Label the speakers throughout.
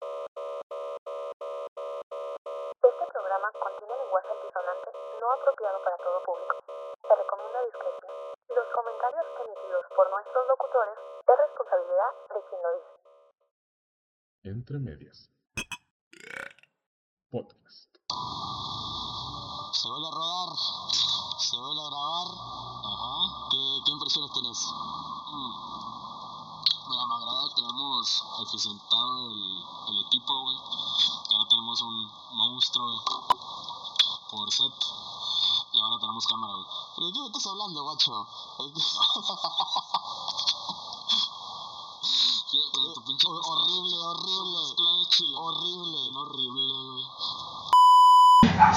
Speaker 1: Este programa contiene lenguaje antisonante no apropiado para todo público. Se recomienda discreción. Los comentarios emitidos por nuestros locutores es responsabilidad de quien lo dice.
Speaker 2: Entre medias. Podcast.
Speaker 3: Se vuelve a rodar, se vuelve a grabar. Ajá. ¿Qué, qué impresiones tenés? Mm. Mira, me agrada que hemos eficientado el, el equipo, güey. Ya no tenemos un monstruo por set. Y ahora tenemos cámara, güey. ¿Pero de qué me estás hablando, guacho? Qué- pero tu pinche horrible, horrible. Horrible. Horrible, güey.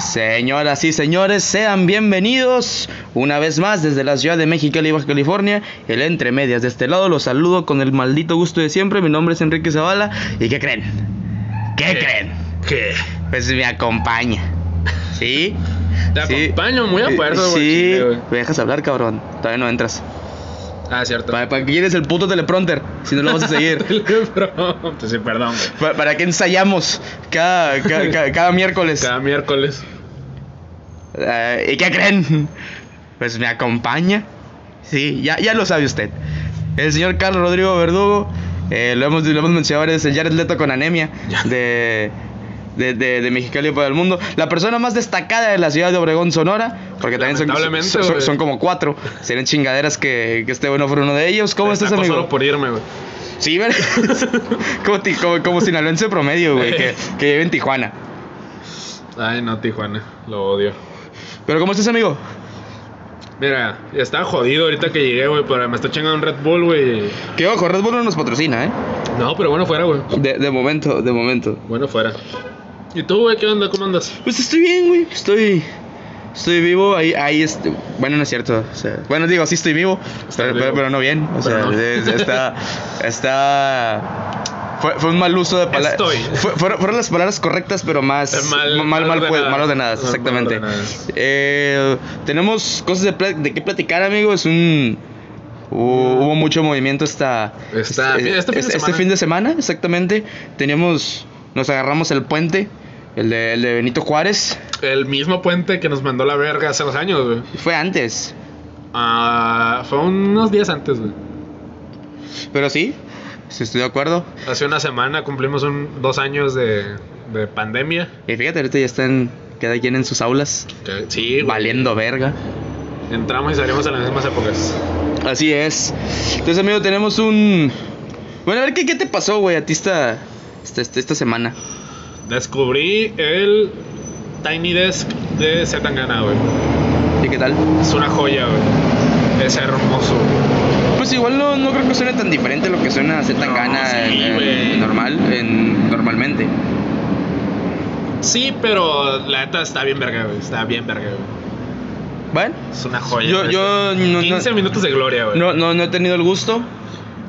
Speaker 4: Señoras y señores, sean bienvenidos una vez más desde la ciudad de Mexicali, Baja California, el Entre Medias. De este lado los saludo con el maldito gusto de siempre. Mi nombre es Enrique Zavala. ¿Y qué creen? ¿Qué, creen?
Speaker 5: ¿Qué?
Speaker 4: Pues me acompaña. ¿Sí?
Speaker 5: Te
Speaker 4: Sí.
Speaker 5: acompaño, muy de acuerdo, güey.
Speaker 4: Sí,
Speaker 5: chile, güey.
Speaker 4: me dejas hablar, cabrón. Todavía no entras.
Speaker 5: Ah, cierto.
Speaker 4: ¿Para, para qué quieres el puto teleprompter? Si no lo vas a seguir.
Speaker 5: Teleprompter, sí, perdón, güey.
Speaker 4: ¿Para, para qué ensayamos cada, ca- ca- cada miércoles?
Speaker 5: Cada miércoles.
Speaker 4: Eh, ¿Y qué creen? Pues me acompaña. Sí, ya, ya lo sabe usted. El señor Carlos Rodrigo Verdugo, eh, lo, hemos, lo hemos mencionado, es el Jared Leto con anemia de, de, de, de Mexicali para el mundo. La persona más destacada de la ciudad de Obregón, Sonora, porque también son,
Speaker 5: Lamentablemente,
Speaker 4: son, son-
Speaker 5: güey.
Speaker 4: son como cuatro. Serían chingaderas que, que este bueno fuera uno de ellos. ¿Cómo estás,
Speaker 5: Taco
Speaker 4: amigo?
Speaker 5: solo por irme, güey.
Speaker 4: Sí, ¿verdad? como, ti- como, como sinaloense promedio, güey, que, que vive en Tijuana.
Speaker 5: Ay, no, Tijuana. Lo odio.
Speaker 4: Pero ¿cómo estás, amigo?
Speaker 5: Mira, estaba jodido ahorita que llegué, güey, pero me está chingando un Red Bull, güey.
Speaker 4: Que ojo, Red Bull no nos patrocina, ¿eh?
Speaker 5: No, pero bueno, fuera, güey.
Speaker 4: De, de momento, de momento.
Speaker 5: Bueno, fuera. ¿Y tú, güey, qué onda? ¿Cómo andas?
Speaker 4: Pues estoy bien, güey. Estoy. Estoy vivo. Ahí, ahí este- Bueno, no es cierto. o sea, bueno, digo, sí estoy vivo.
Speaker 5: Estás
Speaker 4: Pero,
Speaker 5: vivo.
Speaker 4: pero- pero no bien. O sea,
Speaker 5: Pero no.
Speaker 4: es- está. Está. Fue, fue un mal uso de palabras.
Speaker 5: Estoy.
Speaker 4: Fueron, fueron las palabras correctas, pero más.
Speaker 5: Eh, mal-
Speaker 4: mal,
Speaker 5: mal
Speaker 4: mal, pues,
Speaker 5: ordenadas.
Speaker 4: mal ordenadas,
Speaker 5: Mal
Speaker 4: exactamente.
Speaker 5: ordenadas.
Speaker 4: Eh, tenemos cosas de, pla- de qué platicar, amigo. Es un. Hubo hubo mucho movimiento esta,
Speaker 5: Esta-
Speaker 4: este,
Speaker 5: este fin de
Speaker 4: este- este
Speaker 5: semana.
Speaker 4: fin de semana, exactamente. Teníamos, nos agarramos el puente, el de, el de Benito Juárez.
Speaker 5: El mismo puente que nos mandó la verga hace unos años, güey.
Speaker 4: Fue antes,
Speaker 5: Ah, fue unos días antes, güey.
Speaker 4: pero sí, sí estoy de acuerdo.
Speaker 5: Hace una semana cumplimos un, dos años de, de pandemia.
Speaker 4: Y fíjate, ahorita ya están cada quien en sus aulas,
Speaker 5: Que- Sí, güey.
Speaker 4: valiendo verga.
Speaker 5: Entramos y salimos a las mismas épocas.
Speaker 4: Así es. Entonces, amigo, tenemos un... Bueno, a ver, ¿qué, qué te pasó, güey, a ti esta, esta, esta- esta semana?
Speaker 5: Descubrí el Tiny Desk de Zetangana, güey.
Speaker 4: ¿Y qué tal?
Speaker 5: Es una joya, güey. Es hermoso. güey.
Speaker 4: Pues igual no, no creo que suene tan diferente a lo que suena Z Tangana
Speaker 5: No, sí,
Speaker 4: en- en-
Speaker 5: güey.
Speaker 4: normal, en, normalmente.
Speaker 5: Sí, pero la neta está bien verga, güey. Está bien verga, güey.
Speaker 4: Bueno,
Speaker 5: Es una joya.
Speaker 4: Yo-
Speaker 5: güey.
Speaker 4: yo no- no-
Speaker 5: 15 minutos de gloria, güey.
Speaker 4: no, no, no he tenido el gusto.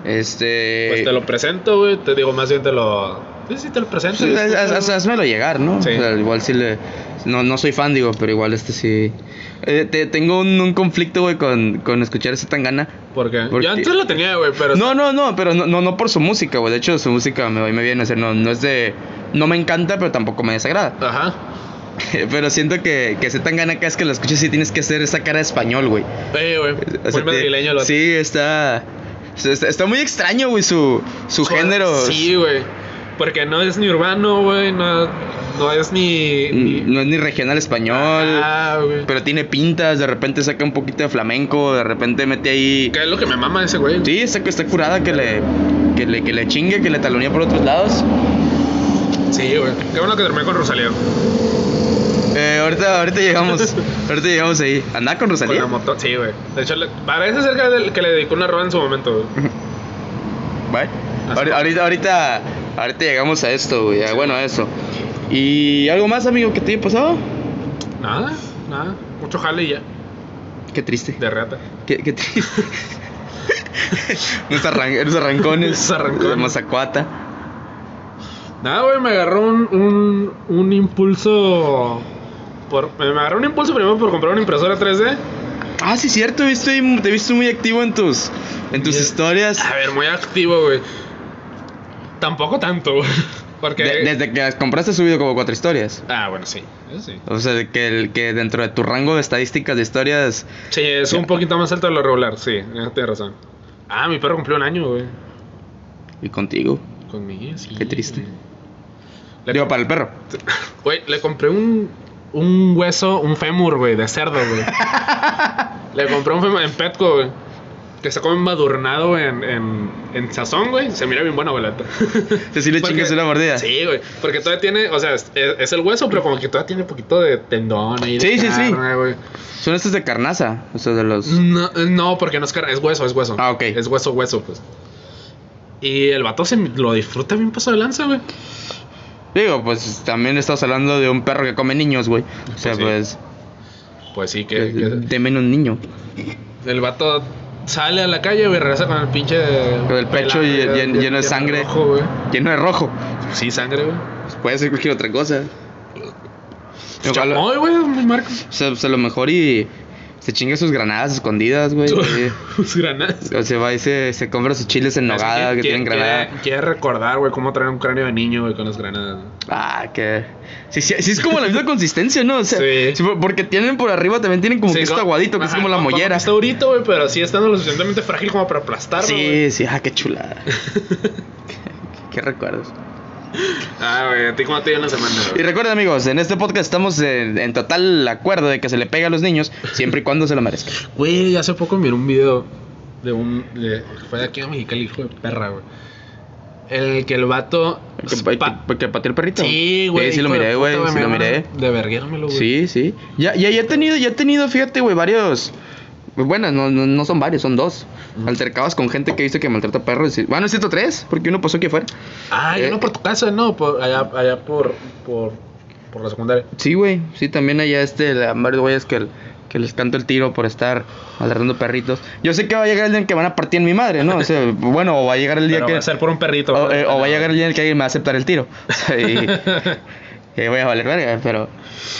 Speaker 4: Este.
Speaker 5: Pues te lo presento, güey. Te digo, más bien te lo. Sí, sí, te lo presento.
Speaker 4: pues, haz- haz- haz- hazmelo llegar, ¿no?
Speaker 5: Sí.
Speaker 4: O sea, igual si le. No, no soy fan, digo, pero igual este sí. Eh, te- tengo un, un conflicto, güey, con, con escuchar esa tangana.
Speaker 5: ¿Por qué?
Speaker 4: Porque-
Speaker 5: Yo antes lo tenía, güey, pero.
Speaker 4: No, no, no, pero no, no, no por su música, güey. De hecho, su música me va y me viene. O sea, no, no es de. No me encanta, pero tampoco me desagrada.
Speaker 5: Ajá.
Speaker 4: pero siento que, que Zetangana, cada vez que la escuchas, sí tienes que hacer esa cara de español, güey.
Speaker 5: Eh, güey.
Speaker 4: O
Speaker 5: Muy
Speaker 4: sea, te-
Speaker 5: madrileño lo
Speaker 4: Sí, está, está. está muy extraño, güey, su, su género.
Speaker 5: Sí, güey. Porque no es ni urbano, güey. No, no es ni. ni-
Speaker 4: Mm, No es ni regional español.
Speaker 5: Ah, güey.
Speaker 4: Pero tiene pintas, de repente saca un poquito de flamenco, de repente mete ahí.
Speaker 5: ¿Qué es lo que me mama ese güey?
Speaker 4: Sí, está, está curada que le, que le que le chingue, que le talonea por otros lados.
Speaker 5: Sí, güey. Qué bueno que terminé con Rosalía.
Speaker 4: Eh, ahorita, ahorita llegamos. ahorita llegamos ahí. Anda
Speaker 5: Con
Speaker 4: con
Speaker 5: la
Speaker 4: Rosalía.
Speaker 5: moto. Sí, güey. De hecho, le- parece cerca del que le dedicó una rola en su momento, güey.
Speaker 4: Bueno, ahori- ahorita, ahorita, ahorita llegamos a esto, güey. a- Bueno, a eso. ¿Y algo más, amigo, que te haya pasado?
Speaker 5: Nada, nada. Mucho jale y ya.
Speaker 4: Qué triste.
Speaker 5: De rata.
Speaker 4: Qué, qué triste. Los, arran- los arrancones.
Speaker 5: Los arrancones.
Speaker 4: De Mazacuata.
Speaker 5: Nada, güey. Me agarró un, un, un impulso. Por, me agarró un impulso primero por comprar una impresora 3D.
Speaker 4: Ah, sí, cierto. viste ahí- te he visto muy activo en tus, en
Speaker 5: Bien.
Speaker 4: tus
Speaker 5: Ah,
Speaker 4: historias.
Speaker 5: A ver, muy activo, güey. Tampoco tanto, güey. Porque.
Speaker 4: De- desde que las compraste has subido como cuatro historias.
Speaker 5: Ah, bueno, sí. Eso sí.
Speaker 4: O sea, de que, el, que dentro de tu rango de estadísticas de historias...
Speaker 5: Sí, es un
Speaker 4: Ya.
Speaker 5: poquito más alto de lo regular, sí, eh, tienes razón. Ah, mi perro cumplió un año, güey.
Speaker 4: Y contigo.
Speaker 5: Conmigo, sí.
Speaker 4: Qué triste.
Speaker 5: güey. Le,
Speaker 4: Digo, para el perro.
Speaker 5: güey, le compré un, un hueso, un fémur, güey, de cerdo, güey. le compré un fémur en Petco, güey. Que se come embadurnado güey, en, en, en sazón, güey. Se mira bien buena boleta.
Speaker 4: Sí, sí le
Speaker 5: Porque-
Speaker 4: chingas una mordida.
Speaker 5: Sí, güey. Porque todavía tiene, o sea, es, es el hueso, pero como que todavía tiene un poquito de tendón ahí. de
Speaker 4: Sí, sí, sí.
Speaker 5: carne, güey.
Speaker 4: Son estos de carnaza. O sea, de los...
Speaker 5: No, eh, no, porque no es carne, es hueso, es hueso.
Speaker 4: Ah, ok.
Speaker 5: Es hueso, hueso, pues. Y el vato se lo disfruta bien paso de lanza, güey.
Speaker 4: Digo, pues también estamos hablando de un perro que come niños, güey. O sea,
Speaker 5: Pues
Speaker 4: pues...
Speaker 5: Pues sí, que, que
Speaker 4: De menos niño.
Speaker 5: el vato sale a la calle, güey, regresa con el pinche.
Speaker 4: Con el pecho
Speaker 5: pelado,
Speaker 4: lle-
Speaker 5: güey,
Speaker 4: llen- lleno de sangre.
Speaker 5: rojo, güey.
Speaker 4: Lleno de rojo.
Speaker 5: Sí, sangre, güey.
Speaker 4: Pues, puede ser cualquier otra cosa. Ojalá-
Speaker 5: Chamoy, güey, mi marco.
Speaker 4: O sea, pues, a lo mejor y... Se chinga sus granadas escondidas, güey. Sí.
Speaker 5: Sus granadas.
Speaker 4: O sea, va y se, se compra sus chiles en nogada que tienen granada.
Speaker 5: Quiere, quiere recordar, güey, cómo traer un cráneo de niño, güey, con las granadas. güey.
Speaker 4: Ah, que. Sí, sí, sí es como la misma consistencia, ¿no? O sea,
Speaker 5: Sí.
Speaker 4: sí, por- porque tienen por arriba también tienen como
Speaker 5: Sí,
Speaker 4: que esto
Speaker 5: co-
Speaker 4: aguadito, que es
Speaker 5: ajá,
Speaker 4: como la
Speaker 5: co-
Speaker 4: mollera.
Speaker 5: Está durito, güey, pero sí estando lo suficientemente frágil como para aplastarlo. güey.
Speaker 4: Sí, sí, ah, qué chulada. Qué recuerdos.
Speaker 5: Ah, güey, a ti cómo te dio en la semana,
Speaker 4: Y
Speaker 5: güey.
Speaker 4: recuerden, amigos, en este podcast estamos en, en total acuerdo de que se le pega a los niños siempre y cuando se lo merezca.
Speaker 5: Güey, hace poco miré un video de un. de- fue de aquí a Mexicali, hijo de perra, güey. El que el vato.
Speaker 4: Que,
Speaker 5: Pues, pa-
Speaker 4: que- que pateó el perrito.
Speaker 5: sí, güey.
Speaker 4: Sí, sí lo
Speaker 5: hijo de
Speaker 4: miré,
Speaker 5: puta,
Speaker 4: güey. Sí
Speaker 5: me
Speaker 4: lo miré.
Speaker 5: llamaron De verguérmelo, güey.
Speaker 4: Sí, sí. Ya, ya, ya he tenido, ya he tenido, fíjate, güey, varios. Buenas, no, no, no son varios, son dos. Altercados con gente que dice que maltrata perros. y- Bueno, es cierto, tres, porque uno pasó aquí afuera.
Speaker 5: Ah, yo
Speaker 4: Eh,
Speaker 5: no por tu casa, no. Por, allá allá por, por. por la secundaria.
Speaker 4: Sí, güey. Sí, también allá este, la- varios güeyes que, que les canto el tiro por estar maltratando perritos. Yo sé que va a llegar el día en que van a partir en mi madre, ¿no? O sea, bueno, o va a llegar el día
Speaker 5: Pero
Speaker 4: que.
Speaker 5: va a ser por un perrito.
Speaker 4: o,
Speaker 5: güey.
Speaker 4: eh, o va a llegar el día en que alguien me va a aceptar el tiro. O sea, y, y voy a valer verga, pero.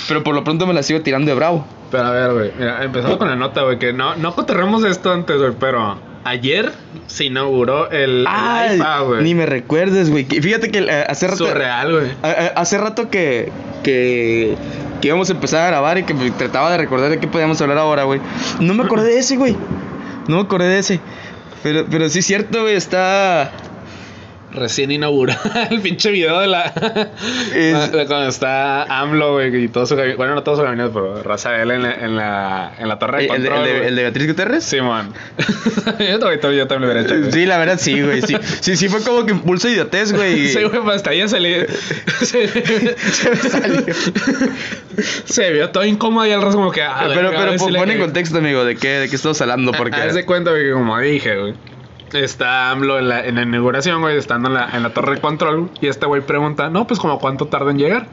Speaker 4: Pero por lo pronto me la sigo tirando de bravo.
Speaker 5: Pero a ver, güey. Mira, empezamos con la nota, güey. Que no, no cotorremos esto antes, güey. Pero ayer se inauguró el, el
Speaker 4: Ay,
Speaker 5: IFA, güey.
Speaker 4: ni me recuerdes, güey. Que- Fíjate que eh, hace rato.
Speaker 5: Surreal, güey.
Speaker 4: a- a- hace rato que, que. que íbamos a empezar a grabar y que me trataba de recordar de qué podíamos hablar ahora, güey. No me acordé de ese, güey. No me acordé de ese. Pero, pero sí es cierto, güey, está.
Speaker 5: Recién inauguró el pinche video de la.
Speaker 4: Es-
Speaker 5: de Cuando está AMLO, güey, y todo su gabi- Bueno, no todo su gabinete, pero raza de él en la, en la, en la torre de
Speaker 4: Eh, ¿El, de-
Speaker 5: control.
Speaker 4: el de,
Speaker 5: güey.
Speaker 4: el de Beatriz Gutiérrez?
Speaker 5: Simón. yo, también, yo también lo hubiera hecho. güey.
Speaker 4: Sí, la verdad sí, güey. Sí, sí, sí fue como que impulso idiotez, güey.
Speaker 5: Sí, güey, pues, hasta ahí se le. Se,
Speaker 4: salió.
Speaker 5: se vio todo incómodo y al rato como que. ah,
Speaker 4: pero
Speaker 5: verga, a
Speaker 4: pero
Speaker 5: ver si
Speaker 4: pon
Speaker 5: le
Speaker 4: pon en
Speaker 5: cagué.
Speaker 4: contexto, amigo, de qué, de qué estamos hablando. Porque.
Speaker 5: Haz de cuenta, güey, que como dije, güey. Está AMLO en la, en la inauguración, güey, estando en la, en la torre de control. Y este güey pregunta, no, pues como cuánto tarda en llegar.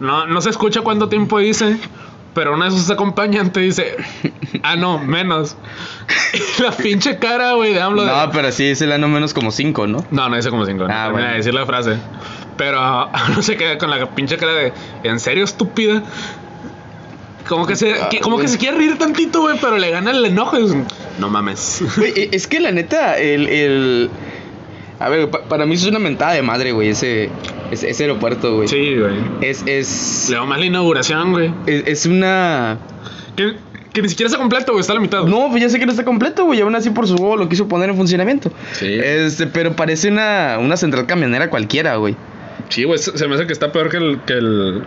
Speaker 5: No, no se escucha cuánto tiempo dice, pero una de sus acompañantes dice, ah, no, menos. Y la pinche cara, güey, de AMLO. de-
Speaker 4: No, pero sí, es el año menos como cinco, ¿no?
Speaker 5: no, no dice como cinco.
Speaker 4: Ah,
Speaker 5: no,
Speaker 4: bueno.
Speaker 5: Termina de decir la frase. Pero no se queda con la pinche cara de, ¿en serio, estúpida? Como que se,
Speaker 4: Ah,
Speaker 5: que- como que se quiere reír tantito, güey, pero le gana el enojo. y es, no mames.
Speaker 4: Güey, e- es que la neta, el. el- A ver, pa- para mí es una mentada de madre, güey, ese, ese, ese aeropuerto, güey.
Speaker 5: Sí, güey.
Speaker 4: Es, es,
Speaker 5: Leo más la inauguración, güey.
Speaker 4: es. es una.
Speaker 5: Que, que ni siquiera está completo, güey. Está a la mitad.
Speaker 4: No, pues ya sé que no está completo, güey. y Aún así, por su huevo lo quiso poner en funcionamiento.
Speaker 5: Sí.
Speaker 4: Este, pero parece una, una central camionera cualquiera, güey.
Speaker 5: Sí, güey. Se se me hace que está peor que el. que el.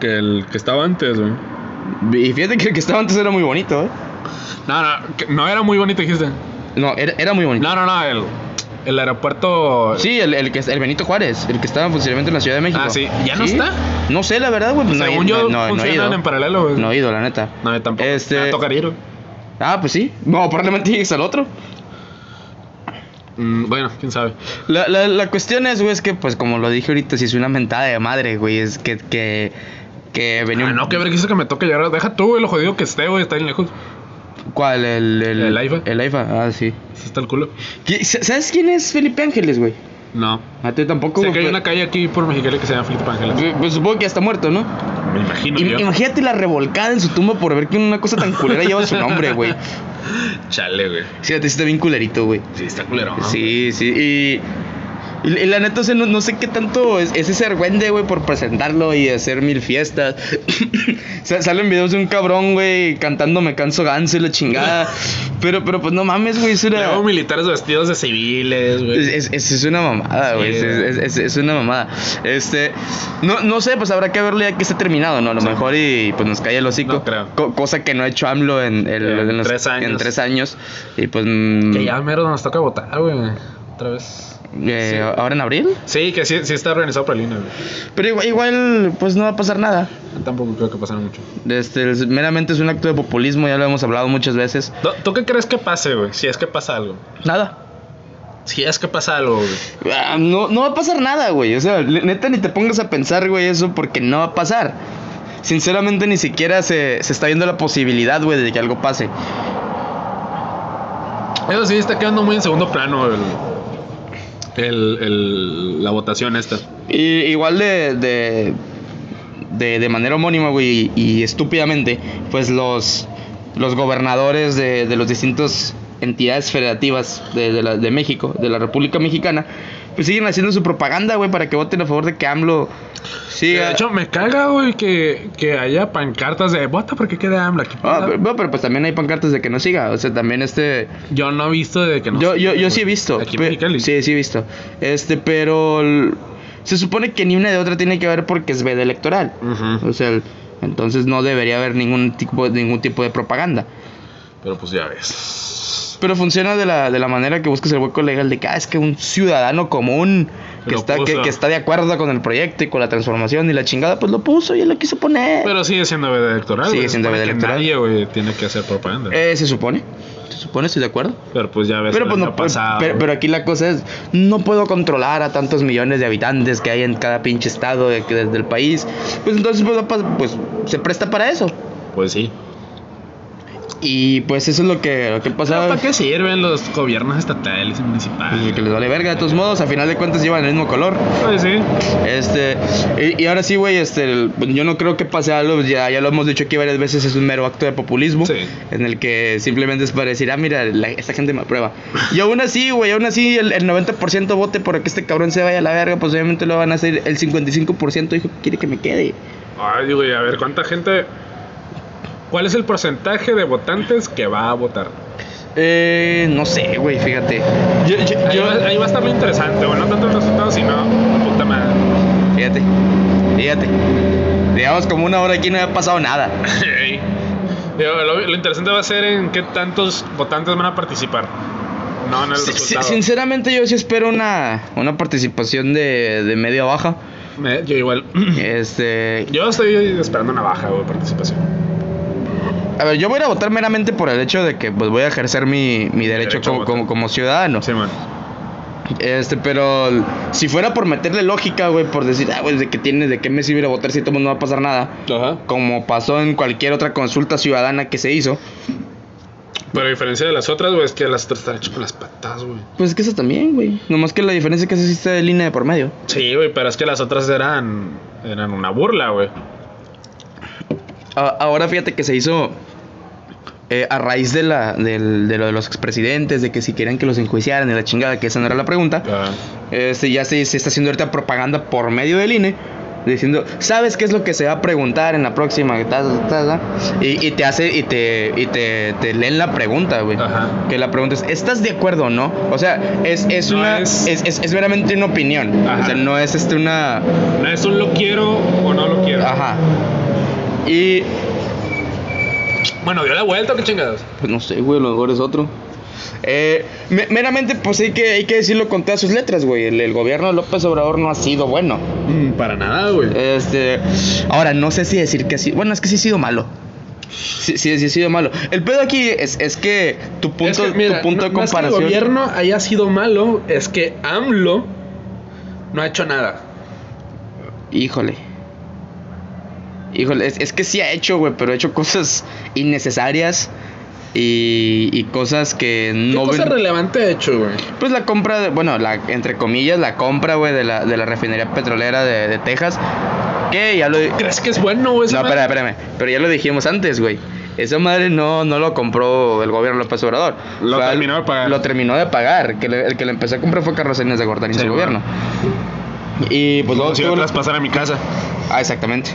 Speaker 5: que el que estaba antes, güey.
Speaker 4: Y fíjate que el que estaba antes era muy bonito, ¿eh?
Speaker 5: No, no, que- no era muy bonito, dijiste.
Speaker 4: No, era, era muy bonito.
Speaker 5: No, no, no, el. El aeropuerto.
Speaker 4: Sí, el, el, que, el Benito Juárez, el que estaba en funcionamiento en la Ciudad de México.
Speaker 5: Ah, sí. ¿Ya no está?
Speaker 4: No sé, la verdad, güey. pues, no he-
Speaker 5: Según yo,
Speaker 4: no, no, no he
Speaker 5: funcionan
Speaker 4: ido.
Speaker 5: en paralelo, güey.
Speaker 4: No he ido, la neta.
Speaker 5: No, yo tampoco.
Speaker 4: Este-
Speaker 5: Me va a tocar ir, güey.
Speaker 4: Ah, pues sí. No, probablemente llegues al otro.
Speaker 5: Mm, bueno, quién sabe.
Speaker 4: La, la, la cuestión es, güey, es que, pues, como lo dije ahorita, si es una mentada de madre, güey, es que, que, que venía
Speaker 5: Ah,
Speaker 4: un-
Speaker 5: no, qué vergüenza que me toque llegar. Deja tú, güey, lo jodido que esté, güey. Está bien lejos.
Speaker 4: ¿Cuál? El, el,
Speaker 5: ¿El AIFA?
Speaker 4: El AIFA, ah, sí.
Speaker 5: Sí Está el culo.
Speaker 4: ¿Qui- sa- ¿Sabes quién es Felipe Ángeles, güey?
Speaker 5: No.
Speaker 4: A ti tampoco,
Speaker 5: Sé
Speaker 4: güey,
Speaker 5: que hay
Speaker 4: pues-
Speaker 5: una calle aquí por Mexicali que se llama Felipe Ángeles.
Speaker 4: pues- pues supongo que ya está muerto, ¿no?
Speaker 5: Me imagino.
Speaker 4: Im-
Speaker 5: yo.
Speaker 4: imagínate la revolcada en su tumba por ver que una cosa tan culera lleva su nombre, güey.
Speaker 5: Chale, güey.
Speaker 4: Sí, a ti sí está bien culerito, güey.
Speaker 5: Sí, está culero. ¿no?
Speaker 4: Sí, sí. Y, Y, y la neta, o sea, no, no sé qué tanto es, es ese argüende, güey, por presentarlo y hacer mil fiestas. Sa- Salen videos de un cabrón, güey, cantando Me canso ganso y la chingada. pero, pero, pues no mames, güey, es una.
Speaker 5: Luego militares vestidos de civiles, güey.
Speaker 4: Es, es- es- es una mamada, güey.
Speaker 5: Sí,
Speaker 4: es,
Speaker 5: güey.
Speaker 4: es- es- es una mamada. Este. No, no sé, pues habrá que verlo ya que esté terminado, ¿no? A lo mejor y pues nos cae el hocico.
Speaker 5: No creo.
Speaker 4: Co- cosa que no ha hecho AMLO en, el-
Speaker 5: En
Speaker 4: los-
Speaker 5: tres años.
Speaker 4: en tres años. Y pues. mm,
Speaker 5: Que ya mero nos toca votar, güey. Otra vez.
Speaker 4: eh,
Speaker 5: sí.
Speaker 4: Ahora en abril.
Speaker 5: Sí, que sí, sí está organizado por el INE, güey.
Speaker 4: Pero igual, igual, pues no va a pasar nada.
Speaker 5: Tampoco creo que pasara mucho.
Speaker 4: Este, es- meramente es un acto de populismo, ya lo hemos hablado muchas veces.
Speaker 5: ¿Tú- ¿Tú qué crees que pase, güey? Si es que pasa algo.
Speaker 4: Nada.
Speaker 5: Si es que pasa algo, güey.
Speaker 4: Ah, No, no va a pasar nada, güey. O sea, le- neta, ni te pongas a pensar, güey, eso porque no va a pasar. Sinceramente, ni siquiera se, se está viendo la posibilidad, güey, de que algo pase.
Speaker 5: Eso sí, está quedando muy en segundo plano el, el- el- la votación esta.
Speaker 4: Y, igual de, de, de, de manera homónima, güey, y, y estúpidamente, pues los, los gobernadores de, de los distintos entidades federativas de, de, la- de México, de la República Mexicana, pues siguen haciendo su propaganda, güey, para que voten a favor de que AMLO siga...
Speaker 5: De hecho, me caga, güey, que, que haya pancartas de vota porque queda hambre aquí.
Speaker 4: Ah, pero, no, pero pues también hay pancartas de que no siga. O sea, también este.
Speaker 5: Yo no he visto de que no.
Speaker 4: yo, yo, yo
Speaker 5: güey.
Speaker 4: sí he visto.
Speaker 5: Aquí en
Speaker 4: pe-
Speaker 5: Mexicali.
Speaker 4: Sí, sí he visto. Este, pero. el- se supone que ni una de otra tiene que ver porque es veda electoral.
Speaker 5: Ujú.
Speaker 4: O sea, el- entonces no debería haber ningún tipo, ningún tipo de propaganda.
Speaker 5: Pero pues ya ves.
Speaker 4: Pero funciona de la, de la manera que buscas el hueco legal de que ah, es que un ciudadano común que
Speaker 5: Lo
Speaker 4: está, que,
Speaker 5: puso.
Speaker 4: que está de acuerdo con el proyecto y con la transformación y la chingada, pues lo puso y él lo quiso poner.
Speaker 5: Pero sigue siendo veda electoral.
Speaker 4: Sigue
Speaker 5: güey.
Speaker 4: siendo
Speaker 5: Supone
Speaker 4: veda
Speaker 5: que
Speaker 4: electoral.
Speaker 5: Nadie, güey, tiene que hacer propaganda.
Speaker 4: Eh, se supone. Se supone, estoy de acuerdo.
Speaker 5: pero pues ya ves.
Speaker 4: Pero,
Speaker 5: el
Speaker 4: pues,
Speaker 5: año
Speaker 4: no,
Speaker 5: pasado,
Speaker 4: pero,
Speaker 5: güey.
Speaker 4: pero aquí la cosa es, no puedo controlar a tantos millones de habitantes que hay en cada pinche estado de- de- del país. Pues entonces pues, va pa- pues, se presta para eso.
Speaker 5: Pues sí.
Speaker 4: Y pues eso es lo que, lo que
Speaker 5: Pero
Speaker 4: pasa.
Speaker 5: ¿Para qué sirven los gobiernos estatales y municipales?
Speaker 4: Pues, Que les vale verga, de todos modos, a final de cuentas llevan el mismo color.
Speaker 5: Pues sí.
Speaker 4: Este, y, y ahora sí, güey, este, el- yo no creo que pase algo, ya, ya lo hemos dicho aquí varias veces, es un mero acto de populismo.
Speaker 5: Sí.
Speaker 4: En el que simplemente es para decir, ah, mira, la- esta gente me aprueba. Y aún así, güey, aún así el, el 90% vote por que este cabrón se vaya a la verga, pues obviamente lo van a hacer. El 55% dijo que quiere que me quede.
Speaker 5: Ay, güey, a ver, ¿cuánta gente... ¿Cuál es el porcentaje de votantes que va a votar?
Speaker 4: Eh, no sé, güey, fíjate. Yo, yo-
Speaker 5: Ahí,
Speaker 4: yo-
Speaker 5: va, ahí va a estar lo interesante, güey. No tanto el resultado, sino... Puta madre.
Speaker 4: Fíjate, fíjate. Digamos, como una hora aquí no ha pasado nada.
Speaker 5: Ey. Digo, lo, lo interesante va a ser en qué tantos votantes van a participar. No en el
Speaker 4: Si- si-
Speaker 5: resultado.
Speaker 4: sinceramente, yo sí espero una, una participación de, de media baja.
Speaker 5: Me- yo igual...
Speaker 4: Este,
Speaker 5: Yo estoy esperando una baja, güey, participación.
Speaker 4: a ver, yo voy a ir a votar meramente por el hecho de que pues voy a ejercer mi, mi
Speaker 5: Derecho
Speaker 4: derecho,
Speaker 5: a
Speaker 4: como,
Speaker 5: votar.
Speaker 4: como, como ciudadano.
Speaker 5: Sí, man.
Speaker 4: Este, pero l- si fuera por meterle lógica, güey, por decir, ah, güey, de qué tiene, de qué me sirve ir a votar si todo el mundo no va a pasar nada,
Speaker 5: Ajá.
Speaker 4: como pasó en cualquier otra consulta ciudadana que se hizo,
Speaker 5: Pero a diferencia de las otras, güey, es que las otras están hechas con las patas, güey.
Speaker 4: pues es que eso también, güey. Nomás que la diferencia es que eso sí está de línea de por medio.
Speaker 5: Sí, güey, pero es que las otras eran... Eran una burla, güey.
Speaker 4: A- ahora fíjate que se hizo eh, a raíz de, la, del- de lo de los expresidentes, de que si querían que los enjuiciaran y la chingada, que esa no era la pregunta.
Speaker 5: Ajá.
Speaker 4: Este, ya se, se está haciendo ahorita propaganda por medio del INE. Diciendo, ¿sabes qué es lo que se va a preguntar en la próxima? Ta, ta, ta, ta. Y, y te hace, y te, y te, te leen la pregunta, güey.
Speaker 5: Ajá.
Speaker 4: Que la pregunta es, ¿estás de acuerdo o no? O sea, es, es
Speaker 5: No
Speaker 4: una,
Speaker 5: es-
Speaker 4: es... es- es meramente una opinión.
Speaker 5: Ajá.
Speaker 4: O sea, no es este una.
Speaker 5: No es un lo quiero o no lo quiero.
Speaker 4: Ajá. Y.
Speaker 5: Bueno, dio la vuelta, qué chingados.
Speaker 4: Pues no sé, güey, a lo mejor es otro. Eh, me- meramente, pues hay que, hay que decirlo con todas sus letras, güey. El, el gobierno de López Obrador no ha sido bueno.
Speaker 5: Mm, para nada, güey.
Speaker 4: Este, ahora no sé si decir que ha sido, bueno, es que sí ha sido malo. Sí, sí, sí ha sido malo. El pedo aquí es, es que tu punto,
Speaker 5: Es que, mira,
Speaker 4: tu punto
Speaker 5: no-
Speaker 4: de
Speaker 5: no es que
Speaker 4: comparación.
Speaker 5: el gobierno haya sido malo, es que AMLO no ha hecho nada.
Speaker 4: Híjole. Híjole, es, es que sí ha hecho, güey, pero ha hecho cosas innecesarias y, y cosas que
Speaker 5: ¿Qué
Speaker 4: no
Speaker 5: cosa
Speaker 4: ven-
Speaker 5: relevante ha hecho, güey?
Speaker 4: Pues la compra, de, bueno, la, entre comillas, la compra, güey, de la, de la refinería petrolera de, de Texas. Que ya lo,
Speaker 5: ¿Crees que es bueno, güey? esa
Speaker 4: No,
Speaker 5: madre?
Speaker 4: espérame, espérame. Pero ya lo dijimos antes, güey. Esa madre no, no lo compró el gobierno López Obrador.
Speaker 5: Lo
Speaker 4: Fue al-
Speaker 5: terminó de pagar.
Speaker 4: Lo terminó de pagar. Que le- el que le empezó a comprar fue Carlos Salinas de Gortari en
Speaker 5: Sí,
Speaker 4: su
Speaker 5: bueno.
Speaker 4: gobierno. Y pues luego
Speaker 5: Como si
Speaker 4: tuvo-
Speaker 5: yo traspasara a mi casa.
Speaker 4: Ah, exactamente.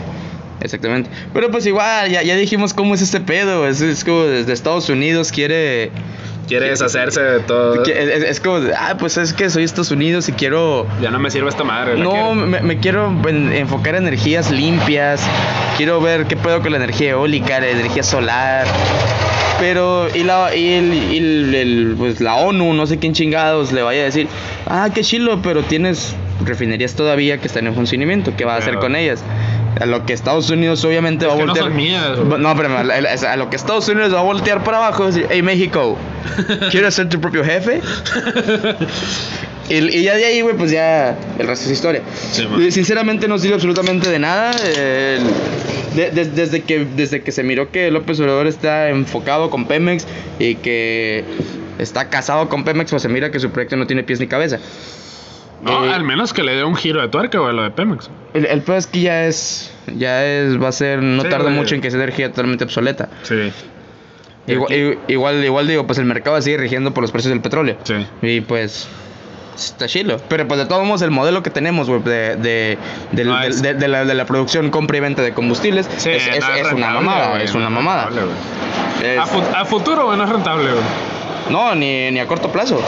Speaker 4: Exactamente. Pero pues igual, ya, ya dijimos cómo es este pedo. Es, es como desde Estados Unidos quiere.
Speaker 5: Quiere deshacerse de todo.
Speaker 4: que- Es, es como, ah, pues es que soy Estados Unidos y quiero.
Speaker 5: Ya no me sirve esta madre. la
Speaker 4: No,
Speaker 5: quiero.
Speaker 4: me, me quiero en- enfocar en energías limpias. Quiero ver qué puedo con la energía eólica, la energía solar. Pero, y la, y el, y el- el- pues la ONU, no sé quién chingados le vaya a decir, ah, qué chilo, pero tienes refinerías todavía que están en funcionamiento, ¿qué va a hacer
Speaker 5: Claro.
Speaker 4: con ellas? A lo que Estados Unidos obviamente va a
Speaker 5: que no
Speaker 4: voltear.
Speaker 5: son mías, güey.
Speaker 4: Va- no, pero a, a- a lo que Estados Unidos va a voltear para abajo es decir, hey México, ¿quieres ser tu propio jefe? Y, y ya de ahí, güey, pues ya el resto es historia.
Speaker 5: Sí, man.
Speaker 4: Eh, Sinceramente no sirve absolutamente de nada. eh, el- de- des- desde, que, desde que se miró que López Obrador está enfocado con Pemex y que está casado con Pemex, pues se mira que su proyecto no tiene pies ni cabeza.
Speaker 5: No,
Speaker 4: Eh,
Speaker 5: al menos que le dé un giro de tuerca, güey, lo de Pemex.
Speaker 4: El, el peor es que ya es, ya es, va a ser, no
Speaker 5: Sí,
Speaker 4: tarda
Speaker 5: güey.
Speaker 4: mucho en que sea energía totalmente obsoleta.
Speaker 5: Sí,
Speaker 4: Igual, i- igual, igual digo, pues el mercado sigue rigiendo por los precios del petróleo.
Speaker 5: sí.
Speaker 4: Y pues. Está chilo. Pero pues de todos modos, el modelo que tenemos, güey, de, de, del-
Speaker 5: No, es-
Speaker 4: de- de la, de la producción, compra y venta de combustibles,
Speaker 5: Sí,
Speaker 4: es, es-
Speaker 5: no
Speaker 4: es una
Speaker 5: rentable,
Speaker 4: mamada,
Speaker 5: güey,
Speaker 4: es
Speaker 5: no Ah,
Speaker 4: una mamada.
Speaker 5: rentable, güey.
Speaker 4: Es-
Speaker 5: A, fu- a futuro, güey, no es rentable, güey. pues,
Speaker 4: no, ni, ni a corto plazo.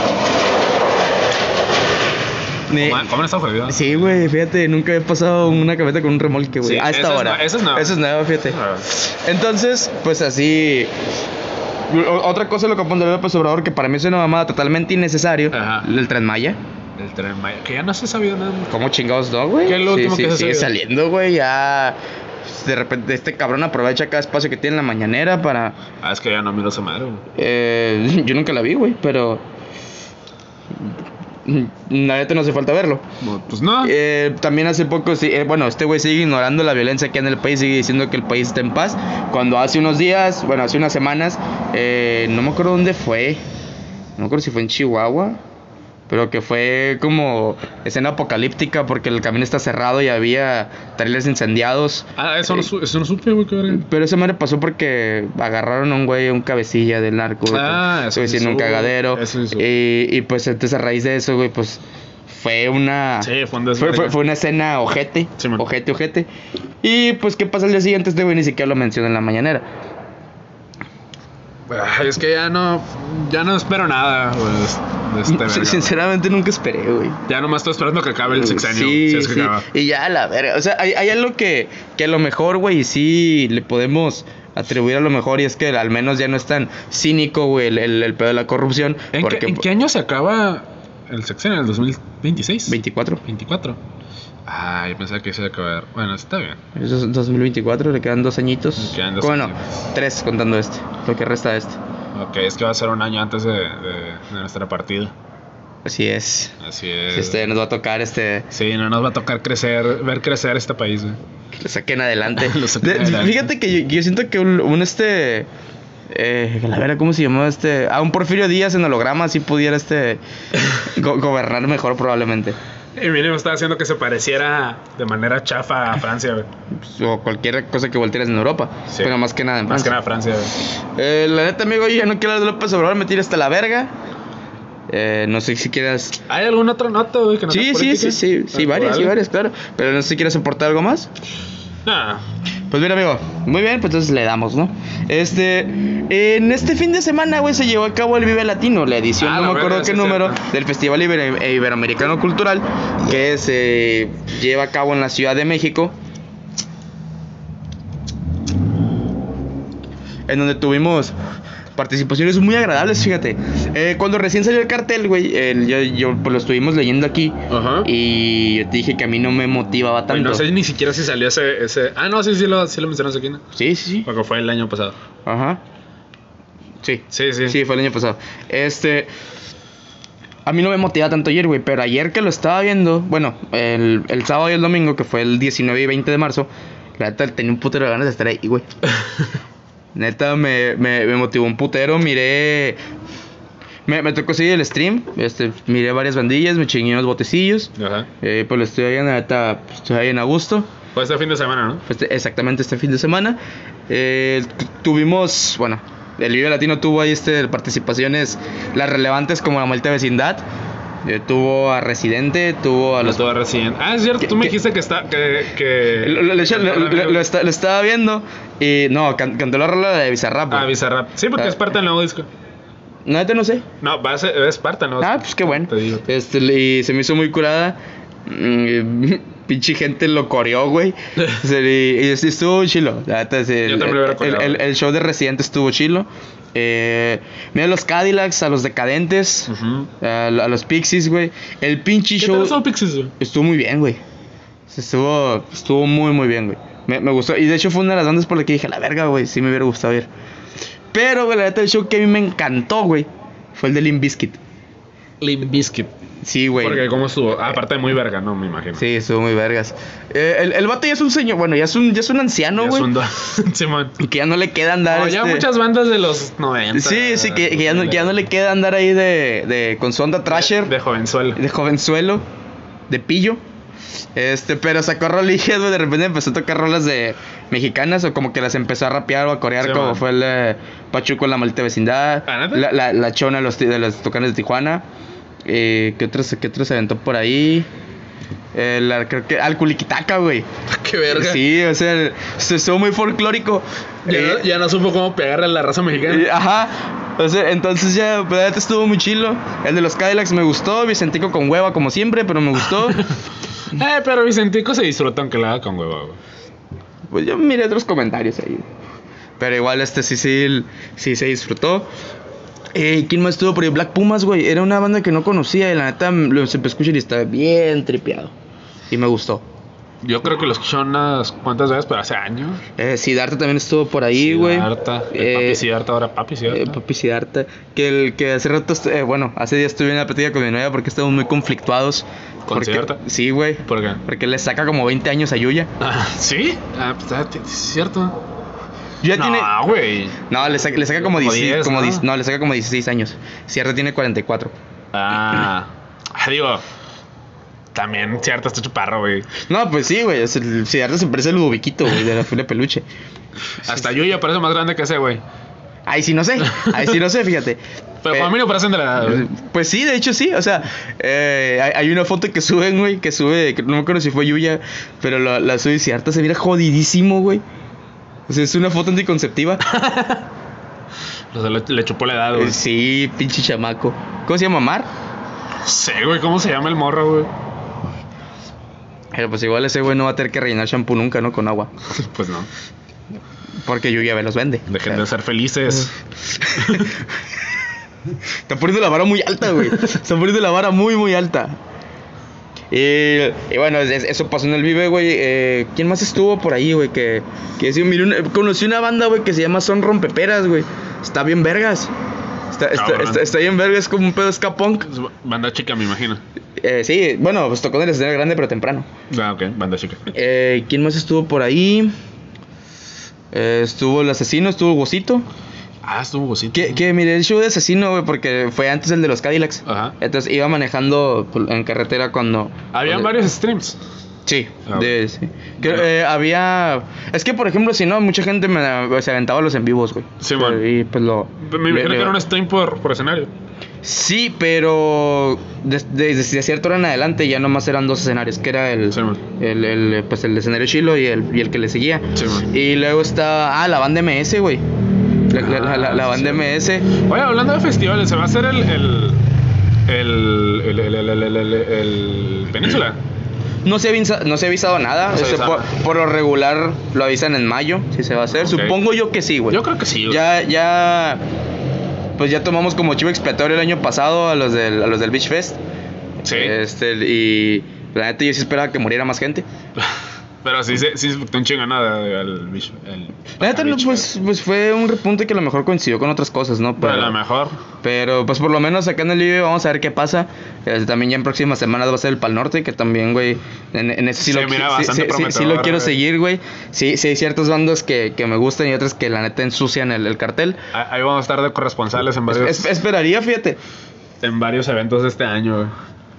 Speaker 4: Ni-
Speaker 5: Coman- coman esta jodida.
Speaker 4: sí, güey, fíjate, nunca he pasado una camioneta con un remolque, güey.
Speaker 5: Sí,
Speaker 4: hasta
Speaker 5: eso es
Speaker 4: ahora.
Speaker 5: nue- eso es nuevo.
Speaker 4: Eso es nuevo, fíjate.
Speaker 5: Ah,
Speaker 4: Entonces, pues así. o- Otra cosa lo que pondré López Obrador, que para mí es una mamada totalmente innecesario,
Speaker 5: Ajá.
Speaker 4: el Tren Maya.
Speaker 5: El tren Maya, que ya no se sabía nada.
Speaker 4: ¿Cómo chingados no, güey?
Speaker 5: ¿Qué es lo
Speaker 4: Sí,
Speaker 5: último
Speaker 4: sí,
Speaker 5: que se
Speaker 4: sigue
Speaker 5: subió?
Speaker 4: saliendo, güey, ya. De repente, este cabrón aprovecha cada espacio que tiene en la mañanera para.
Speaker 5: Ah, es que ya no miro esa madre, güey.
Speaker 4: eh, yo nunca la vi, güey, pero. mm, La neta no hace falta verlo.
Speaker 5: No, Pues no.
Speaker 4: Eh, también hace poco, sí, eh, bueno, este güey sigue ignorando la violencia que hay en el país, sigue diciendo que el país está en paz. Cuando hace unos días, bueno, hace unas semanas, eh, no me acuerdo dónde fue, no me acuerdo si fue en Chihuahua, pero que fue como escena apocalíptica porque el camino está cerrado y había trailers incendiados.
Speaker 5: Ah, eso, no, su- eso no supe, güey, qué verga.
Speaker 4: Pero esa madre pasó porque agarraron a un güey, un cabecilla del narco, güey,
Speaker 5: Ah,
Speaker 4: que
Speaker 5: eso
Speaker 4: estuvo haciendo un
Speaker 5: hizo,
Speaker 4: cagadero.
Speaker 5: eso hizo.
Speaker 4: Y, y pues entonces a raíz de eso, güey, pues fue una...
Speaker 5: Sí, Ah. fue un
Speaker 4: Fue,
Speaker 5: desmadre.
Speaker 4: fue- fue una escena ojete,
Speaker 5: Sí, man.
Speaker 4: ojete, ojete. Y pues, ¿qué pasa el día siguiente? Este güey ni siquiera lo menciona en la mañanera.
Speaker 5: Ah, Es que ya no, ya no espero nada, güey, de este verga,
Speaker 4: Sin-
Speaker 5: güey.
Speaker 4: Sinceramente, nunca esperé, güey.
Speaker 5: Ya nomás estoy esperando que acabe el sexenio.
Speaker 4: Sí,
Speaker 5: si es que
Speaker 4: sí.
Speaker 5: acaba.
Speaker 4: Y ya, la verga. O sea, hay, hay algo que, que a lo mejor, güey, sí le podemos atribuir a lo mejor. Y es que al menos ya no es tan cínico, güey, el, el, el pedo de la corrupción.
Speaker 5: ¿En, qué,
Speaker 4: porque pues,
Speaker 5: en qué año se acaba el sexenio? ¿El 2026?
Speaker 4: 24.
Speaker 5: 24. Ay, Ah, pensaba que se iba a acabar. Bueno, está bien.
Speaker 4: Eso es 2024, le quedan dos añitos.
Speaker 5: Le quedan dos
Speaker 4: bueno,
Speaker 5: añitos.
Speaker 4: tres contando este, lo que resta de este.
Speaker 5: Ok, es que va a ser un año antes de, de- de nuestra partida.
Speaker 4: Así es.
Speaker 5: Así es.
Speaker 4: Este nos va a tocar este
Speaker 5: Sí, no nos va a tocar crecer, ver crecer este país. güey.
Speaker 4: Lo saquen adelante.
Speaker 5: Lo saquen
Speaker 4: De-
Speaker 5: adelante.
Speaker 4: Fíjate que yo, yo siento que un, un este. Eh, a la vera, ¿cómo se llamó este? A un Porfirio Díaz en holograma, si pudiera este. go- gobernar mejor, probablemente.
Speaker 5: Y mínimo estaba haciendo que se pareciera de manera chafa a Francia, güey.
Speaker 4: Pues, O cualquier cosa que voltearas en Europa.
Speaker 5: Sí.
Speaker 4: Pero más que nada en
Speaker 5: Más que
Speaker 4: Francia.
Speaker 5: nada a Francia, güey.
Speaker 4: Eh, la neta, amigo, yo ya no quiero hablar de López Obrador, me tira hasta la verga. Eh, no sé si quieras.
Speaker 5: ¿Hay alguna otra nota, güey, que no sea
Speaker 4: Sí, sí,
Speaker 5: política? Ah,
Speaker 4: sí, sí, sí, varias, sí,
Speaker 5: ¿Cultural?
Speaker 4: varias, claro. Pero no sé si quieres aportar algo más.
Speaker 5: Nah.
Speaker 4: Pues bien, amigo. Muy bien, pues entonces le damos, ¿no? Este. En este fin de semana, güey, se llevó a cabo el Vive Latino, la edición,
Speaker 5: Ah,
Speaker 4: no
Speaker 5: la
Speaker 4: me acuerdo
Speaker 5: verga, sí,
Speaker 4: qué número,
Speaker 5: cierto.
Speaker 4: del Festival Ibero- eh, Iberoamericano Cultural, que se lleva a cabo en la Ciudad de México. En donde tuvimos participaciones muy agradables, fíjate. Eh, cuando recién salió el cartel, güey, el- yo, yo, pues, lo estuvimos leyendo aquí.
Speaker 5: Ajá.
Speaker 4: Y yo te dije que a mí no me motivaba
Speaker 5: Güey,
Speaker 4: tanto.
Speaker 5: no sé ni siquiera si salió ese. ese... Ah, no, sí, sí lo, sí lo mencionas aquí, ¿no?
Speaker 4: Sí, sí, sí.
Speaker 5: Porque fue el año pasado.
Speaker 4: Ajá. Sí.
Speaker 5: Sí, sí.
Speaker 4: Sí, fue el año pasado. Este. A mí no me motivaba tanto ayer, güey, pero ayer que lo estaba viendo, bueno, el, el sábado y el domingo, que fue el 19 y 20 de marzo, la neta tenía un putero de ganas de estar ahí, güey. neta me, me, me motivó un putero, miré. Me, me tocó seguir el stream, este, miré varias bandillas, me chingué unos botecillos.
Speaker 5: Ajá.
Speaker 4: Eh, pues lo pues, estoy ahí, en la neta, estoy ahí en a gusto.
Speaker 5: Fue este fin de semana, ¿no?
Speaker 4: Fue este- exactamente este fin de semana. Eh, tu- tuvimos, bueno, el Vive Latino tuvo ahí este, participaciones, las relevantes como la maldita vecindad. eh, tuvo a Residente, tuvo a los...
Speaker 5: Todo recién. Ah, es cierto, tú me
Speaker 4: ¿Qué-
Speaker 5: dijiste que está. que. que-
Speaker 4: Lo, lo- lo- lo- lo- lo está- lo estaba viendo y no, can- cantó la rola de Bizarrap. güey.
Speaker 5: Ah, Bizarrap. Sí, porque
Speaker 4: Ah.
Speaker 5: es parte del nuevo disco.
Speaker 4: Neta, no sé.
Speaker 5: No, va a ser, es parte del nuevo
Speaker 4: Ah,
Speaker 5: disco.
Speaker 4: pues qué bueno.
Speaker 5: Te digo.
Speaker 4: Este, y se me hizo muy curada. Mm, Pinche gente lo coreó, güey. Se- y, y sí, estuvo chilo. La neta, sí, el,
Speaker 5: Yo también lo hubiera
Speaker 4: el-
Speaker 5: coreado,
Speaker 4: el-
Speaker 5: güey.
Speaker 4: el show de Residente estuvo chilo. Eh, mira los Cadillacs, a los Decadentes,
Speaker 5: Ujú.
Speaker 4: a, a los Pixies, güey. El pinche
Speaker 5: ¿Qué
Speaker 4: pues, show.
Speaker 5: tal estuvo Pixies, güey?
Speaker 4: Estuvo muy bien, güey. Se Estuvo, estuvo muy, muy bien, güey. Me, me gustó. Y de hecho fue una de las bandas por la que dije, la verga, güey. Sí me hubiera gustado ir. Pero, güey, la neta, el show que a mí me encantó, güey. Fue el de Limp Bizkit.
Speaker 5: Limp Bizkit.
Speaker 4: Sí, güey.
Speaker 5: Porque cómo estuvo. Ah, aparte de muy verga, no me imagino.
Speaker 4: Sí, estuvo muy vergas. Eh, el, el vato ya es un señor, bueno, ya es un, ya es un anciano,
Speaker 5: Ya es
Speaker 4: güey.
Speaker 5: un do- Simón.
Speaker 4: Que ya no le queda andar.
Speaker 5: No, ya
Speaker 4: este-
Speaker 5: muchas bandas de los 90.
Speaker 4: Sí, sí, que, que ya no, que ya no le queda andar ahí de, de con su onda Thrasher.
Speaker 5: De jovenzuelo.
Speaker 4: de jovenzuelo, de pillo. Este, pero sacó rolillas, güey. De repente empezó a tocar rolas de mexicanas o como que las empezó a rapear o a corear,
Speaker 5: Sí,
Speaker 4: como
Speaker 5: man.
Speaker 4: fue el eh, Pachuco en la maldita vecindad.
Speaker 5: ¿Ah, neta?
Speaker 4: La, la, la chona de los, ti- de los tucanes de Tijuana. Eh, ¿qué, otros, ¿Qué otros se aventó por ahí? Eh, la- creo que al Culiquitaca, güey.
Speaker 5: Qué
Speaker 4: Sí, o sea, el- se estuvo muy folclórico.
Speaker 5: Ya,
Speaker 4: Eh,
Speaker 5: no, ya no supo cómo pegarle a la raza
Speaker 4: eh,
Speaker 5: mexicana.
Speaker 4: Ajá. O sea, entonces ya, pues, la neta estuvo muy chilo. El de los Cadillacs me gustó. Vicentico con hueva, como siempre, pero me gustó.
Speaker 5: Eh, pero Vicentico se disfruta aunque la haga con huevo, güey.
Speaker 4: Pues yo miré otros comentarios ahí. Pero igual este sí, sí, sí se disfrutó. Eh, ¿Quién más estuvo por ahí? Black Pumas, güey. Era una banda que no conocía y la neta m- lo empecé a escuchar y estaba bien tripeado. Y me gustó.
Speaker 5: Yo creo que lo escuché unas cuantas veces, pero hace años.
Speaker 4: Eh, Siddhartha también estuvo por ahí, güey.
Speaker 5: Siddhartha, el
Speaker 4: Eh,
Speaker 5: papi Siddhartha, ahora papi Siddhartha.
Speaker 4: Eh, papi Siddhartha, que el que hace rato, estu- eh, bueno, hace días estuve en la plática con mi novia porque estábamos muy conflictuados.
Speaker 5: ¿Con
Speaker 4: Porque-
Speaker 5: Siddhartha?
Speaker 4: Sí, güey.
Speaker 5: ¿Por qué?
Speaker 4: Porque le saca como 20 años a Yuya.
Speaker 5: Ah, ¿Sí? Ah, pues ah, t- es cierto.
Speaker 4: Yuya
Speaker 5: no,
Speaker 4: tiene.
Speaker 5: güey.
Speaker 4: No, le saca, le saca como
Speaker 5: Como
Speaker 4: 16,
Speaker 5: 10,
Speaker 4: como
Speaker 5: ¿no?
Speaker 4: 10 no, le saca como 16 años. Siddhartha tiene 44.
Speaker 5: Ah, ah, digo, también cierto, está chuparro, güey.
Speaker 4: No, pues sí, güey. es el- Siddhartha se parece el Ludoviquito, güey, de la fila peluche.
Speaker 5: Hasta Yuya parece más grande que ese, güey.
Speaker 4: Ahí sí no sé, ahí sí no sé, fíjate.
Speaker 5: Pero
Speaker 4: Pe-
Speaker 5: para mí no parecen de la edad, güey.
Speaker 4: Pues sí, de hecho sí, o sea, eh, hay, hay una foto que suben, güey, que sube, que no me acuerdo si fue Yuya, pero la, la sube y Siddhartha se mira jodidísimo, güey. O sea, es una foto anticonceptiva.
Speaker 5: O sea, le, le chupó la edad, Ah, güey.
Speaker 4: Eh, sí, pinche chamaco. ¿Cómo se llama Mar?
Speaker 5: No sé, güey, ¿cómo se llama el morro, güey?
Speaker 4: Pero pues igual ese güey no va a tener que rellenar shampoo nunca, ¿no? Con agua.
Speaker 5: Pues no,
Speaker 4: Porque Yuya me los vende.
Speaker 5: dejen
Speaker 4: O sea,
Speaker 5: de ser felices.
Speaker 4: Está poniendo la vara muy alta, güey. Está poniendo la vara muy, muy alta. Y, y bueno, es- eso pasó en el Vive, güey. Eh, ¿Quién más estuvo por ahí, güey? Que, que sí, miré una- conocí una banda, güey, que se llama Son Rompeperas, güey. Está bien vergas. Está, está-
Speaker 5: Cabrón.
Speaker 4: está- está bien vergas, es como un pedo ska punk.
Speaker 5: Es Banda chica, me imagino.
Speaker 4: Eh, sí, bueno, pues tocó en el escenario grande, pero temprano.
Speaker 5: Ah, ok, banda chica.
Speaker 4: Eh, ¿Quién más estuvo por ahí? Eh, estuvo el asesino, estuvo Gocito.
Speaker 5: Ah, estuvo gocito.
Speaker 4: Que, que miré el show de asesino, güey, porque fue antes el de los Cadillacs.
Speaker 5: Ajá.
Speaker 4: Entonces iba manejando por- en carretera cuando.
Speaker 5: Habían
Speaker 4: cuando-
Speaker 5: varios streams.
Speaker 4: Sí,
Speaker 5: Ah,
Speaker 4: de-
Speaker 5: ok.
Speaker 4: sí. Que, eh, había. Es que, por ejemplo, si no, mucha gente me, se aventaba los en vivos, güey.
Speaker 5: Sí, man.
Speaker 4: Y pues lo.
Speaker 5: Me imagino
Speaker 4: le-
Speaker 5: que era un
Speaker 4: le-
Speaker 5: stream por, por escenario.
Speaker 4: Sí, pero. des- Desde de cierta hora en adelante ya nomás eran dos escenarios: que era el.
Speaker 5: Sí, man.
Speaker 4: el, el, pues, el escenario chilo y el, y el que le seguía.
Speaker 5: Sí, man.
Speaker 4: y luego está. Ah, la banda MS, güey. La, la- la- la- la banda MS.
Speaker 5: Oye, hablando de festivales, se va a hacer el. el. el. el. el. el. el- el- el- Península.
Speaker 4: No se, ha avisa- no se ha avisado nada.
Speaker 5: No se ha
Speaker 4: este,
Speaker 5: avisado
Speaker 4: por,
Speaker 5: nada.
Speaker 4: por lo regular lo avisan en mayo, si se va a hacer.
Speaker 5: Ok.
Speaker 4: Supongo yo que sí, güey.
Speaker 5: Yo creo que sí, güey.
Speaker 4: Ya, ya. Pues ya tomamos como chivo expiatorio el año pasado a los del, a los del Beach Fest.
Speaker 5: Sí.
Speaker 4: Este, y la neta yo sí esperaba que muriera más gente.
Speaker 5: Pero sí, se- sí, se infectó un chingo nada al bicho. el-
Speaker 4: La neta,
Speaker 5: al
Speaker 4: no,
Speaker 5: bicho,
Speaker 4: pues, pues fue un repunte que a lo mejor coincidió con otras cosas, ¿no?
Speaker 5: Pero a lo mejor.
Speaker 4: Pero pues por lo menos acá en el Vive vamos a ver qué pasa. Eh, también ya en próximas semanas va a ser el Pal Norte, que también, güey, en, en ese sí,
Speaker 5: Se
Speaker 4: lo,
Speaker 5: mira
Speaker 4: qui- sí-
Speaker 5: bastante
Speaker 4: sí- sí- sí
Speaker 5: prometedor, eh.
Speaker 4: lo quiero
Speaker 5: güey.
Speaker 4: seguir, güey. Sí, sí hay ciertas bandas que, que me gustan y otras que la neta ensucian el, el cartel.
Speaker 5: a- Ahí vamos a estar de corresponsales en
Speaker 4: Es-
Speaker 5: varios,
Speaker 4: es- esperaría, fíjate.
Speaker 5: en varios eventos de este año, güey.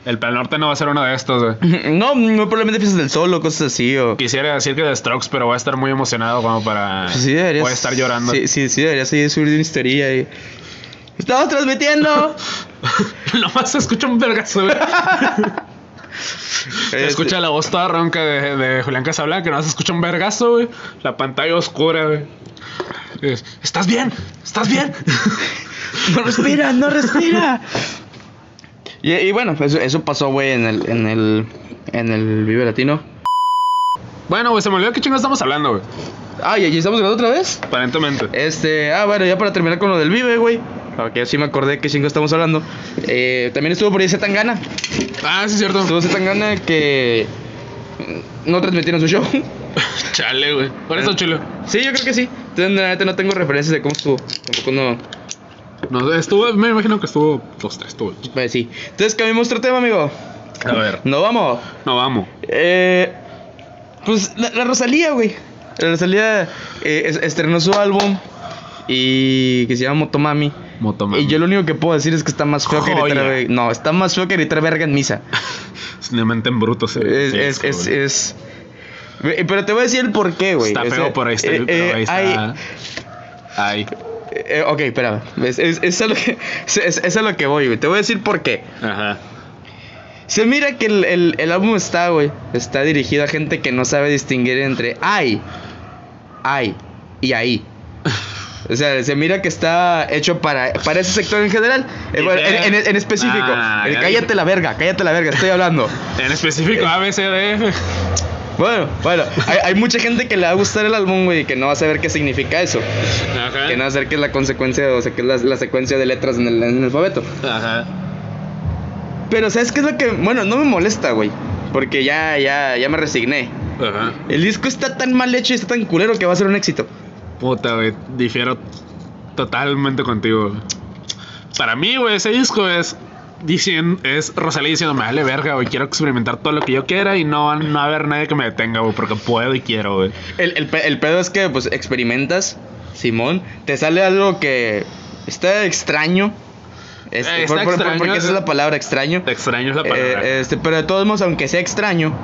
Speaker 5: El Plan Norte no va a ser uno de estos, güey.
Speaker 4: No, no probablemente piezas del sol o cosas así. O...
Speaker 5: Quisiera decir que The Strokes, pero voy a estar muy emocionado como para...
Speaker 4: pues, Sí, deberías.
Speaker 5: Voy a estar llorando.
Speaker 4: Sí, sí, sí, deberías ir subir de una histería y. ¡Estamos transmitiendo!
Speaker 5: Nomás se escucha un vergazo, güey.
Speaker 4: Este,
Speaker 5: Se escucha la voz toda ronca de, de Julián Casablanca, no se escucha un vergazo, güey. La pantalla oscura, güey. Es, ¿Estás bien? ¿Estás bien?
Speaker 4: ¡No respira, no respira! Y, y bueno, eso, eso pasó, güey, en el, en el. En el Vive Latino.
Speaker 5: bueno, güey, se me olvidó qué chingados estamos hablando, güey.
Speaker 4: Ah, ¿y y estamos grabando otra vez?
Speaker 5: Aparentemente.
Speaker 4: Este, ah, bueno, ya para terminar con lo del Vive, güey. Ok, sí me acordé que chingo estamos hablando. Eh, también estuvo por ahí Zetangana.
Speaker 5: Ah, sí, es cierto.
Speaker 4: Estuvo Zetangana que. No transmitieron su show.
Speaker 5: Chale, güey. Por eso, chulo.
Speaker 4: Sí, yo creo que sí. Entonces, la neta, no tengo referencias de cómo estuvo. Tampoco no.
Speaker 5: No, estuvo, me imagino que estuvo dos, tres, estuvo.
Speaker 4: Pues sí. Entonces, cambiamos otro tema, amigo.
Speaker 5: A ver,
Speaker 4: No vamos.
Speaker 5: no vamos.
Speaker 4: Eh, pues la, la Rosalía, güey. La Rosalía eh, es- estrenó su álbum y que se llama Motomami.
Speaker 5: Motomami.
Speaker 4: Y yo lo único que puedo decir es que está más feo que gritar.
Speaker 5: Joya.
Speaker 4: ver- No, está más feo que gritar verga en misa.
Speaker 5: Es una mente en bruto, se ve.
Speaker 4: Es,
Speaker 5: Sí,
Speaker 4: es, es,
Speaker 5: güey.
Speaker 4: es- Ve- Pero te voy a decir el por qué, güey.
Speaker 5: Está
Speaker 4: O sea,
Speaker 5: feo por ahí, está,
Speaker 4: eh, eh,
Speaker 5: pero ahí
Speaker 4: hay-
Speaker 5: está. Ahí.
Speaker 4: eh, ok, espera. Es, es- es a lo que, es- es a lo que voy, güey. Te voy a decir por qué.
Speaker 5: Ajá.
Speaker 4: Se mira que el, el- el álbum está, güey. Está dirigido a gente que no sabe distinguir entre ay, ay y ahí. O sea, se mira que está hecho para, para ese sector en general. Eh, bueno, En, en- en específico.
Speaker 5: Ah,
Speaker 4: El
Speaker 5: ya
Speaker 4: cállate
Speaker 5: dije.
Speaker 4: la verga, cállate la verga, estoy hablando.
Speaker 5: En específico, A, B, C, D.
Speaker 4: Bueno, bueno, hay, hay mucha gente que le va a gustar el álbum, güey, y que no va a saber qué significa eso.
Speaker 5: Ajá.
Speaker 4: Que no va a saber qué es la consecuencia, o sea, qué es la, la secuencia de letras en el, en el alfabeto.
Speaker 5: Ajá.
Speaker 4: Pero, ¿sabes qué es lo que.? Bueno, no me molesta, güey. Porque ya, ya, ya me resigné.
Speaker 5: Ajá.
Speaker 4: El disco está tan mal hecho y está tan culero que va a ser un éxito.
Speaker 5: Puta, güey. Difiero totalmente contigo. güey. Para mí, güey, ese disco es. Dicen, es Rosalía diciendo, me vale verga, güey, quiero experimentar todo lo que yo quiera y no, no va a haber nadie que me detenga, güey, porque puedo y quiero, güey.
Speaker 4: El, el pe- el pedo es que, pues, experimentas, Simón, te sale algo que está extraño. Este,
Speaker 5: Eh, está
Speaker 4: por- por- por-
Speaker 5: extraño.
Speaker 4: porque esa es la palabra extraño.
Speaker 5: Te extraño es la palabra.
Speaker 4: Eh, este, pero de todos modos, aunque sea extraño,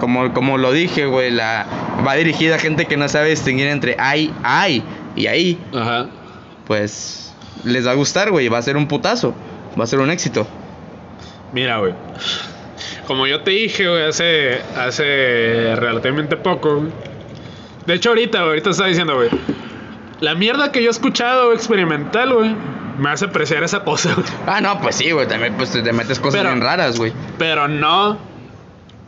Speaker 4: como, como lo dije, güey, la, va dirigida a gente que no sabe distinguir entre ay, ay y ahí,
Speaker 5: Ajá.
Speaker 4: pues les va a gustar, güey, va a ser un putazo, va a ser un éxito.
Speaker 5: Mira, güey. Como yo te dije, güey, hace, hace relativamente poco. güey. De hecho, ahorita, güey, ahorita estaba diciendo, güey. La mierda que yo he escuchado, güey, experimental, güey, me hace apreciar esa cosa, güey.
Speaker 4: Ah, no, pues sí, güey, también pues, te te metes cosas
Speaker 5: Pero-
Speaker 4: bien raras, güey.
Speaker 5: Pero no.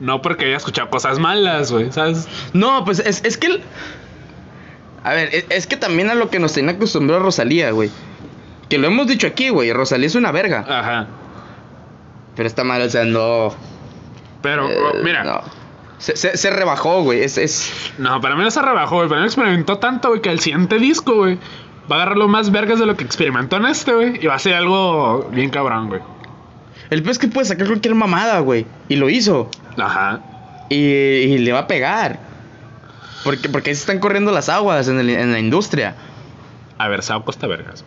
Speaker 5: No porque haya escuchado cosas malas, güey, ¿sabes?
Speaker 4: No, pues es, es que. el- A ver, e, es, es que también a lo que nos tenía acostumbrado Rosalía, güey. Que lo hemos dicho aquí, güey. Rosalía es una verga.
Speaker 5: Ajá.
Speaker 4: Pero está mal, o sea, no.
Speaker 5: Pero,
Speaker 4: eh,
Speaker 5: oh, mira.
Speaker 4: no.
Speaker 5: No.
Speaker 4: Se, se- se rebajó, güey. Es, es.
Speaker 5: para mí no se rebajó, güey. Para mí experimentó tanto, güey, que el siguiente disco, güey, va a agarrar lo más vergas de lo que experimentó en este, güey. Y va a ser algo bien cabrón, güey.
Speaker 4: El pez que puede sacar cualquier mamada, güey. Y lo hizo.
Speaker 5: Ajá.
Speaker 4: Y, y le va a pegar. Porque, porque ahí se están corriendo las aguas en, el- en la industria.
Speaker 5: A ver, Saco está vergas.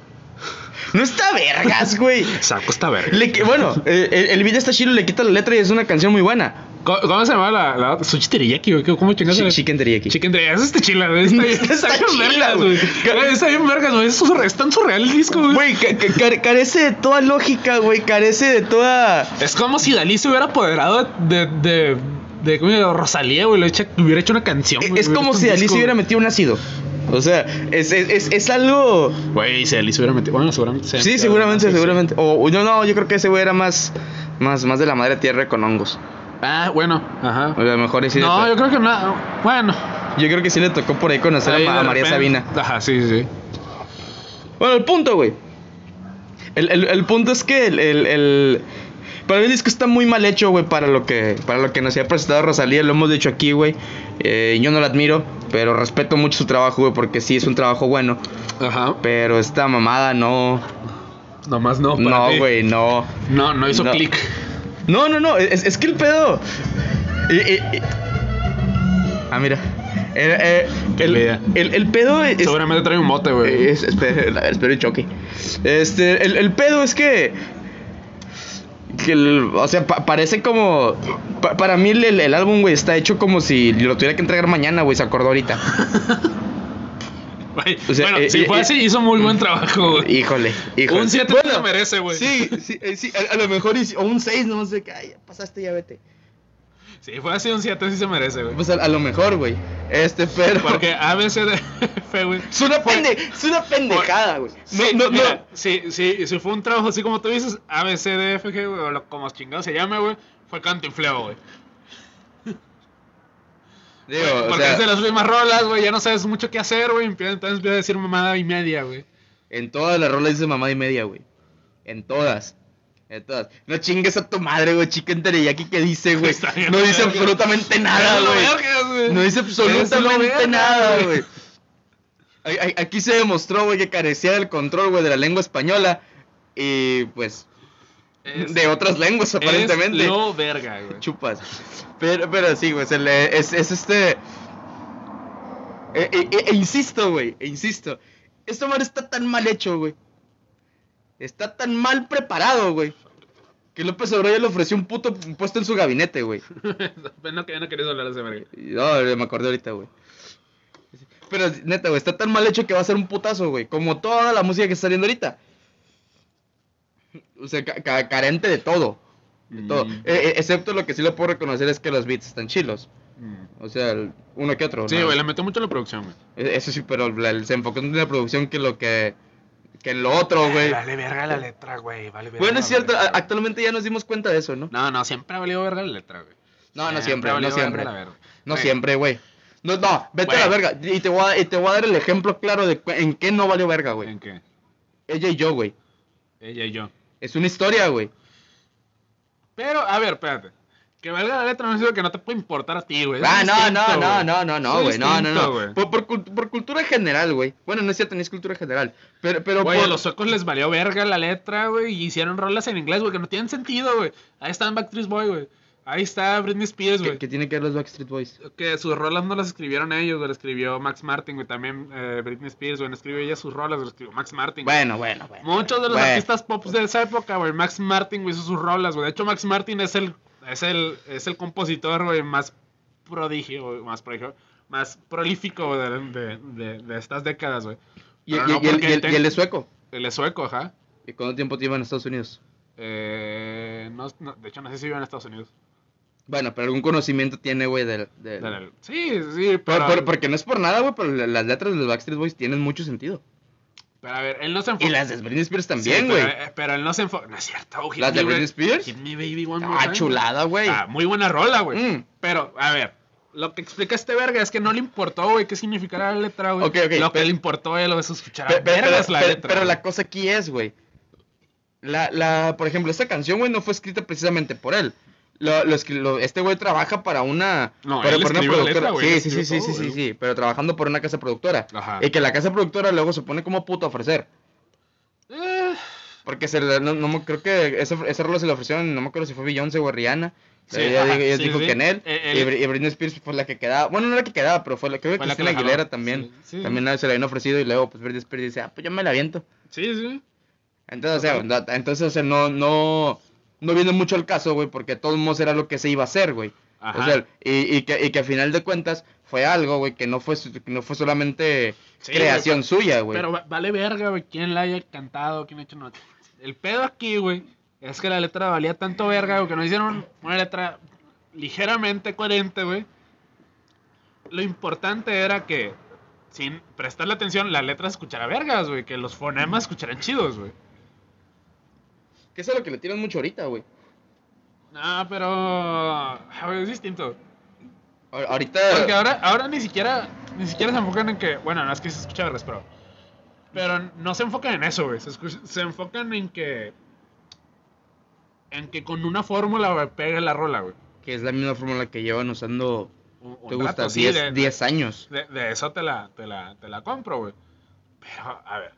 Speaker 4: No está vergas, güey.
Speaker 5: Saco está vergas.
Speaker 4: Le qui- bueno, eh, el, el video está chido, le quita la letra y es una canción muy buena.
Speaker 5: ¿Cómo, cómo se llama la, la otra? Sushi teriyaki, güey? ¿Cómo chingas?
Speaker 4: Chi- Chicken teriyaki.
Speaker 5: Chicken teriyaki. Esa está chila, güey. Está, bien-
Speaker 4: Está
Speaker 5: está bien
Speaker 4: chila,
Speaker 5: vergas,
Speaker 4: güey.
Speaker 5: güey. Güey, Está bien vergas, güey. Es, surre- es tan surreal el disco, güey.
Speaker 4: Güey, ca- ca- care- carece de toda lógica, güey. Carece de toda.
Speaker 5: Es como si Dalí se hubiera apoderado de... de, de, de- ¿cómo se llama? Rosalía, güey, le echa- hubiera hecho una canción.
Speaker 4: Es,
Speaker 5: güey,
Speaker 4: e, es
Speaker 5: hubiera
Speaker 4: como
Speaker 5: hecho un
Speaker 4: si Dalí
Speaker 5: este disco,
Speaker 4: se hubiera
Speaker 5: güey.
Speaker 4: metido un ácido. O sea, es, es, es, es algo.
Speaker 5: Güey, si Dalí se hubiera metido. Bueno, seguramente. se-
Speaker 4: Sí,
Speaker 5: se-
Speaker 4: seguramente,
Speaker 5: sí, sí.
Speaker 4: seguramente. O o no, no, yo creo que ese güey era más, más, más de la madre tierra con hongos.
Speaker 5: Ah, bueno, ajá.
Speaker 4: O sea, a lo mejor y sí le
Speaker 5: no,
Speaker 4: to-
Speaker 5: yo creo que no. Bueno.
Speaker 4: yo creo que sí le tocó por ahí conocer a,
Speaker 5: ahí
Speaker 4: Ma-
Speaker 5: de
Speaker 4: a María
Speaker 5: repente-
Speaker 4: Sabina.
Speaker 5: Ajá, sí, sí. sí.
Speaker 4: Bueno, el punto, güey. El, el- el punto es que el, el- el- Para mí el disco está muy mal hecho, güey, para lo que para lo que nos había presentado Rosalía. Lo hemos dicho aquí, güey. Eh, yo no la admiro, pero respeto mucho su trabajo, güey, porque sí es un trabajo bueno.
Speaker 5: Ajá.
Speaker 4: Pero esta mamada no...
Speaker 5: Nomás no. para
Speaker 4: No,
Speaker 5: ti.
Speaker 4: güey, no.
Speaker 5: No, no hizo
Speaker 4: No.
Speaker 5: clic.
Speaker 4: No, no, no. Es, es que el pedo... Eh, eh, eh. Ah, mira. Eh, eh,
Speaker 5: Qué
Speaker 4: el,
Speaker 5: idea.
Speaker 4: el- el pedo es...
Speaker 5: Seguramente trae un mote,
Speaker 4: Eh,
Speaker 5: güey.
Speaker 4: es- espero, espero y choque. Este, el, el pedo es que. que el- o sea, pa- parece como. pa- para mí el, el- el álbum, güey, está hecho como si lo tuviera que entregar mañana, güey, se acordó ahorita.
Speaker 5: Güey,
Speaker 4: O sea,
Speaker 5: bueno,
Speaker 4: eh,
Speaker 5: si
Speaker 4: eh,
Speaker 5: fue
Speaker 4: eh,
Speaker 5: así, hizo muy buen trabajo, güey.
Speaker 4: Híjole, híjole.
Speaker 5: Un 7
Speaker 4: Bueno,
Speaker 5: se lo merece, güey.
Speaker 4: Sí, sí, eh, sí, a, a lo mejor, y si- o un 6, no sé, que, ay, ya pasaste, ya vete.
Speaker 5: Si fue así, un 7 sí se merece, güey.
Speaker 4: Pues a, a lo mejor, güey. Este, pero.
Speaker 5: Porque ABCDF, güey.
Speaker 4: Es una, pende- es una pendejada, güey.
Speaker 5: Sí, mira, Sí, sí, si fue un trabajo así como tú dices, ABCDFG, güey, o lo- como chingado se llama, güey, fue cantinfleo, güey.
Speaker 4: Digo,
Speaker 5: Güey,
Speaker 4: o
Speaker 5: Porque
Speaker 4: sea,
Speaker 5: es de las mismas rolas, güey, ya no sabes mucho qué hacer, güey, empie- entonces empieza a decir mamada y media, güey.
Speaker 4: en todas las rolas dice mamá y media, güey. En todas. En todas. No chingues a tu madre, güey, chica en teriyaki que dice, güey.
Speaker 5: Está bien,
Speaker 4: No
Speaker 5: la
Speaker 4: dice
Speaker 5: verga.
Speaker 4: absolutamente
Speaker 5: Eso
Speaker 4: nada,
Speaker 5: es lo
Speaker 4: güey.
Speaker 5: vergas, güey.
Speaker 4: No dice
Speaker 5: Eso es lo
Speaker 4: absolutamente
Speaker 5: vergas,
Speaker 4: nada, güey. A- a- Aquí se demostró, güey, que carecía del control, güey, de la lengua española. Y pues,
Speaker 5: Es-
Speaker 4: de otras lenguas, aparentemente.
Speaker 5: Es lo verga, güey.
Speaker 4: chupas. Pero, pero sí, güey, se le- es, es este... E, e- e- e insisto, güey, e insisto. Esto mar está tan mal hecho, güey. Está tan mal preparado, güey. Que López Obrador ya le ofreció un puto puesto en su gabinete, güey.
Speaker 5: no, que- no querías hablar de ese verga.
Speaker 4: No, me acordé ahorita, güey. Pero neta, güey, está tan mal hecho que va a ser un putazo, güey. Como toda la música que está saliendo ahorita. O sea, ca- ca- carente de todo. De todo.
Speaker 5: Mm.
Speaker 4: Eh, eh, excepto lo que sí le puedo reconocer es que los beats están chilos. O sea, el- uno que otro.
Speaker 5: Sí,
Speaker 4: ¿no?
Speaker 5: güey, le metió mucho la producción, güey.
Speaker 4: E- Eso sí, pero la- el- se enfocó en la producción que lo que. que en lo otro, güey.
Speaker 5: Eh, Vale verga la letra, güey. Vale verga
Speaker 4: Bueno, es
Speaker 5: la
Speaker 4: cierto,
Speaker 5: letra.
Speaker 4: a- actualmente ya nos dimos cuenta de eso, ¿no?
Speaker 5: No, no, siempre ha valido verga la letra, güey.
Speaker 4: No, no siempre,
Speaker 5: ha
Speaker 4: no
Speaker 5: valido
Speaker 4: siempre.
Speaker 5: verga la verga.
Speaker 4: No
Speaker 5: Güey,
Speaker 4: siempre, güey. No, no, vete a la
Speaker 5: Güey.
Speaker 4: verga. Y te, voy a, y te voy a dar el ejemplo claro de cu- en qué no valió verga, güey.
Speaker 5: ¿En qué?
Speaker 4: Ella y yo, güey.
Speaker 5: Ella y yo.
Speaker 4: Es una historia, güey.
Speaker 5: Pero, a ver, espérate. Que valga la letra no significa que no te puede importar a ti, güey. Es
Speaker 4: Ah, no,
Speaker 5: distinto,
Speaker 4: no, no,
Speaker 5: güey.
Speaker 4: no, no, no,
Speaker 5: Es
Speaker 4: güey. No, no,
Speaker 5: distinto,
Speaker 4: no.
Speaker 5: güey.
Speaker 4: Por, por cult- por cultura general, güey. Bueno, no es cierto, ni es cultura general. Pero, pero
Speaker 5: Güey, a
Speaker 4: por-
Speaker 5: los suecos les valió verga la letra, güey, y hicieron rolas en inglés, güey, que no tienen sentido, güey. Ahí están Backstreet Boy, güey. Ahí está Britney Spears,
Speaker 4: que,
Speaker 5: güey.
Speaker 4: que tiene que ver los Backstreet Boys.
Speaker 5: que sus rolas no las escribieron ellos, güey, las escribió Max Martin, güey, también eh, Britney Spears, güey, no escribió ella sus rolas, las escribió Max Martin. güey.
Speaker 4: Bueno, bueno, bueno.
Speaker 5: Muchos de los
Speaker 4: Bueno.
Speaker 5: artistas pop de esa época, güey, Max Martin, güey, hizo sus rolas, güey. De hecho, Max Martin es el, es el, es el compositor, güey, más prodigio, güey, más prodigio, más prolífico güey, de, de, de- de estas décadas, güey.
Speaker 4: Y,
Speaker 5: Pero
Speaker 4: y-
Speaker 5: no
Speaker 4: y el-
Speaker 5: porque
Speaker 4: y el-
Speaker 5: ten-
Speaker 4: y él es sueco.
Speaker 5: Él es sueco, ajá.
Speaker 4: ¿Y cuánto tiempo lleva en Estados Unidos?
Speaker 5: Eh, no- no, de hecho, no sé si vive en Estados Unidos.
Speaker 4: Bueno, pero algún conocimiento tiene, güey, del... del-
Speaker 5: Dale, Sí, sí,
Speaker 4: Eh. Por-
Speaker 5: pero,
Speaker 4: por- porque no es por nada, güey, pero la- las letras de los Backstreet Boys tienen mucho sentido.
Speaker 5: pero a ver, él no se
Speaker 4: Y
Speaker 5: enfocó.
Speaker 4: las de Britney Spears
Speaker 5: Sí,
Speaker 4: también, güey.
Speaker 5: pero, eh, pero él no se enfoca. No es cierto, oh, Hit
Speaker 4: ¿Las de
Speaker 5: Me,
Speaker 4: Britney
Speaker 5: güey.
Speaker 4: Spears?
Speaker 5: Hit Me Baby One More
Speaker 4: Ah,
Speaker 5: Time.
Speaker 4: chulada, güey.
Speaker 5: Ah, muy buena rola, güey.
Speaker 4: Mm.
Speaker 5: Pero, a ver, lo que explica este verga es que no le importó, güey, qué significará la letra, güey.
Speaker 4: Ok, ok,
Speaker 5: Lo
Speaker 4: pero-
Speaker 5: que le importó es lo de sus cucharas.
Speaker 4: Pe- pe- pero,
Speaker 5: vergas la
Speaker 4: pe-
Speaker 5: letra.
Speaker 4: pero
Speaker 5: güey.
Speaker 4: la cosa aquí es, güey. La, la, por ejemplo, esta canción, güey, no fue escrita precisamente por él. Lo, lo escri- lo- este güey trabaja para una.
Speaker 5: No,
Speaker 4: para,
Speaker 5: él
Speaker 4: para
Speaker 5: escribió la letra, güey, él
Speaker 4: sí, sí, sí,
Speaker 5: escribió
Speaker 4: sí, sí,
Speaker 5: todo,
Speaker 4: sí,
Speaker 5: güey.
Speaker 4: sí. Pero trabajando por una casa productora.
Speaker 5: Ajá.
Speaker 4: Y que la casa productora luego se pone como puto a ofrecer.
Speaker 5: Eh,
Speaker 4: Porque se le- no, no me- creo que ese, ese rol se le ofrecieron, no me acuerdo si fue Beyoncé o Rihanna.
Speaker 5: Sí,
Speaker 4: ella
Speaker 5: ajá,
Speaker 4: ella
Speaker 5: sí,
Speaker 4: dijo
Speaker 5: sí.
Speaker 4: que en él.
Speaker 5: Eh,
Speaker 4: y
Speaker 5: él-
Speaker 4: Bri- y Britney Spears fue la que quedaba. Bueno, no la que quedaba, pero fue la, creo que
Speaker 5: Fue la que
Speaker 4: Cristina
Speaker 5: la jaló.
Speaker 4: Aguilera también.
Speaker 5: Sí, sí.
Speaker 4: También a- se le habían ofrecido y luego pues Britney Spears dice, ah, pues yo me la aviento.
Speaker 5: sí, sí.
Speaker 4: Entonces, o sea, no- entonces, o sea, no, no, no viene mucho el caso, güey, porque de todos modos era lo que se iba a hacer, güey.
Speaker 5: Ajá.
Speaker 4: O sea, y, y que, y que a final de cuentas fue algo, güey, que no fue, su- que no fue solamente
Speaker 5: Sí,
Speaker 4: creación suya, güey.
Speaker 5: Pero va- vale verga, güey, quién la haya cantado, quién ha hecho no. El pedo aquí, güey, es que la letra valía tanto verga, güey, que nos hicieron una letra ligeramente coherente, güey. Lo importante era que, sin prestarle atención, la letra se escuchara vergas, güey, que los fonemas escucharan chidos, güey.
Speaker 4: Que eso es lo que le tiran mucho ahorita, güey.
Speaker 5: No, pero. ah, güey, es distinto.
Speaker 4: A- Ahorita...
Speaker 5: Porque ahora, ahora ni siquiera ni siquiera se enfocan en que, bueno, no es que se escucha vergas, pero pero no se enfocan en eso, güey. Se, escu- se enfocan en que en que con una fórmula güey, pegue la rola, güey.
Speaker 4: Que es la misma fórmula que llevan usando,
Speaker 5: Un- un
Speaker 4: ¿te
Speaker 5: rato,
Speaker 4: gusta?
Speaker 5: sí,
Speaker 4: 10
Speaker 5: de-
Speaker 4: 10 años.
Speaker 5: De, de eso te la, te la, te la compro, güey. Pero, a ver.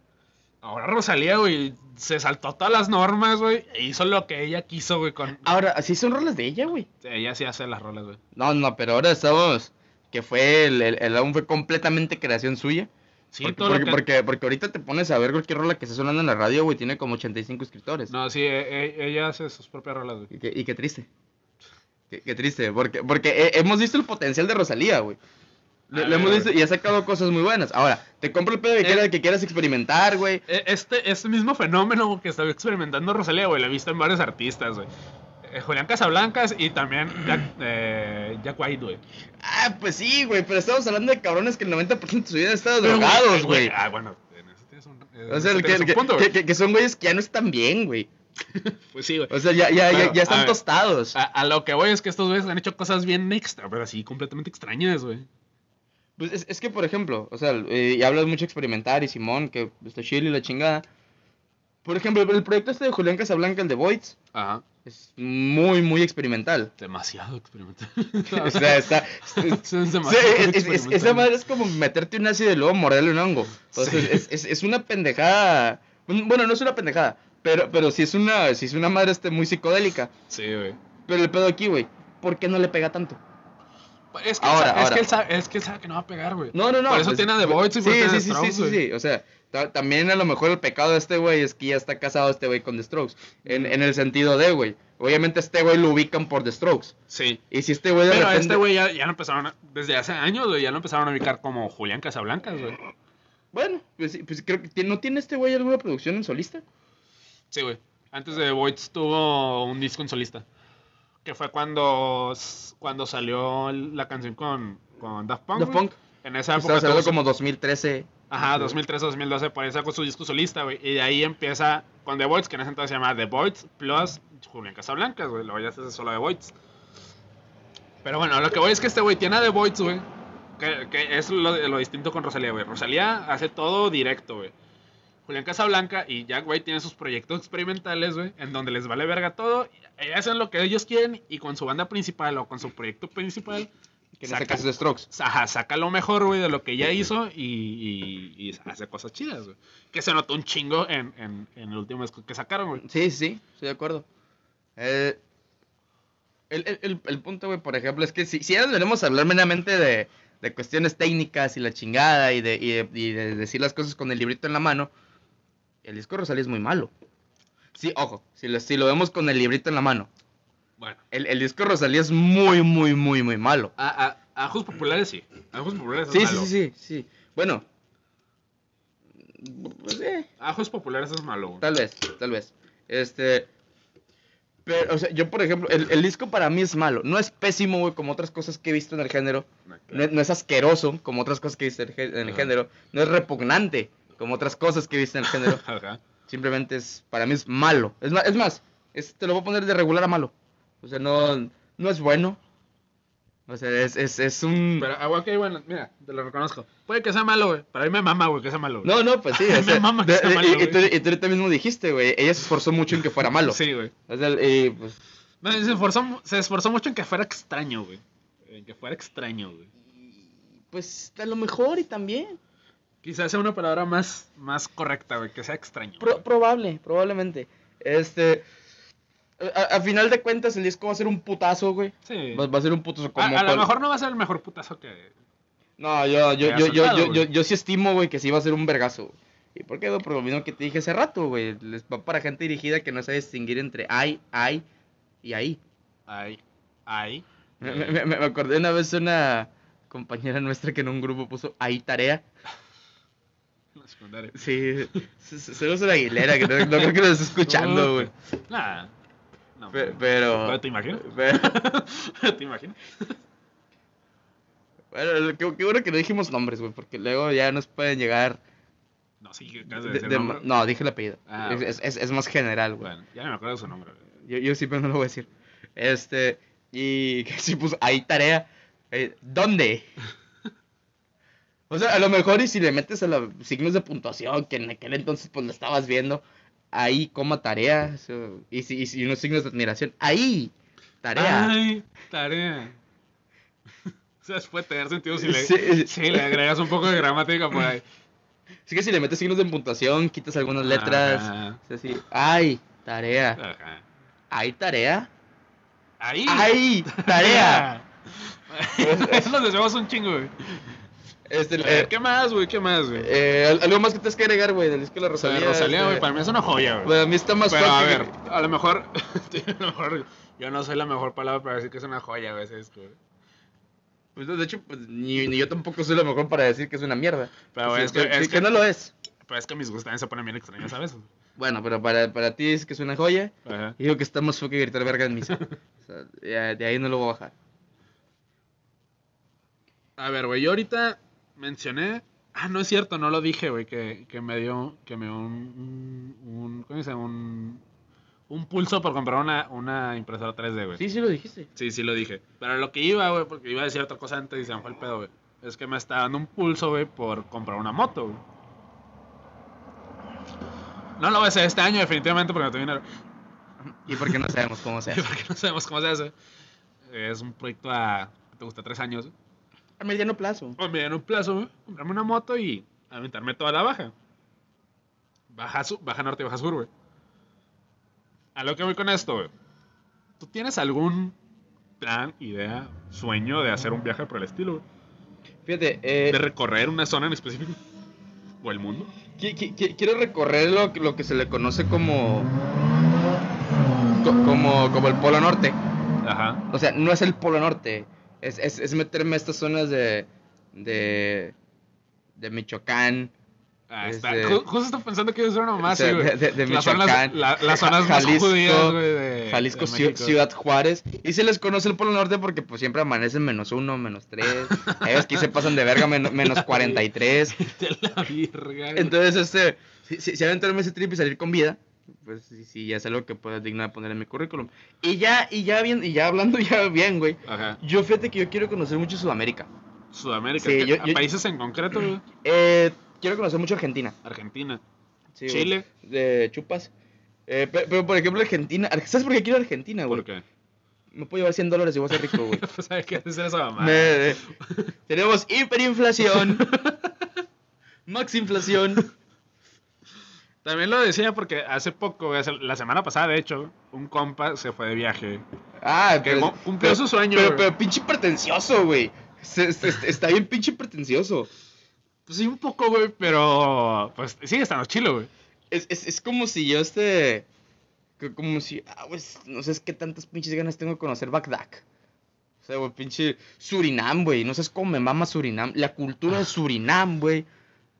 Speaker 5: Ahora Rosalía, güey, se saltó todas las normas, güey, e hizo lo que ella quiso, güey, con...
Speaker 4: Ahora, así son rolas de ella, güey.
Speaker 5: Ella sí hace las rolas, güey.
Speaker 4: No, no, pero ahora estamos... Que fue, el, el, el álbum fue completamente creación suya.
Speaker 5: Sí,
Speaker 4: porque,
Speaker 5: todo lo
Speaker 4: porque-
Speaker 5: que-
Speaker 4: porque- porque ahorita te pones a ver cualquier rola que esté sonando en la radio, güey, tiene como 85 escritores.
Speaker 5: No, sí, e- e- ella hace sus propias rolas, güey.
Speaker 4: Y, qué, y qué triste. Qué, qué triste, porque, porque he- hemos visto el potencial de Rosalía, güey.
Speaker 5: A
Speaker 4: Lo, lo
Speaker 5: ver,
Speaker 4: hemos
Speaker 5: Ah, güey. Eh.
Speaker 4: visto y ha sacado cosas muy buenas. Ahora, te compro el pedo que, quieras, que quieras experimentar, güey.
Speaker 5: E- Este, este mismo fenómeno que estaba experimentando Rosalía, güey, lo he visto en varios artistas, güey. Eh, Julián Casablancas y también Jack, eh, Jack White, güey.
Speaker 4: Ah, pues sí, güey, pero estamos hablando de cabrones que el 90% de su vida han estado
Speaker 5: Pero,
Speaker 4: drogados, güey.
Speaker 5: Ah, bueno, en eso tienes un, en
Speaker 4: O
Speaker 5: eso
Speaker 4: sea, el que,
Speaker 5: tienes
Speaker 4: el
Speaker 5: un
Speaker 4: que-
Speaker 5: punto,
Speaker 4: que-
Speaker 5: güey.
Speaker 4: que- que son güeyes que ya no están bien, güey.
Speaker 5: Pues sí, güey.
Speaker 4: O sea, ya, ya, ya-
Speaker 5: Pero,
Speaker 4: ya
Speaker 5: a
Speaker 4: están
Speaker 5: ver.
Speaker 4: tostados.
Speaker 5: A, a lo que voy es que estos güeyes han hecho cosas bien extra, pero así completamente extrañas, güey.
Speaker 4: Pues es, es que, por ejemplo, o sea, eh, y hablas mucho de experimentar y Simón, que está chile y la chingada. Por ejemplo, el proyecto este de Julián Casablanca, el de Voids,
Speaker 5: Ajá.
Speaker 4: es muy, muy experimental.
Speaker 5: Demasiado experimental.
Speaker 4: O sea, está. es-
Speaker 5: Son
Speaker 4: o
Speaker 5: demasiado
Speaker 4: sea, es- es- es-
Speaker 5: experimentales.
Speaker 4: esa madre es como meterte un ácido y luego morderle un hongo. Entonces,
Speaker 5: Sí.
Speaker 4: es, es- es una pendejada. Bueno, no es una pendejada, pero, pero sí es una, sí es una madre este, muy psicodélica.
Speaker 5: Sí, güey.
Speaker 4: Pero el pedo aquí, güey, ¿por qué no le pega tanto?
Speaker 5: Es que,
Speaker 4: Ahora,
Speaker 5: él, sa- Es,
Speaker 4: ahora.
Speaker 5: que él sabe, es que él sabe que no va a pegar, güey.
Speaker 4: No, no, no.
Speaker 5: Por eso
Speaker 4: pues,
Speaker 5: tiene a The
Speaker 4: pues,
Speaker 5: Voids y por
Speaker 4: sí,
Speaker 5: eso tiene
Speaker 4: sí,
Speaker 5: a
Speaker 4: sí,
Speaker 5: Strokes,
Speaker 4: sí, sí,
Speaker 5: güey.
Speaker 4: sí. O sea, ta- también a lo mejor el pecado de este güey es que ya está casado este güey con The Strokes.
Speaker 5: Mm.
Speaker 4: En, en el sentido de, güey. Obviamente este güey lo ubican por The Strokes.
Speaker 5: Sí.
Speaker 4: Y si este güey de
Speaker 5: Pero a
Speaker 4: repente...
Speaker 5: este güey ya, ya lo empezaron, a- desde hace años, güey, ya lo empezaron a ubicar como Julián Casablancas, güey.
Speaker 4: Bueno, pues, sí, pues creo que ti- no tiene este güey alguna producción en solista.
Speaker 5: Sí, güey. Antes de The Voids tuvo un disco en solista. Que fue cuando, s- cuando salió la canción con, con Daft Punk.
Speaker 4: Daft
Speaker 5: güey.
Speaker 4: Punk.
Speaker 5: En esa época.
Speaker 4: Estamos hablando
Speaker 5: tuvo-
Speaker 4: como 2013.
Speaker 5: Ajá, 2013 2012, por ahí sacó su disco solista, güey. Y de ahí empieza con The Voids, que en ese entonces se llamaba The Voids plus Julián Casablancas, güey. Luego ya se hace solo The Voids. Pero bueno, lo que voy es que este güey tiene a The Voids, güey. Que, que es lo, lo distinto con Rosalía, güey. Rosalía hace todo directo, güey. Julián Casablanca y Jack White tienen sus proyectos experimentales, güey, en donde les vale verga todo. y hacen lo que ellos quieren y con su banda principal o con su proyecto principal
Speaker 4: Que en
Speaker 5: Saca.
Speaker 4: este caso es The Strokes.
Speaker 5: Ajá, saca lo mejor, güey, de lo que ya hizo y, y- y hace cosas chidas, güey. Que se notó un chingo en, en- en el último disco que sacaron, güey.
Speaker 4: Sí, sí, estoy de acuerdo. Eh, el, el- el- el punto, güey, por ejemplo, es que si, si ahora venimos a hablar meramente de, de cuestiones técnicas y la chingada y de, y, de, y de decir las cosas con el librito en la mano, el disco de Rosalía es muy malo. Sí, ojo, si lo, si lo vemos con el librito en la mano,
Speaker 5: Bueno,
Speaker 4: el, el disco de Rosalía es muy, muy, muy, muy malo.
Speaker 5: a, a, a ajos populares sí. A Ajos populares es
Speaker 4: Sí,
Speaker 5: malo.
Speaker 4: sí, sí, sí. Bueno, pues, eh,
Speaker 5: Ajos populares es malo, güey.
Speaker 4: Tal vez, tal vez. Este. Pero, o sea, yo, por ejemplo, el, el disco para mí es malo. No es pésimo, güey, como otras cosas que he visto en el género.
Speaker 5: No,
Speaker 4: No, es- no es asqueroso, como otras cosas que he visto en el, gé- en el
Speaker 5: Ajá.
Speaker 4: género. No es repugnante, como otras cosas que he visto en el género.
Speaker 5: Ajá.
Speaker 4: Simplemente es, para mí es malo. Es más, es más es- te lo voy a poner de regular a malo. O sea, no, no es bueno. O sea, es, es, es un...
Speaker 5: Pero, ah, ok, bueno, mira, te lo reconozco. Puede que sea malo, güey. Para mí me mama, güey, que sea malo. güey.
Speaker 4: No, no, pues sí.
Speaker 5: Me
Speaker 4: o sea,
Speaker 5: mama que
Speaker 4: de-
Speaker 5: sea
Speaker 4: de-
Speaker 5: malo,
Speaker 4: y- y,
Speaker 5: güey.
Speaker 4: tú, y tú ahorita mismo dijiste, güey, ella se esforzó mucho en que fuera malo.
Speaker 5: Sí, güey.
Speaker 4: O sea, y, pues,
Speaker 5: No, se, esforzó, mu- se esforzó mucho en que fuera extraño, güey. En que fuera extraño, güey.
Speaker 4: Pues a lo mejor y también.
Speaker 5: Quizás sea una palabra más, más correcta, güey. Que sea extraño. güey.
Speaker 4: probable, probablemente. Este. A, a final de cuentas, el disco va a ser un putazo, güey.
Speaker 5: Sí.
Speaker 4: Va, va a ser un putazo
Speaker 5: A,
Speaker 4: como.
Speaker 5: a lo
Speaker 4: cual-
Speaker 5: mejor no va a ser el mejor putazo que.
Speaker 4: No, yo, yo,
Speaker 5: Te ha
Speaker 4: yo, yo,
Speaker 5: soltado,
Speaker 4: yo, yo,
Speaker 5: güey.
Speaker 4: yo sí estimo, güey, que sí va a ser un vergazo. güey. ¿Y por qué? güey? Por lo mismo que te dije hace rato, güey. Les va para gente dirigida que no sabe distinguir entre ay, ay y ahí.
Speaker 5: Ay. Ay.
Speaker 4: Me, me- me- me acordé una vez una compañera nuestra que en un grupo puso ahí tarea.
Speaker 5: La secundaria.
Speaker 4: Sí, se- se- se lo hizo la Aguilera, que no, no creo que lo esté escuchando, güey.
Speaker 5: Nah. No,
Speaker 4: Pe-
Speaker 5: güey.
Speaker 4: Pero.
Speaker 5: ¿Te imaginas?
Speaker 4: pero-
Speaker 5: ¿Te imaginas?
Speaker 4: Bueno, lo que- qué bueno que no dijimos nombres, güey, porque luego ya nos pueden llegar.
Speaker 5: No, sí, que acabas de,
Speaker 4: de-
Speaker 5: decir
Speaker 4: de-
Speaker 5: nombre.
Speaker 4: no, dije el apellido.
Speaker 5: Ah,
Speaker 4: es,
Speaker 5: ok.
Speaker 4: es- es- es más general, güey.
Speaker 5: Bueno, ya no me acuerdo de su nombre. güey.
Speaker 4: Yo, yo siempre no lo voy a decir. Este, y que sí, pues ahí tarea. eh, ¿Dónde? O sea, a lo mejor y si le metes a los signos de puntuación, que en aquel entonces pues lo estabas viendo, ahí coma tarea. o sea, y, si, y si unos signos de admiración, ahí tarea.
Speaker 5: Ay, tarea. O sea, puede tener sentido si le,
Speaker 4: Sí.
Speaker 5: si le agregas un poco de gramática por ahí.
Speaker 4: Así que si le metes signos de puntuación, quitas algunas letras.
Speaker 5: Ajá.
Speaker 4: Es así, ay, tarea.
Speaker 5: Ajá.
Speaker 4: ¿Hay tarea?
Speaker 5: Ahí.
Speaker 4: ¡Ay, tarea!
Speaker 5: Nos deseamos un chingo, güey.
Speaker 4: Este,
Speaker 5: Eh,
Speaker 4: eh,
Speaker 5: ¿Qué más, güey? ¿Qué más, güey?
Speaker 4: eh, al- algo más que tengas que agregar, güey, del disco de la
Speaker 5: O sea,
Speaker 4: Rosalía.
Speaker 5: Rosalía,
Speaker 4: este,
Speaker 5: güey, para mí es una joya, güey.
Speaker 4: bueno, a mí está más
Speaker 5: Pero a
Speaker 4: fuerte
Speaker 5: ver, a lo mejor, a lo mejor yo no soy la mejor palabra para decir que es una joya, güey. es esto, güey.
Speaker 4: Pues, de hecho, pues, ni, ni yo tampoco soy lo mejor para decir que es una mierda.
Speaker 5: Pero,
Speaker 4: Sí,
Speaker 5: güey, es que-
Speaker 4: sí
Speaker 5: es
Speaker 4: que
Speaker 5: que-
Speaker 4: no lo es.
Speaker 5: Pero es que mis gustos también se ponen bien extraños a veces.
Speaker 4: Bueno, pero para, para ti es que es una joya.
Speaker 5: Ajá.
Speaker 4: Y digo que está más feo que gritar verga en misa. O sea, de, de ahí no lo voy a bajar.
Speaker 5: A ver, güey, yo ahorita mencioné. Ah, no es cierto, no lo dije, güey, que, que me dio. Que me dio un. un, un- ¿Cómo dice? Un. Un pulso por comprar una, una impresora 3D, güey.
Speaker 4: Sí, sí lo dijiste.
Speaker 5: Sí, sí lo dije. Pero lo que iba, güey, porque iba a decir otra cosa antes y se me fue el pedo, güey. Es que me está dando un pulso, güey, por comprar una moto, güey. No lo voy a hacer este año, definitivamente, porque no tengo dinero.
Speaker 4: Y porque no sabemos cómo se
Speaker 5: Y
Speaker 4: hace.
Speaker 5: porque no sabemos cómo se hace. Es un proyecto a. ¿Te gusta? Tres años.
Speaker 4: A mediano plazo.
Speaker 5: O Pues me dieron un plazo, güey. Comprarme una moto y aventarme toda la baja. Baja, su- baja norte y baja sur, güey. A lo que voy con esto, güey. ¿Tú tienes algún plan, idea, sueño de hacer un viaje por el estilo, güey?
Speaker 4: Fíjate, eh,
Speaker 5: De recorrer una zona en específico. O el mundo.
Speaker 4: qui- qui- qui- quiero recorrer lo, que- lo que se le conoce como, co- como. como el Polo Norte.
Speaker 5: Ajá.
Speaker 4: O sea, no es el Polo Norte. Es, es, es meterme a estas zonas de. de. de Michoacán.
Speaker 5: Ah, está.
Speaker 4: Este-
Speaker 5: Ju- Justo estoy pensando que es una mamá,
Speaker 4: O sea,
Speaker 5: sí, güey.
Speaker 4: de- de- de
Speaker 5: las zonas,
Speaker 4: Michoacán,
Speaker 5: la- las zonas más
Speaker 4: Jalisco,
Speaker 5: judías, güey, de-
Speaker 4: Jalisco,
Speaker 5: de
Speaker 4: Ciu-
Speaker 5: México.
Speaker 4: Ciudad Juárez. Y se les conoce el Polo Norte porque pues siempre amanecen menos uno, menos tres. Hay veces que se pasan de verga men- menos 43.
Speaker 5: De la virga, güey.
Speaker 4: Entonces, este, si, si, si aventarme ese trip y salir con vida, pues sí, sí, ya es algo que pueda digna de poner en mi currículum. Y ya, y ya bien, y ya hablando ya bien, güey.
Speaker 5: Ajá.
Speaker 4: Yo fíjate que yo quiero conocer mucho Sudamérica.
Speaker 5: Sudamérica.
Speaker 4: Sí,
Speaker 5: ¿qué-
Speaker 4: yo-
Speaker 5: a
Speaker 4: yo-
Speaker 5: países en concreto, güey.
Speaker 4: Eh, quiero conocer mucho Argentina.
Speaker 5: Argentina.
Speaker 4: Sí, güey.
Speaker 5: Chile.
Speaker 4: De chupas. Eh, pe- pero, por ejemplo, Argentina. Ar- ¿Sabes por qué quiero Argentina, Ah, güey?
Speaker 5: ¿Por qué?
Speaker 4: Me puedo llevar 100 dólares y voy a ser rico, güey.
Speaker 5: Pues hay que hacer esa mamá.
Speaker 4: Me- eh, tenemos hiperinflación. Maxinflación.
Speaker 5: También lo decía porque hace poco, güey, hace- la semana pasada, de hecho, un compa se fue de viaje.
Speaker 4: Ah,
Speaker 5: Que
Speaker 4: pero-
Speaker 5: cu- cumplió su sueño,
Speaker 4: Pero,
Speaker 5: güey.
Speaker 4: pero pinche pretencioso, güey. Se- se- se- está bien pinche pretencioso.
Speaker 5: Pues sí, un poco, güey, pero. Pues sigue estando chilo, güey.
Speaker 4: Es, es, es como si yo este. co- Como si. Ah, pues no sé es qué tantas pinches ganas tengo de conocer Bagdad. O sea, güey, pinche Surinam, güey. No sé cómo me mama Surinam. La cultura de Surinam, güey.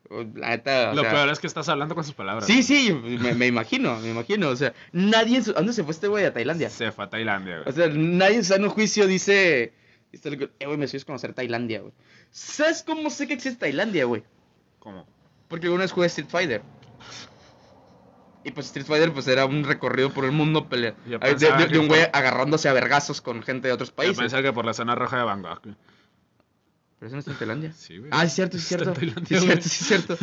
Speaker 4: O- La neta. Ah, o
Speaker 5: Lo
Speaker 4: sea,
Speaker 5: peor es que estás hablando con sus palabras.
Speaker 4: Sí, sí, me, me imagino, me imagino. O sea, nadie. en su- ¿A dónde se fue este güey? A Tailandia.
Speaker 5: Se fue a Tailandia,
Speaker 4: O
Speaker 5: güey.
Speaker 4: sea, nadie en sano juicio dice. dice algo, Eh, güey, me sigues conocer Tailandia, güey. ¿Sabes cómo sé que existe Tailandia, güey?
Speaker 5: ¿Cómo?
Speaker 4: Porque una vez jugué Street Fighter. Y pues Street Fighter pues era un recorrido por el mundo pelea.
Speaker 5: Yo
Speaker 4: ay, De,
Speaker 5: pensaba
Speaker 4: de-
Speaker 5: que
Speaker 4: de un güey
Speaker 5: por-
Speaker 4: agarrándose a vergazos con gente de otros
Speaker 5: Yo
Speaker 4: países.
Speaker 5: pensaba que por la zona roja de Bangkok. güey.
Speaker 4: Pero eso no está en Tailandia.
Speaker 5: Sí, güey.
Speaker 4: Ah, sí, cierto, sí,
Speaker 5: Está en
Speaker 4: cierto. Sí,
Speaker 5: Tailandia, güey.
Speaker 4: cierto, sí, cierto.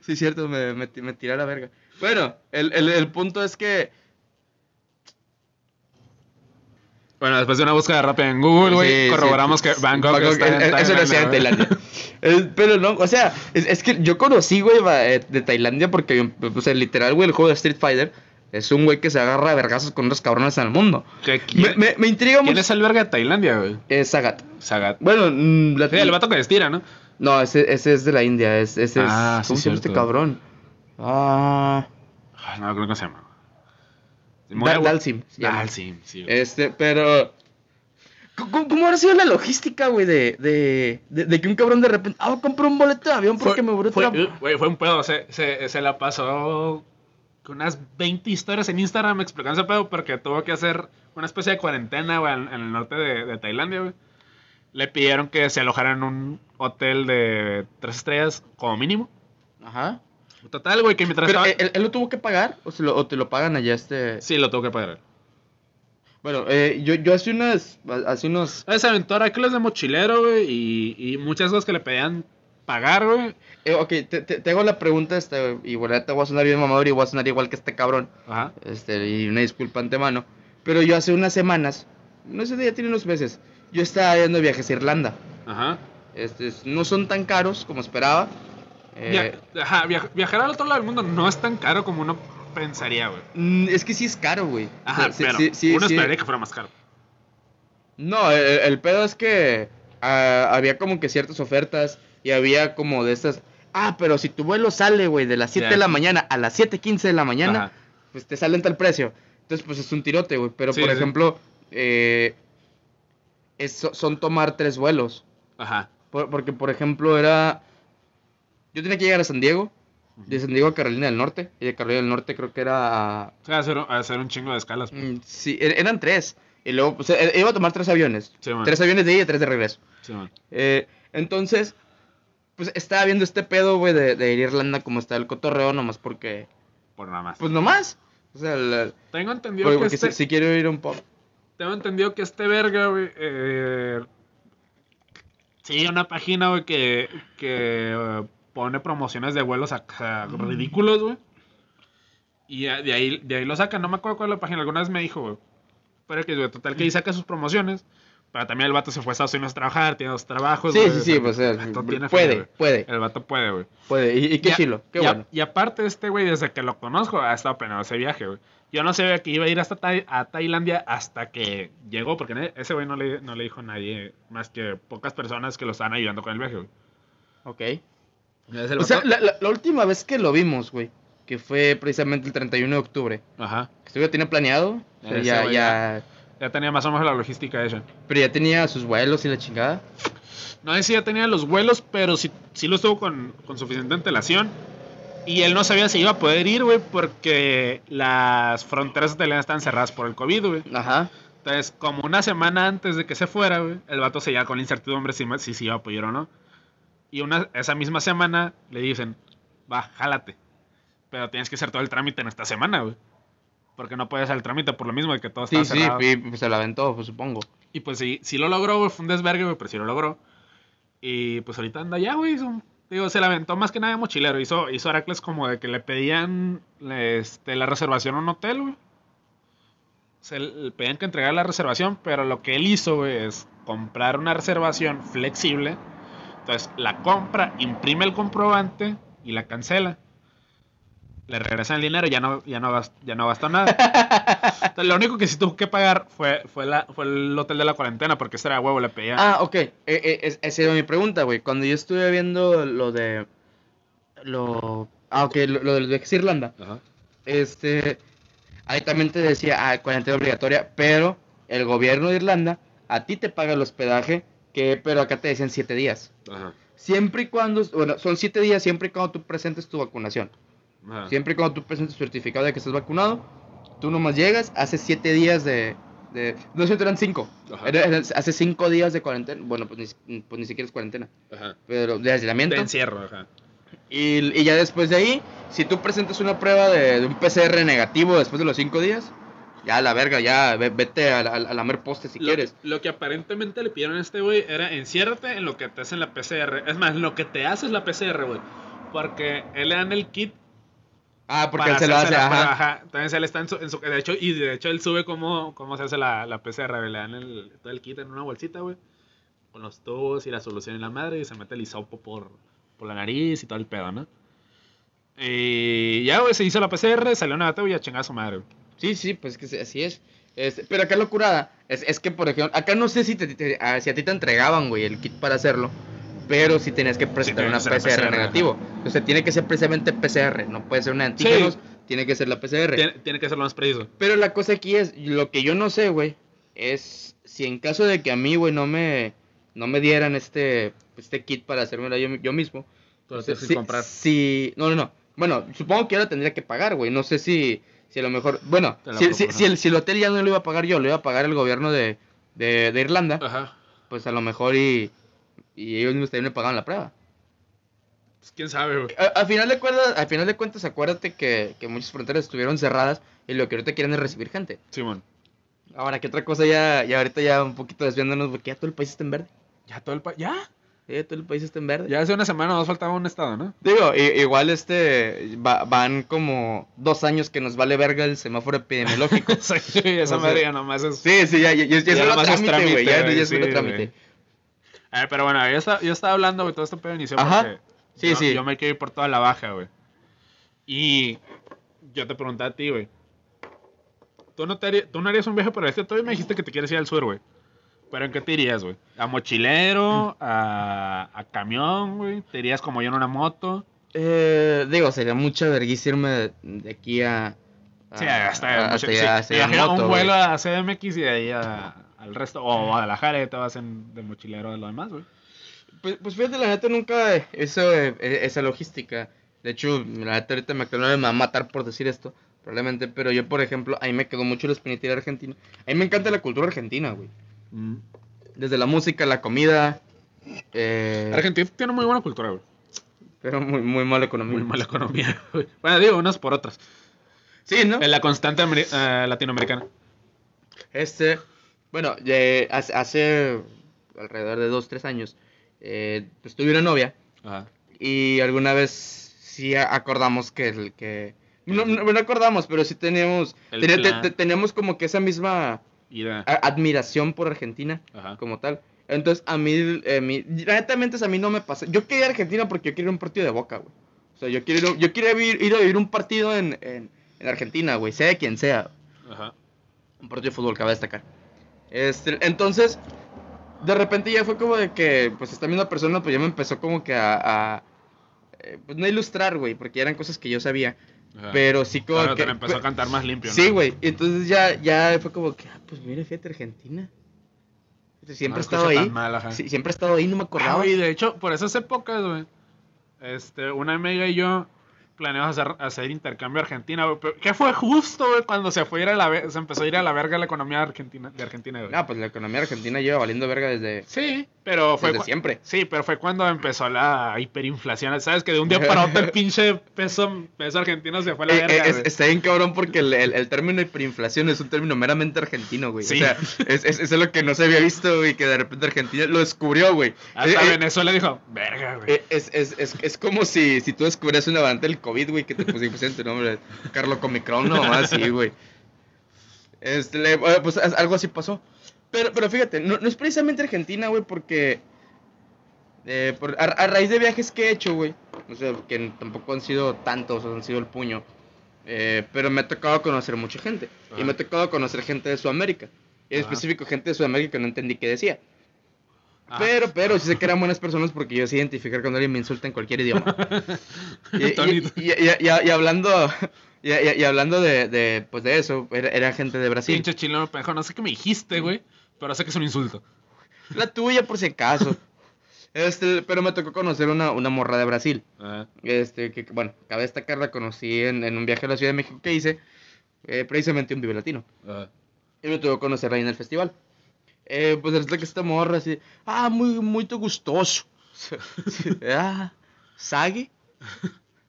Speaker 4: Sí, cierto, me, me, ti- me tiré a la verga. Bueno, el, el, el punto es que.
Speaker 5: Bueno, después de una búsqueda rápida en Google, güey,
Speaker 4: Sí,
Speaker 5: corroboramos
Speaker 4: sí,
Speaker 5: que
Speaker 4: sí,
Speaker 5: Bangkok, está en
Speaker 4: es- es- Eso
Speaker 5: Tailandia,
Speaker 4: no está en
Speaker 5: güey.
Speaker 4: Tailandia. Eh, Pero no, o sea, es, es que yo conocí, güey, va, eh, de Tailandia porque, o sea, literal, güey, el juego de Street Fighter es un güey que se agarra a vergazos con unos cabrones en el mundo.
Speaker 5: ¿Qué-
Speaker 4: Me,
Speaker 5: ¿Quién,
Speaker 4: me, me intriga
Speaker 5: quién
Speaker 4: mucho.
Speaker 5: es el verga de Tailandia, güey?
Speaker 4: Eh, Sagat.
Speaker 5: Sagat.
Speaker 4: Bueno, mm, la-
Speaker 5: Sí, el vato que estira, ¿no?
Speaker 4: No, ese, ese es de la India. Ese, ese
Speaker 5: Ah,
Speaker 4: es.
Speaker 5: sí,
Speaker 4: ¿Cómo se llama este
Speaker 5: cierto.
Speaker 4: cabrón? Ah.
Speaker 5: Ay, no, creo que se llama.
Speaker 4: Dal- Dalsim. se llama.
Speaker 5: Dalsim, sí. güey.
Speaker 4: Este, pero. ¿Cómo, cómo habrá sido la logística, güey, de, de, de, de que un cabrón de repente. Ah, compré un boleto de avión porque me
Speaker 5: fue,
Speaker 4: buró
Speaker 5: fue, güey, fue un pedo, se, se, se la pasó con unas 20 historias en Instagram explicando ese pedo porque tuvo que hacer una especie de cuarentena güey, en, en el norte de, de Tailandia, güey. Le pidieron que se alojara en un hotel de tres estrellas como mínimo.
Speaker 4: Ajá.
Speaker 5: Total, güey, que mientras
Speaker 4: Pero eh,
Speaker 5: estaba...
Speaker 4: ¿él, él lo tuvo que pagar o, se lo, o te lo pagan allá este.
Speaker 5: Sí, lo tuvo que pagar.
Speaker 4: Bueno, eh, yo, yo hace unas. Hace unos.
Speaker 5: Esa aventura que les de mochilero, güey, y, y muchas cosas que le pedían pagar, güey.
Speaker 4: eh, ok, te, te, te hago la pregunta, este, igual ya te voy a sonar bien mamador y voy a sonar igual que este cabrón.
Speaker 5: Ajá.
Speaker 4: Este, y una disculpa antemano. Pero yo hace unas semanas, no sé, ya tiene unos meses, yo estaba yendo de viajes a Irlanda.
Speaker 5: Ajá.
Speaker 4: Este, no son tan caros como esperaba.
Speaker 5: Via-
Speaker 4: Eh,
Speaker 5: ajá, viaj- viajar al otro lado del mundo no es tan caro como uno pensaría, güey.
Speaker 4: mm, es que sí es caro, güey.
Speaker 5: Ajá,
Speaker 4: O sea, sí-
Speaker 5: pero
Speaker 4: sí- sí-
Speaker 5: uno
Speaker 4: sí.
Speaker 5: esperaría que fuera más caro.
Speaker 4: No, el, el e, pedo es que ah, había como que ciertas ofertas y había como de estas. Ah, pero si tu vuelo sale, güey, de las 7
Speaker 5: Ya.
Speaker 4: de la mañana a las 7.15 de la mañana,
Speaker 5: Ajá.
Speaker 4: pues te sale en tal precio. Entonces, pues es un tirote, güey. Pero,
Speaker 5: Sí,
Speaker 4: por
Speaker 5: sí.
Speaker 4: ejemplo, eh, es- so- son tomar tres vuelos.
Speaker 5: Ajá.
Speaker 4: Por- porque, por ejemplo, era. Yo tenía que llegar a San Diego. De San Diego a Carolina del Norte. Y de Carolina del Norte creo que era a-
Speaker 5: O sea, hacer, hacer un chingo de escalas. pues.
Speaker 4: Mm, Sí, er- eran tres. Y luego, pues, eh, iba a tomar tres aviones.
Speaker 5: Sí, man.
Speaker 4: tres aviones de ida y tres de regreso.
Speaker 5: Sí, man.
Speaker 4: Eh, entonces, pues estaba viendo este pedo, güey, de, de ir a Irlanda como está el cotorreo, nomás porque.
Speaker 5: Por nada más.
Speaker 4: Pues nomás. O sea, la-
Speaker 5: tengo entendido
Speaker 4: porque,
Speaker 5: que
Speaker 4: porque
Speaker 5: este,
Speaker 4: si, si quiero ir a un pop.
Speaker 5: tengo entendido que este verga, güey, eh, sí, una página, güey, que, que eh, pone promociones de vuelos acá ridículos, güey. Y eh, de ahí, de ahí lo sacan, no me acuerdo cuál es la página, alguna vez me dijo, güey. Pero que, güey, total, que ahí saca sus promociones. Pero también el vato se fue a Estados Unidos a trabajar, tiene dos trabajos,
Speaker 4: Sí,
Speaker 5: güey,
Speaker 4: sí,
Speaker 5: o
Speaker 4: sí,
Speaker 5: sea,
Speaker 4: pues, o sea,
Speaker 5: el vato tiene
Speaker 4: puede,
Speaker 5: feria, güey.
Speaker 4: puede,
Speaker 5: El vato puede, güey.
Speaker 4: puede. Y, y qué
Speaker 5: Ya-
Speaker 4: chilo, qué
Speaker 5: ya-
Speaker 4: bueno.
Speaker 5: Y aparte, este güey, desde que lo conozco, ha estado planeando ese viaje, güey. Yo no sabía que iba a ir hasta Tai- a Tailandia hasta que llegó, porque ne- ese güey no le, no le dijo a nadie más que pocas personas que lo estaban ayudando con el viaje, güey.
Speaker 4: Ok.
Speaker 5: Entonces, el
Speaker 4: O sea,
Speaker 5: vato-
Speaker 4: la, la- la última vez que lo vimos, güey, que fue precisamente el 31 de octubre.
Speaker 5: Ajá.
Speaker 4: Esto ya tenía planeado. o sea,
Speaker 5: Ese
Speaker 4: ya,
Speaker 5: güey
Speaker 4: ya.
Speaker 5: Ya tenía más o menos la logística hecha.
Speaker 4: Pero ya tenía sus vuelos y la chingada.
Speaker 5: No sé si ya tenía los vuelos, pero sí, sí lo estuvo con, con suficiente antelación. Y él no sabía si iba a poder ir, güey, porque las fronteras italianas están cerradas por el COVID, güey.
Speaker 4: Ajá.
Speaker 5: Entonces, como una semana antes de que se fuera, güey, el vato se lleva con la incertidumbre si si se iba a apoyar o no. Y una, esa misma semana le dicen, va, jálate. Pero tienes que hacer todo el trámite en esta semana, güey. Porque no puedes hacer el trámite por lo mismo de que todo
Speaker 4: Sí,
Speaker 5: está
Speaker 4: sí,
Speaker 5: cerrado.
Speaker 4: y, pues, se la aventó, pues, supongo.
Speaker 5: Y pues sí, sí lo logró, güey. Fue un desvergue, güey, pero sí lo logró. Y pues ahorita anda ya, güey. es un- Digo, se la aventó más que nada de mochilero. Hizo, hizo Heracles como de que le pedían este, la reservación a un hotel, güey. Se le pedían que entregara la reservación, pero lo que él hizo, güey, es comprar una reservación flexible. Entonces la compra, imprime el comprobante y la cancela. Le regresan el dinero, ya no, ya no, gas- ya no gastó nada. Entonces, lo único que sí tuvo que pagar fue, fue, la, fue el hotel de la cuarentena, porque este era huevo, le pedía.
Speaker 4: Ah, ok. Eh, eh, es- esa era mi pregunta, güey. Cuando yo estuve viendo lo de. Lo. Ah, ok, lo, lo de los viajes a Irlanda.
Speaker 5: Ajá.
Speaker 4: Este. Ahí también te decía, ah, cuarentena obligatoria, pero el gobierno de Irlanda a ti te paga el hospedaje, que, pero acá te decían siete días.
Speaker 5: Ajá.
Speaker 4: Siempre y cuando, bueno, son siete días siempre y cuando tú presentes tu vacunación.
Speaker 5: Ajá.
Speaker 4: Siempre y cuando tú presentes tu certificado de que estás vacunado, tú nomás llegas, hace 7 días de, de- No sé, eran 5.
Speaker 5: Ajá.
Speaker 4: Hace 5 días de cuarentena. Bueno, pues ni, si- pues ni siquiera es cuarentena,
Speaker 5: Ajá.
Speaker 4: pero de
Speaker 5: Te
Speaker 4: aislamiento.
Speaker 5: encierro, ajá.
Speaker 4: Y, y ya después de ahí, si tú presentas una prueba de, de un PCR negativo después de los 5 días, ya la verga, ya ve- vete a, la- a lamer poste si
Speaker 5: lo,
Speaker 4: quieres.
Speaker 5: lo que aparentemente le pidieron a este güey era enciérrate en lo que te hacen la PCR. Es más, lo que te hace es la PCR, güey. Porque él le dan el kit
Speaker 4: Ah, porque
Speaker 5: para
Speaker 4: él se la
Speaker 5: hacerse
Speaker 4: hace,
Speaker 5: la
Speaker 4: ajá.
Speaker 5: prueba, ajá. Entonces él está en su, en su- De hecho, y de hecho él sube cómo, cómo se hace la, la PCR, güey. Le dan el, todo el kit en una bolsita, güey. Con los tubos y la solución en la madre. Y se mete el hisopo por, por la nariz y todo el pedo, ¿no? Y ya, güey, se hizo la PCR, salió una gata y a chingar a su madre, güey.
Speaker 4: Sí, sí, pues que sí, así es. Este, pero acá lo curada es, es que, por ejemplo, acá no sé si, te, te- a, si a ti te entregaban, güey, el kit para hacerlo, pero si tenías que presentar
Speaker 5: tenía
Speaker 4: una
Speaker 5: que ser la
Speaker 4: PCR,
Speaker 5: PCR,
Speaker 4: negativo. O sea, tiene que ser precisamente PCR, no puede ser una de antígenos, tiene que ser la PCR.
Speaker 5: Tiene, tiene que ser lo más preciso.
Speaker 4: Pero la cosa aquí es, lo que yo no sé, güey, es si en caso de que a mí, güey, no me, no me dieran este, este kit para hacérmela yo, yo mismo.
Speaker 5: Tú lo
Speaker 4: o sea,
Speaker 5: tienes que
Speaker 4: si-
Speaker 5: comprar.
Speaker 4: si- no, no, no. Bueno, supongo que ahora tendría que pagar, güey. No sé si, si a lo mejor... Bueno,
Speaker 5: Te la
Speaker 4: si, si-
Speaker 5: procuran.
Speaker 4: si el, si el hotel ya no lo iba a pagar yo, lo iba a pagar el gobierno de, de, de Irlanda,
Speaker 5: Ajá.
Speaker 4: pues a lo mejor y, y ellos mismos también me pagaban la prueba.
Speaker 5: Pues, quién sabe, güey.
Speaker 4: A- Al final, de cuerda- al final de cuentas, acuérdate que, que muchas fronteras estuvieron cerradas y lo que ahorita quieren es recibir gente.
Speaker 5: Simón.
Speaker 4: Ahora, ¿qué otra cosa ya, ya ahorita ya un poquito desviándonos, porque ya todo el país está en verde.
Speaker 5: Ya todo el pa- ¿Ya?
Speaker 4: Ya todo el país está en verde.
Speaker 5: Ya hace una semana o dos faltaba un estado, ¿no?
Speaker 4: Digo, i- igual este, va- van como dos años que nos vale verga el semáforo epidemiológico.
Speaker 5: sí, esa
Speaker 4: O sea,
Speaker 5: madre ya nomás es.
Speaker 4: sí, sí, ya, ya, ya, ya
Speaker 5: Ya
Speaker 4: es solo
Speaker 5: nomás es
Speaker 4: trámite, güey. Ya,
Speaker 5: trámite,
Speaker 4: ya es solo
Speaker 5: sí,
Speaker 4: trámite.
Speaker 5: güey. A ver, pero bueno, yo, estaba- yo estaba hablando, güey, todo este pedo inició
Speaker 4: Ajá.
Speaker 5: porque
Speaker 4: Sí,
Speaker 5: yo,
Speaker 4: sí.
Speaker 5: yo me quiero ir por toda la baja, güey. Y yo te pregunté a ti, güey. ¿Tú no, te haría- tú no harías un viaje por el este? Tú me dijiste que te quieres ir al sur, güey. ¿Pero en qué te irías, güey? ¿A mochilero? ¿A, a camión, güey? ¿Te irías como yo en una moto?
Speaker 4: Eh, digo, sería mucha vergüenza irme de, de aquí a.
Speaker 5: Sí,
Speaker 4: a-
Speaker 5: Ah, hasta,
Speaker 4: a-
Speaker 5: mucho-
Speaker 4: hasta
Speaker 5: sí,
Speaker 4: allá-
Speaker 5: te
Speaker 4: hasta allá en
Speaker 5: imaginas
Speaker 4: moto,
Speaker 5: un
Speaker 4: güey.
Speaker 5: vuelo a CDMX y de ahí a- al resto, o a Guadalajara, y te vas en, de mochilero de lo demás, güey.
Speaker 4: Pues, pues fíjate, la neta nunca eh, eso, eh, eh, esa logística. De hecho, la neta ahorita me aclaro, me va a matar por decir esto, probablemente. Pero yo, por ejemplo, a mí me quedó mucho la espinita de ir a Argentina. A mí me encanta la cultura argentina, güey. Mm. Desde la música, la comida. eh,
Speaker 5: Argentina tiene muy buena cultura, güey.
Speaker 4: pero muy, muy mala economía.
Speaker 5: Muy mala economía, güey. Bueno, digo, unas por otras.
Speaker 4: Sí, ¿no?
Speaker 5: En la constante ameri- eh, latinoamericana.
Speaker 4: Este, bueno, eh, hace, hace alrededor de dos, tres años, eh, pues tuve una novia
Speaker 5: Ajá.
Speaker 4: y alguna vez sí a- acordamos que el que... No, no, no acordamos, pero sí teníamos,
Speaker 5: El
Speaker 4: tenía- te-
Speaker 5: plan.
Speaker 4: te- teníamos como que esa misma
Speaker 5: Y de-
Speaker 4: a- admiración por Argentina
Speaker 5: Ajá.
Speaker 4: como tal. Entonces, a mí, eh, mi- directamente a mí no me pasa. Yo quería ir a Argentina porque yo quiero ir a un partido de Boca, güey. O sea, yo quiero ir, yo quiero ir, ir a vivir un partido en, en, en Argentina, güey, sea de quien sea
Speaker 5: Ajá.
Speaker 4: un partido de fútbol que va a destacar. Este, entonces, de repente ya fue como de que, pues esta misma persona, pues ya me empezó como que a, a, eh, pues no ilustrar, güey, porque eran cosas que yo sabía,
Speaker 5: Ajá.
Speaker 4: pero sí como
Speaker 5: Claro,
Speaker 4: que...
Speaker 5: te la empezó a cantar más limpio, ¿no?
Speaker 4: Sí, güey, y entonces ya, ya fue como que, ah, pues mira, fíjate, Argentina. Entonces, siempre he
Speaker 5: escucha
Speaker 4: estado
Speaker 5: tan
Speaker 4: ahí.
Speaker 5: mal, ajá.
Speaker 4: Sí, siempre he estado ahí, no me
Speaker 5: Ah,
Speaker 4: acordaba.
Speaker 5: güey, de hecho, por esas épocas, güey, este, una amiga y yo planeamos hacer, hacer intercambio a Argentina, güey, pero que fue justo, güey, cuando se fue a ir a la ver- se empezó a ir a la verga la economía argentina, de Argentina, güey.
Speaker 4: No, pues la economía argentina lleva valiendo verga desde,
Speaker 5: Sí, pero fue
Speaker 4: desde
Speaker 5: cu-
Speaker 4: siempre.
Speaker 5: Sí, pero fue cuando empezó la hiperinflación, ¿sabes? Que de un día para otro el pinche peso, peso argentino se fue a la
Speaker 4: Eh,
Speaker 5: verga,
Speaker 4: eh, es-
Speaker 5: güey.
Speaker 4: está bien cabrón porque el, el, el término hiperinflación es un término meramente argentino, güey.
Speaker 5: Sí.
Speaker 4: O sea, es, es, es lo que no se había visto, güey, que de repente Argentina lo descubrió, güey.
Speaker 5: Hasta
Speaker 4: Eh, eh,
Speaker 5: Venezuela dijo, verga, güey.
Speaker 4: eh, es, es, es, es como si, si tú descubrías una variante del COVID, güey, que te pusi- pusieran tu nombre, Carlo Comicron, no, así, güey. Este, le- eh, pues as- algo así pasó. Pero, pero fíjate, no, no es precisamente Argentina, güey, porque eh, por- a, a raíz de viajes que he hecho, güey, o sea, que n- tampoco han sido tantos, han sido el puño, eh, pero me ha tocado conocer mucha gente. Y
Speaker 5: Ajá.
Speaker 4: me ha tocado conocer gente de Sudamérica. Y en
Speaker 5: Ajá.
Speaker 4: específico gente de Sudamérica que no entendí qué decía.
Speaker 5: Ajá.
Speaker 4: Pero, pero, sí sé que eran buenas personas porque yo sé identificar cuando alguien me insulta en cualquier idioma. Y, y-
Speaker 5: Tonito.
Speaker 4: y- y- y- y hablando, y, y- y hablando de, de, pues de eso, era, era gente de Brasil.
Speaker 5: Pinche chileno pendejo, no sé qué me dijiste, güey, pero sé que es un insulto.
Speaker 4: La tuya, por si acaso. Este, pero me tocó conocer una, una morra de Brasil.
Speaker 5: Ajá.
Speaker 4: Este, que, que, bueno, cabe destacar, la conocí en, en un viaje a la Ciudad de México que hice, eh, precisamente un Vive Latino.
Speaker 5: Ajá.
Speaker 4: Y me tuvo que conocerla ahí en el festival. Eh, pues resulta que esta morra así, ah, muy, muy te gustoso. ah, ¿Sague?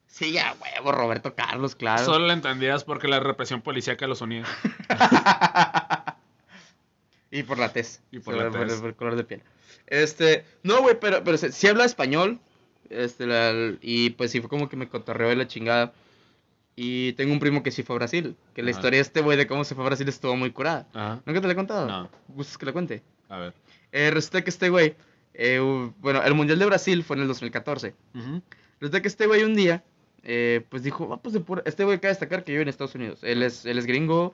Speaker 4: Sí, ya, huevo, Roberto Carlos, claro.
Speaker 5: Solo la entendías porque la represión policíaca los unía.
Speaker 4: Y por la tez.
Speaker 5: Y por la
Speaker 4: el-
Speaker 5: tez.
Speaker 4: el- el color de piel. Este, no, güey, pero, pero si habla español. Este, la- y pues sí fue como que me cotorreó de la chingada. Y tengo un primo que sí fue a Brasil. Que la
Speaker 5: Ajá.
Speaker 4: historia de este güey de cómo se fue a Brasil estuvo muy curada.
Speaker 5: Ajá.
Speaker 4: ¿Nunca te la he contado?
Speaker 5: No.
Speaker 4: ¿Gustas que la cuente?
Speaker 5: A ver.
Speaker 4: Eh, resulta que este güey, eh, u- bueno, el Mundial de Brasil fue en el 2014.
Speaker 5: Ujú.
Speaker 4: Resulta que este güey un día, eh, pues dijo, "Ah, pues de pura- este güey cabe destacar que vive en Estados Unidos. Él es, él es gringo,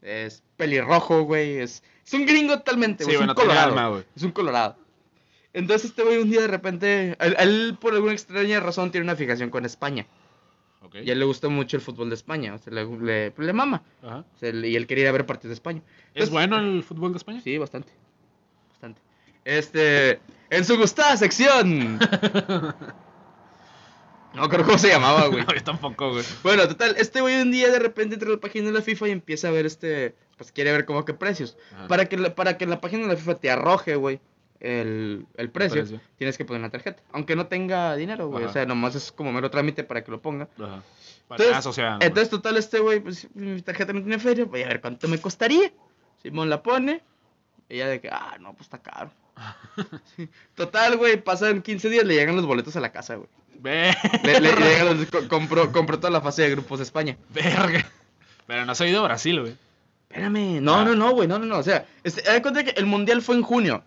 Speaker 4: es pelirrojo, güey, es, es un gringo
Speaker 5: Sí,
Speaker 4: totalmente, güey, es
Speaker 5: bueno,
Speaker 4: un
Speaker 5: tiene
Speaker 4: colorado.
Speaker 5: alma, güey.
Speaker 4: Es un colorado. Entonces este güey un día de repente, él, él por alguna extraña razón tiene una fijación con España.
Speaker 5: Ok.
Speaker 4: Y a él le gusta mucho el fútbol de España, o sea, le, le- pues le mama.
Speaker 5: Ajá.
Speaker 4: O sea, él- y él quería ir a ver partidos de España.
Speaker 5: ¿Es
Speaker 4: Entonces-
Speaker 5: bueno el fútbol de España?
Speaker 4: Sí, bastante. Bastante. Este. En su gustada sección. No creo cómo se llamaba, güey.
Speaker 5: No, yo tampoco, güey.
Speaker 4: Bueno, total, este güey un día de repente entra a la página de la FIFA y empieza a ver este. Pues quiere ver como que precios.
Speaker 5: Ajá.
Speaker 4: Para que, la, para que la página de la FIFA te arroje, güey, el, el precio,
Speaker 5: precio.
Speaker 4: tienes que poner una tarjeta. Aunque no tenga dinero, güey. O
Speaker 5: Ajá.
Speaker 4: sea, nomás es como mero trámite para que lo ponga.
Speaker 5: Ajá. Para
Speaker 4: Entonces,
Speaker 5: la sociedad. ¿no?
Speaker 4: entonces, total, este güey, pues mi tarjeta no tiene feria, voy a ver cuánto me costaría. Simón la pone, y ella de que, ah, no, pues está caro. Sí. Total, güey, pasan 15 días, le llegan los boletos a la casa, güey.
Speaker 5: Ve-
Speaker 4: Le, le- le llegan los- co- compró, compró toda la fase de grupos de España.
Speaker 5: Verga. Pero no se ha ido a Brasil, güey.
Speaker 4: Espérame, no,
Speaker 5: Ah.
Speaker 4: no, no, güey, no, no, no. O sea, este, haz de cuenta que el mundial fue en junio.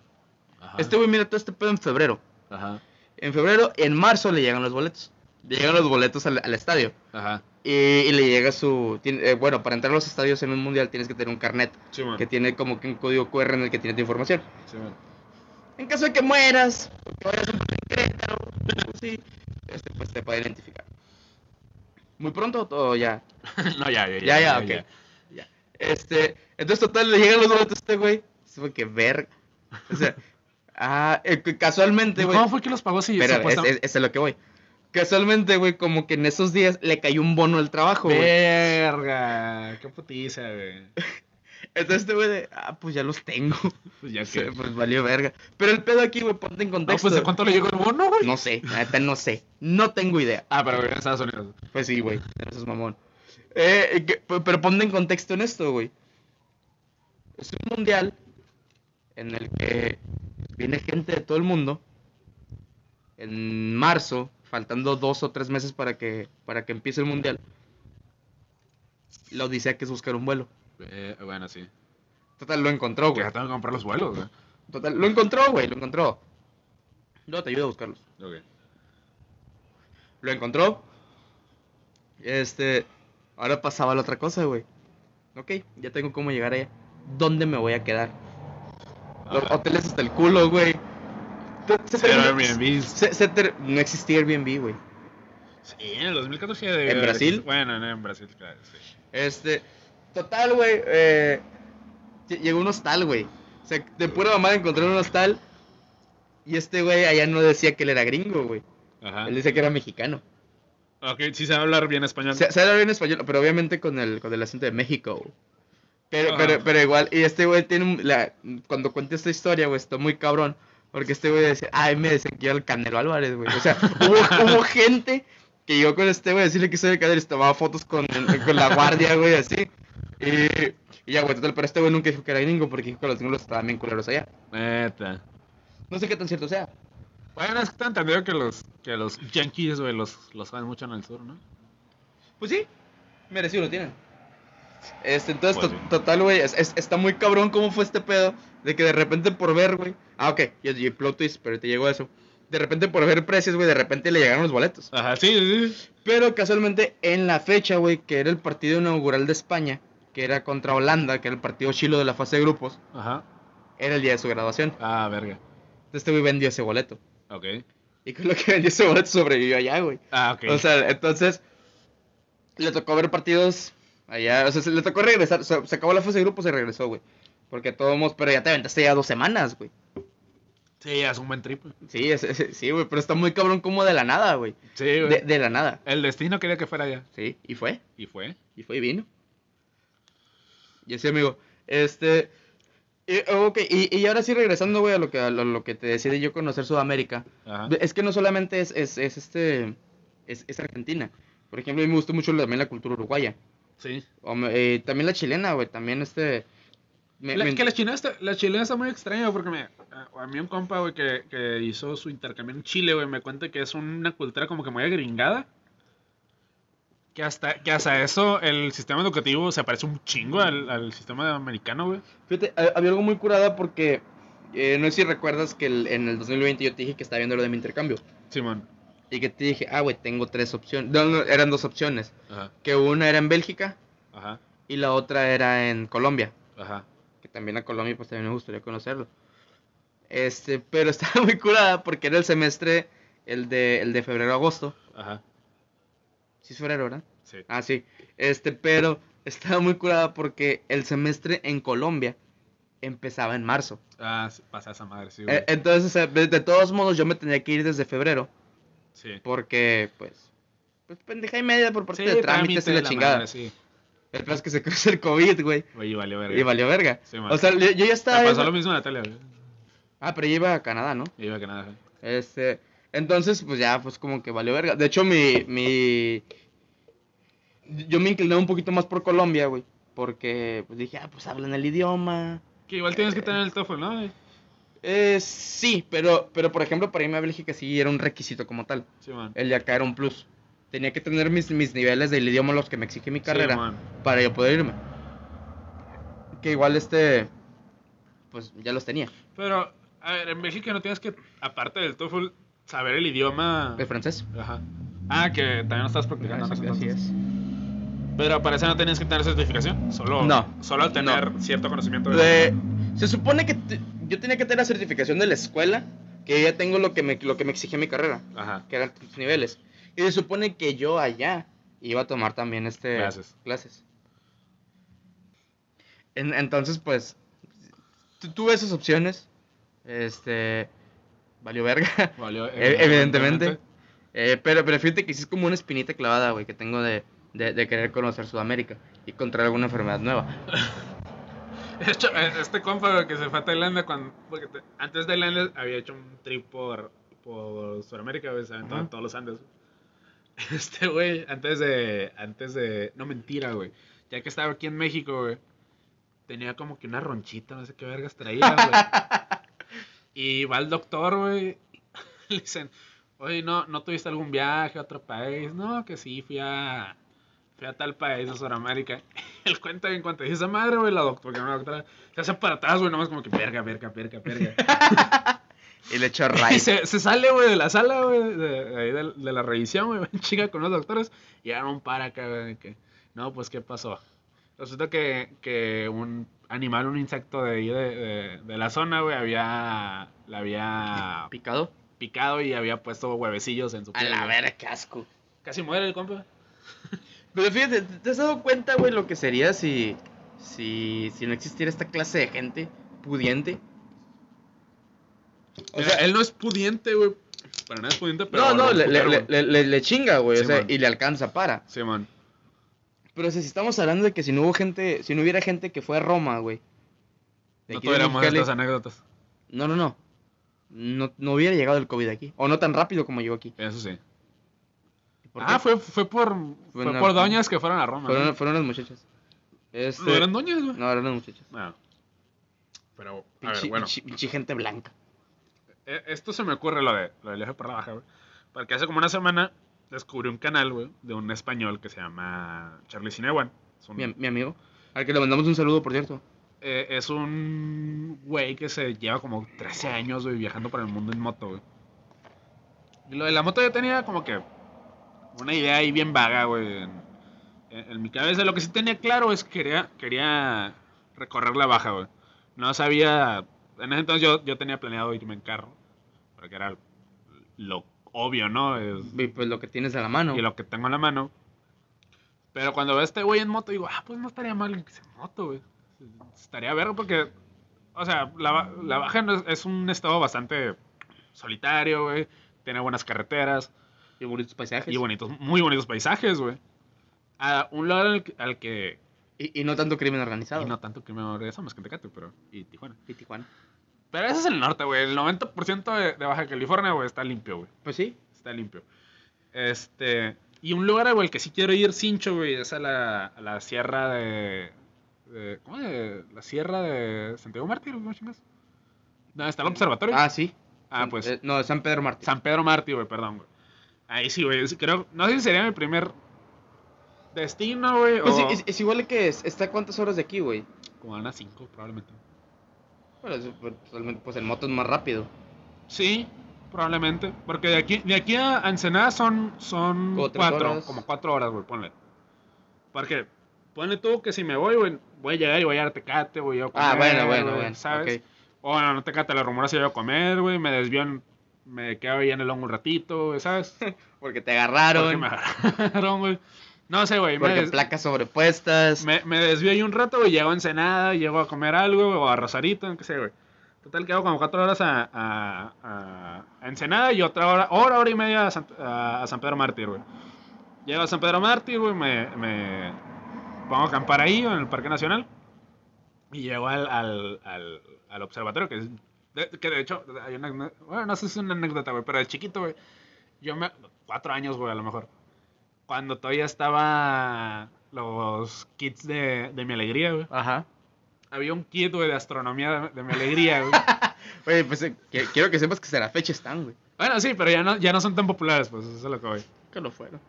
Speaker 5: Ajá.
Speaker 4: Este güey mira todo este pedo en febrero.
Speaker 5: Ajá.
Speaker 4: En febrero, en marzo le llegan los boletos. Llegan los boletos al, al estadio.
Speaker 5: Ajá.
Speaker 4: Y, y le llega su. tiene- eh, bueno, para entrar a los estadios en un mundial tienes que tener un carnet
Speaker 5: Sí, man.
Speaker 4: que tiene como que un código QR en el que tiene tu información.
Speaker 5: Sí, man.
Speaker 4: En caso de que mueras, o que vayas a un Querétaro, algo así, este, pues te puede identificar. Muy pronto o todo ya.
Speaker 5: no, ya, ya,
Speaker 4: Ya, ya, ok. Ya. Este, entonces, total, le llegan los boletos a este güey. Es como que verga. O sea, ah, eh, que casualmente, güey.
Speaker 5: ¿Cómo fue que los pagó si
Speaker 4: Pero es,
Speaker 5: supuestam-
Speaker 4: es, es a lo que voy. Casualmente, güey, como que en esos días le cayó un bono al trabajo, güey.
Speaker 5: Verga, qué putiza, güey.
Speaker 4: Entonces, este güey, de, ah, pues ya los tengo.
Speaker 5: Pues ya
Speaker 4: O sea,
Speaker 5: que.
Speaker 4: pues valió verga. Pero el pedo aquí, güey, ponte en
Speaker 5: No,
Speaker 4: contexto.
Speaker 5: pues ¿de cuánto le llegó el bono, güey?
Speaker 4: No sé, la neta no sé. No tengo idea.
Speaker 5: Ah, pero güey, en Estados Unidos.
Speaker 4: Pues sí, güey, eso es mamón. Eh, que- pe- pero ponte en contexto en esto, güey. Es un mundial en el que viene gente de todo el mundo. En marzo, faltando dos o tres meses para que, para que empiece el mundial. La odisea que es buscar un vuelo.
Speaker 5: Eh, bueno, sí.
Speaker 4: Total, lo encontró, güey.
Speaker 5: Ya tengo que comprar los vuelos, güey.
Speaker 4: Total, lo encontró, güey, lo encontró. No, te ayuda a buscarlos.
Speaker 5: Ok.
Speaker 4: Lo encontró. Este. Ahora pasaba la otra cosa, güey. Ok, ya tengo cómo llegar allá. ¿Dónde me voy a quedar? Los
Speaker 5: Ajá.
Speaker 4: hoteles hasta el culo, güey. Te- Se,
Speaker 5: Pero
Speaker 4: terminó-
Speaker 5: Airbnb.
Speaker 4: se- se ter- no existía Airbnb, güey.
Speaker 5: Sí, en el 2014 ya debió
Speaker 4: ¿En
Speaker 5: haber
Speaker 4: Brasil?
Speaker 5: existido. Bueno, no, en Brasil, claro, sí.
Speaker 4: Este. Total, güey. eh, ll- llegó un hostal, güey. O sea, de pura mamada encontré un hostal. Y este güey allá no decía que él era gringo, güey.
Speaker 5: Ajá.
Speaker 4: Él decía que era mexicano.
Speaker 5: Ok, sí sabe hablar bien español.
Speaker 4: Se, se habla bien español, pero obviamente con el, con el acento de México. güey. Pero,
Speaker 5: Ajá.
Speaker 4: pero, pero igual, y este güey tiene un- la, cuando cuenta esta historia, güey, está muy cabrón. Porque este güey decía, ay, me decían que yo era el Canelo Álvarez, güey. O sea, hubo, hubo gente que llegó con este güey a decirle que soy el Canelo y se tomaba fotos con, con la guardia, güey, así. Y, y ya, güey, total, pero este güey nunca dijo que era gringo porque dijo que los gringos estaban bien culeros allá.
Speaker 5: Neta.
Speaker 4: No sé qué tan cierto sea.
Speaker 5: Bueno, es que te entendido que los, que los yankees, güey, los, los saben mucho en el sur, ¿no?
Speaker 4: Pues sí, merecido lo tienen. Este, entonces,
Speaker 5: Pues
Speaker 4: to-
Speaker 5: sí.
Speaker 4: total, güey, es- es- está muy cabrón cómo fue este pedo. De que de repente por ver, güey. Ah, ok, yo, yo plot twist, pero te llegó eso. De repente por ver precios, güey, de repente le llegaron los boletos.
Speaker 5: Ajá, sí, sí, sí.
Speaker 4: Pero casualmente en la fecha, güey, que era el partido inaugural de España, que era contra Holanda, que era el partido chilo de la fase de grupos,
Speaker 5: Ajá.
Speaker 4: era el día de su graduación.
Speaker 5: Ah, verga.
Speaker 4: Entonces este güey vendió ese boleto.
Speaker 5: Ok.
Speaker 4: Y con lo que vendió ese boleto sobrevivió allá, güey.
Speaker 5: Ah, ok.
Speaker 4: O sea, entonces le tocó ver partidos allá, o sea, se- le tocó regresar, o sea, se acabó la fase de grupos y regresó, güey. Porque todos, mos- pero ya te aventaste ya dos semanas, güey.
Speaker 5: sí, es un buen trip. güey.
Speaker 4: Sí, es- es- sí, güey, pero está muy cabrón como de la nada, güey.
Speaker 5: Sí, güey.
Speaker 4: De, de la nada.
Speaker 5: El destino quería que fuera allá.
Speaker 4: Sí, y fue,
Speaker 5: Y fue.
Speaker 4: y fue y vino. Y así, amigo, este... Y, oh, ok, y, y ahora sí regresando, güey, a lo que, a lo, lo que te decía de yo conocer Sudamérica.
Speaker 5: Ajá.
Speaker 4: Es que no solamente es, es, es este... Es, es Argentina. Por ejemplo, a mí me gustó mucho también la cultura uruguaya.
Speaker 5: Sí.
Speaker 4: O me- eh, también la chilena, güey. También este. me-
Speaker 5: La-
Speaker 4: me-
Speaker 5: que la chilena, está, la chilena está muy extraña porque me, a, a mí un compa, güey, que, que hizo su intercambio en Chile, güey, me cuenta que es una cultura como que muy agringada. Que hasta, que hasta eso el sistema educativo se parece un chingo al, al sistema americano, güey.
Speaker 4: Fíjate, ha- había algo muy curada porque. eh, no sé si recuerdas que el- en el 2020 yo te dije que estaba viendo lo de mi intercambio.
Speaker 5: Simón.
Speaker 4: Y que te dije, ah, güey, tengo tres opciones. No, no, eran dos opciones.
Speaker 5: Ajá,
Speaker 4: Que una era en Bélgica
Speaker 5: ajá,
Speaker 4: y la otra era en Colombia.
Speaker 5: ajá.
Speaker 4: Que también a Colombia, pues también me gustaría conocerlo. Este, pero estaba muy curada porque era el semestre, el de, el de febrero a agosto.
Speaker 5: Ajá.
Speaker 4: Sí, es febrero, ¿verdad?
Speaker 5: Sí.
Speaker 4: Ah, sí. Este, pero estaba muy curada porque el semestre en Colombia empezaba en marzo.
Speaker 5: Ah, sí, pasa esa madre, sí, güey.
Speaker 4: Eh, entonces, o sea, de, de todos modos, yo me tenía que ir desde febrero
Speaker 5: sí.
Speaker 4: porque, pues, pues pendeja y media por parte de
Speaker 5: Sí,
Speaker 4: trámites y
Speaker 5: trámite,
Speaker 4: la, chingada.
Speaker 5: madre, sí.
Speaker 4: El plan es que se cruza el COVID, güey.
Speaker 5: Oye, valió verga.
Speaker 4: Y valió verga.
Speaker 5: Sí, man.
Speaker 4: o sea, yo, yo ya
Speaker 5: Me
Speaker 4: estaba...
Speaker 5: pasó lo mismo en la tele, güey.
Speaker 4: Ah, pero yo iba a Canadá, ¿no?
Speaker 5: Iba que nada, güey.
Speaker 4: Este, entonces, pues ya, pues como que valió verga. De hecho, mi, mi, yo me incliné un poquito más por Colombia, güey, porque pues dije, ah, pues hablan el idioma.
Speaker 5: Que igual tienes que tener el TOEFL, ¿no? güey?
Speaker 4: Eh, sí, pero, pero por ejemplo, para irme a Bélgica sí era un requisito como tal.
Speaker 5: Simón.
Speaker 4: El de acá era un plus. Tenía que tener mis, mis niveles del idioma los que me exige mi carrera
Speaker 5: Simón.
Speaker 4: para yo poder irme. Que igual este, pues ya los tenía.
Speaker 5: Pero, a ver, en México no tienes que, aparte del TOEFL, saber el idioma.
Speaker 4: El francés.
Speaker 5: Ajá. Ah, que también lo estás practicando. en ese
Speaker 4: Así
Speaker 5: entonces.
Speaker 4: es.
Speaker 5: Pero para eso no tenías que tener certificación. Solo,
Speaker 4: No.
Speaker 5: Solo al tener cierto conocimiento.
Speaker 4: Eh, se supone que te- yo tenía que tener la certificación de la escuela, que ya tengo lo que me, lo que me exigía mi carrera,
Speaker 5: Ajá.
Speaker 4: que eran tus niveles. Y se supone que yo allá iba a tomar también este,
Speaker 5: Clases.
Speaker 4: En- entonces, pues, tu- tuve esas opciones. Este, valió verga.
Speaker 5: Valió,
Speaker 4: E- Evidentemente. Eh, pero, pero fíjate que sí es como una espinita clavada, güey, que tengo de, de- de querer conocer Sudamérica y contraer alguna enfermedad nueva.
Speaker 5: De hecho, eh, este compa güey, que se fue a Tailandia cuando. Porque te- antes de Tailandia había hecho un trip por, por Sudamérica, güey, se aventó
Speaker 4: Ajá.
Speaker 5: todos los Andes. Este güey, antes de. Antes de. No mentira, güey. Ya que estaba aquí en México, güey. Tenía como que una ronchita, no sé qué vergas traía, güey. y va al doctor, güey. Le dicen, oye, ¿no, ¿no tuviste algún viaje a otro país? No, que sí, fui a. Fui a tal país, a Sudamérica. El cuenta en cuanto dice esa madre, güey, la doctora, porque era una doctora se hace para atrás, güey, nomás como que verga, verga, verga, verga.
Speaker 4: Y le echo
Speaker 5: Y
Speaker 4: raíz.
Speaker 5: se, se sale, güey, de la sala, güey, de, de ahí de, de la revisión, güey, chica con los doctores, y ahora un para acá, güey, de que, no, pues, ¿qué pasó? Resulta que, que un animal, un insecto de ahí, de, de- de la zona, güey, había, la había
Speaker 4: Picado.
Speaker 5: picado y había puesto huevecillos en su
Speaker 4: A
Speaker 5: piel,
Speaker 4: la
Speaker 5: güey.
Speaker 4: verga, qué asco.
Speaker 5: Casi muere el compa.
Speaker 4: Pero fíjate, ¿te- ¿te has dado cuenta, güey, lo que sería si, si, si no existiera esta clase de gente pudiente? O sea,
Speaker 5: él no es pudiente, güey, para nada es pudiente, pero...
Speaker 4: no, no,
Speaker 5: lo
Speaker 4: le, le-
Speaker 5: empujaron,
Speaker 4: le-
Speaker 5: güey.
Speaker 4: le- le- le chinga, güey, o
Speaker 5: Sí,
Speaker 4: sea,
Speaker 5: man.
Speaker 4: y le alcanza para.
Speaker 5: Sí, man.
Speaker 4: Pero o sea, si estamos hablando de que si no hubo gente, si no hubiera gente que fue a Roma, güey. de
Speaker 5: No
Speaker 4: aquí de
Speaker 5: tuviéramos
Speaker 4: Mexicali-
Speaker 5: estas anécdotas.
Speaker 4: No, no, no. No, no hubiera llegado el COVID aquí. O no tan rápido como llegó aquí.
Speaker 5: Eso sí.
Speaker 4: ¿Por
Speaker 5: ah,
Speaker 4: qué?
Speaker 5: fue, fue por, fue
Speaker 4: una-
Speaker 5: por doñas que fueron a Roma. ¿no?
Speaker 4: Fueron, fueron las muchachas. Este-
Speaker 5: ¿No eran doñas, güey?
Speaker 4: No, eran las muchachas.
Speaker 5: No. Pero, a
Speaker 4: Pinche,
Speaker 5: ver, bueno.
Speaker 4: pinche- pinche gente blanca.
Speaker 5: Eh, Esto se me ocurre lo de lo del viaje por la baja, güey. Porque hace como una semana descubrí un canal, güey, de un español que se llama Charlie Cinewan. Es un,
Speaker 4: Mi, mi amigo. Al que le mandamos un saludo, por cierto.
Speaker 5: eh, es un güey que se lleva como 13 años, güey, viajando por el mundo en moto, güey. Y lo de la moto yo tenía como que una idea ahí bien vaga, güey. En, en- en mi cabeza lo que sí tenía claro es que quería, quería recorrer la baja, güey. No sabía... En ese entonces yo, yo tenía planeado irme en carro. Porque era lo obvio, ¿no? Es-
Speaker 4: Y pues lo que tienes a la mano.
Speaker 5: y lo que tengo en la mano. Pero cuando veo a este güey en moto, digo, ah, pues no estaría mal que sea en moto, güey. Estaría verga porque, o sea, la, Ba- la Baja no es, es un estado bastante solitario, güey. Tiene buenas carreteras
Speaker 4: Y bonitos paisajes.
Speaker 5: y bonitos, muy bonitos paisajes, güey. A un lado al, que- al que.
Speaker 4: Y- y no tanto crimen organizado.
Speaker 5: Y no tanto que me regresa más que en Tecate, pero. Y Tijuana.
Speaker 4: Y Tijuana.
Speaker 5: Pero ese es el norte, güey. El 90% de, de Baja California, güey, está limpio, güey.
Speaker 4: Pues sí.
Speaker 5: Está limpio. Este. Y un lugar, güey, al que sí quiero ir, Cincho, güey, es a la, a la sierra de, de- ¿Cómo de? La sierra de Santiago Mártir, ¿no chingas? No, está el observatorio.
Speaker 4: Ah, sí.
Speaker 5: Ah,
Speaker 4: San-
Speaker 5: pues.
Speaker 4: eh, no, San Pedro Martín.
Speaker 5: San Pedro Mártir, güey, perdón, güey. Ahí sí, güey. sí Creo. No sé si sería mi primer destino, güey.
Speaker 4: Pues sí,
Speaker 5: o
Speaker 4: es, es igual que es- está a cuántas horas de aquí, güey.
Speaker 5: Como a unas 5, probablemente.
Speaker 4: Bueno, es- pues, realmente, pues el moto es más rápido.
Speaker 5: Sí, probablemente. Porque de aquí, de aquí a Ensenada son, son
Speaker 4: Como tres
Speaker 5: cuatro,
Speaker 4: horas.
Speaker 5: como cuatro horas, güey, ponle. Porque, ponle tú que si me voy, güey, voy a llegar y voy a ir a Tecate, güey, a
Speaker 4: Ah,
Speaker 5: comer,
Speaker 4: bueno, bueno,
Speaker 5: Eh, güey,
Speaker 4: bueno.
Speaker 5: ¿Sabes?
Speaker 4: ok.
Speaker 5: O bueno, no Tecate, la rumora se lleva a comer, güey, me desvío, en- me quedo ahí en el hongo un ratito, güey, ¿sabes?
Speaker 4: Porque te
Speaker 5: Porque
Speaker 4: agarraron.
Speaker 5: me agarraron, güey. No sé, güey, me,
Speaker 4: Porque
Speaker 5: des-
Speaker 4: placas sobrepuestas.
Speaker 5: me, me desvío ahí un rato, güey, llego a Ensenada, llego a comer algo, güey, o a Rosarito, qué sé, güey. Total, quedo como cuatro horas a, a, a- a Ensenada y otra hora, hora, hora y media a San, a- a San Pedro Mártir, güey. Llego a San Pedro Mártir, güey, me, me pongo a acampar ahí, en el Parque Nacional. Y llego al, al, al, al observatorio, que, es- de, que de hecho, hay una, ane- bueno, no sé si es una anécdota, güey, pero de chiquito, güey, yo me, cuatro años, güey, a lo mejor. Cuando todavía estaba los kits de, de mi alegría, güey.
Speaker 4: Ajá.
Speaker 5: Había un kit, güey, de astronomía de, de mi alegría, güey.
Speaker 4: Oye, pues eh, que- quiero que sepas que hasta la fecha están, güey.
Speaker 5: bueno, sí, pero ya no, ya no son tan populares, pues, eso es lo que voy.
Speaker 4: Que lo fueron.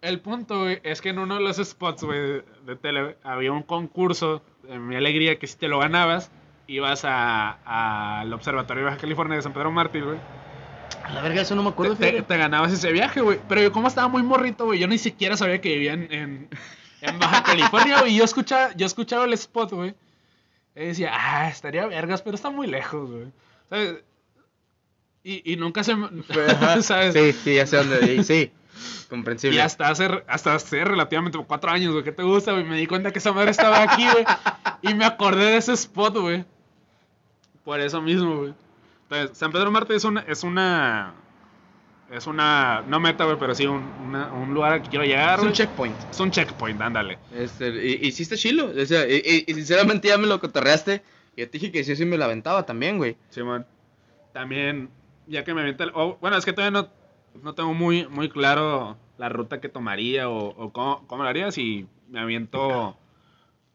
Speaker 5: El punto, güey, es que en uno de los spots, güey, de, de tele, güey, había un concurso de mi alegría que si te lo ganabas, ibas a- al Observatorio de Baja California de San Pedro Mártir, güey,
Speaker 4: A la verga, eso no me acuerdo.
Speaker 5: Te,
Speaker 4: fíjate.
Speaker 5: te ganabas ese viaje, güey. Pero yo, como estaba muy morrito, güey, yo ni siquiera sabía que vivía en, en, en Baja California, güey. Yo escuchaba, yo escuchaba el spot, güey. Y decía, ah, estaría vergas, pero está muy lejos, güey. ¿Sabes? Y, y nunca se me.
Speaker 4: Ajá,
Speaker 5: ¿Sabes?
Speaker 4: Sí, sí, ya sé dónde. y Sí, comprensible.
Speaker 5: Y hasta hace, hasta hace relativamente cuatro años, güey, ¿qué te gusta, güey? Me di cuenta que esa madre estaba aquí, güey. Y me acordé de ese spot, güey. Por eso mismo, güey. Entonces, San Pedro Marte es una, es una, es una, no meta, güey, pero sí un, una- un lugar al que quiero llegar,
Speaker 4: es un
Speaker 5: güey.
Speaker 4: checkpoint.
Speaker 5: Es un checkpoint, ándale.
Speaker 4: Este, y, y sí está chilo. O sea, y, y- y sinceramente ya me lo cotorreaste. Y yo te dije que sí, sí me la aventaba también, güey.
Speaker 5: Simón. También, ya que me avienta el- oh, bueno, es que todavía no, no tengo muy, muy claro la ruta que tomaría o, o cómo, cómo la haría si me aviento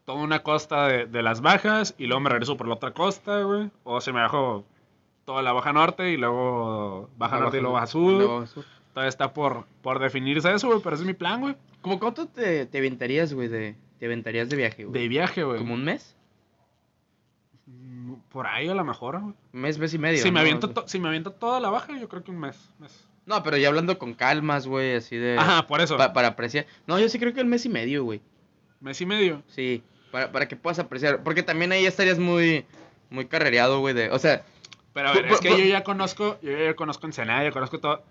Speaker 5: toda una costa de, de las bajas y luego me regreso por la otra costa, güey. O si me bajo toda la baja norte y luego baja norte y luego baja sur.
Speaker 4: Luego sur.
Speaker 5: Todavía está por, por definirse eso, güey, pero ese es mi plan, güey.
Speaker 4: ¿Cómo cuánto te, te aventarías, güey? De, ¿Te aventarías de viaje, güey?
Speaker 5: De viaje, güey.
Speaker 4: ¿Como un mes?
Speaker 5: Mm, Por ahí a lo mejor, güey.
Speaker 4: Un mes, mes y medio.
Speaker 5: Si, me
Speaker 4: ¿no?
Speaker 5: aviento to- si me aviento toda la baja, yo creo que un mes. mes.
Speaker 4: No, pero ya hablando con calmas, güey, así de...
Speaker 5: Ajá, por eso.
Speaker 4: Eh, pa- para apreciar. No, yo sí creo que el mes y medio, güey.
Speaker 5: Mes y medio.
Speaker 4: Sí, para, para que puedas apreciar. Porque también ahí estarías muy, muy carrereado, güey. De, o sea,
Speaker 5: Pero a
Speaker 4: Por-
Speaker 5: ver, es
Speaker 4: por-
Speaker 5: que
Speaker 4: por-
Speaker 5: yo ya conozco, yo ya conozco Ensenada, yo conozco todo-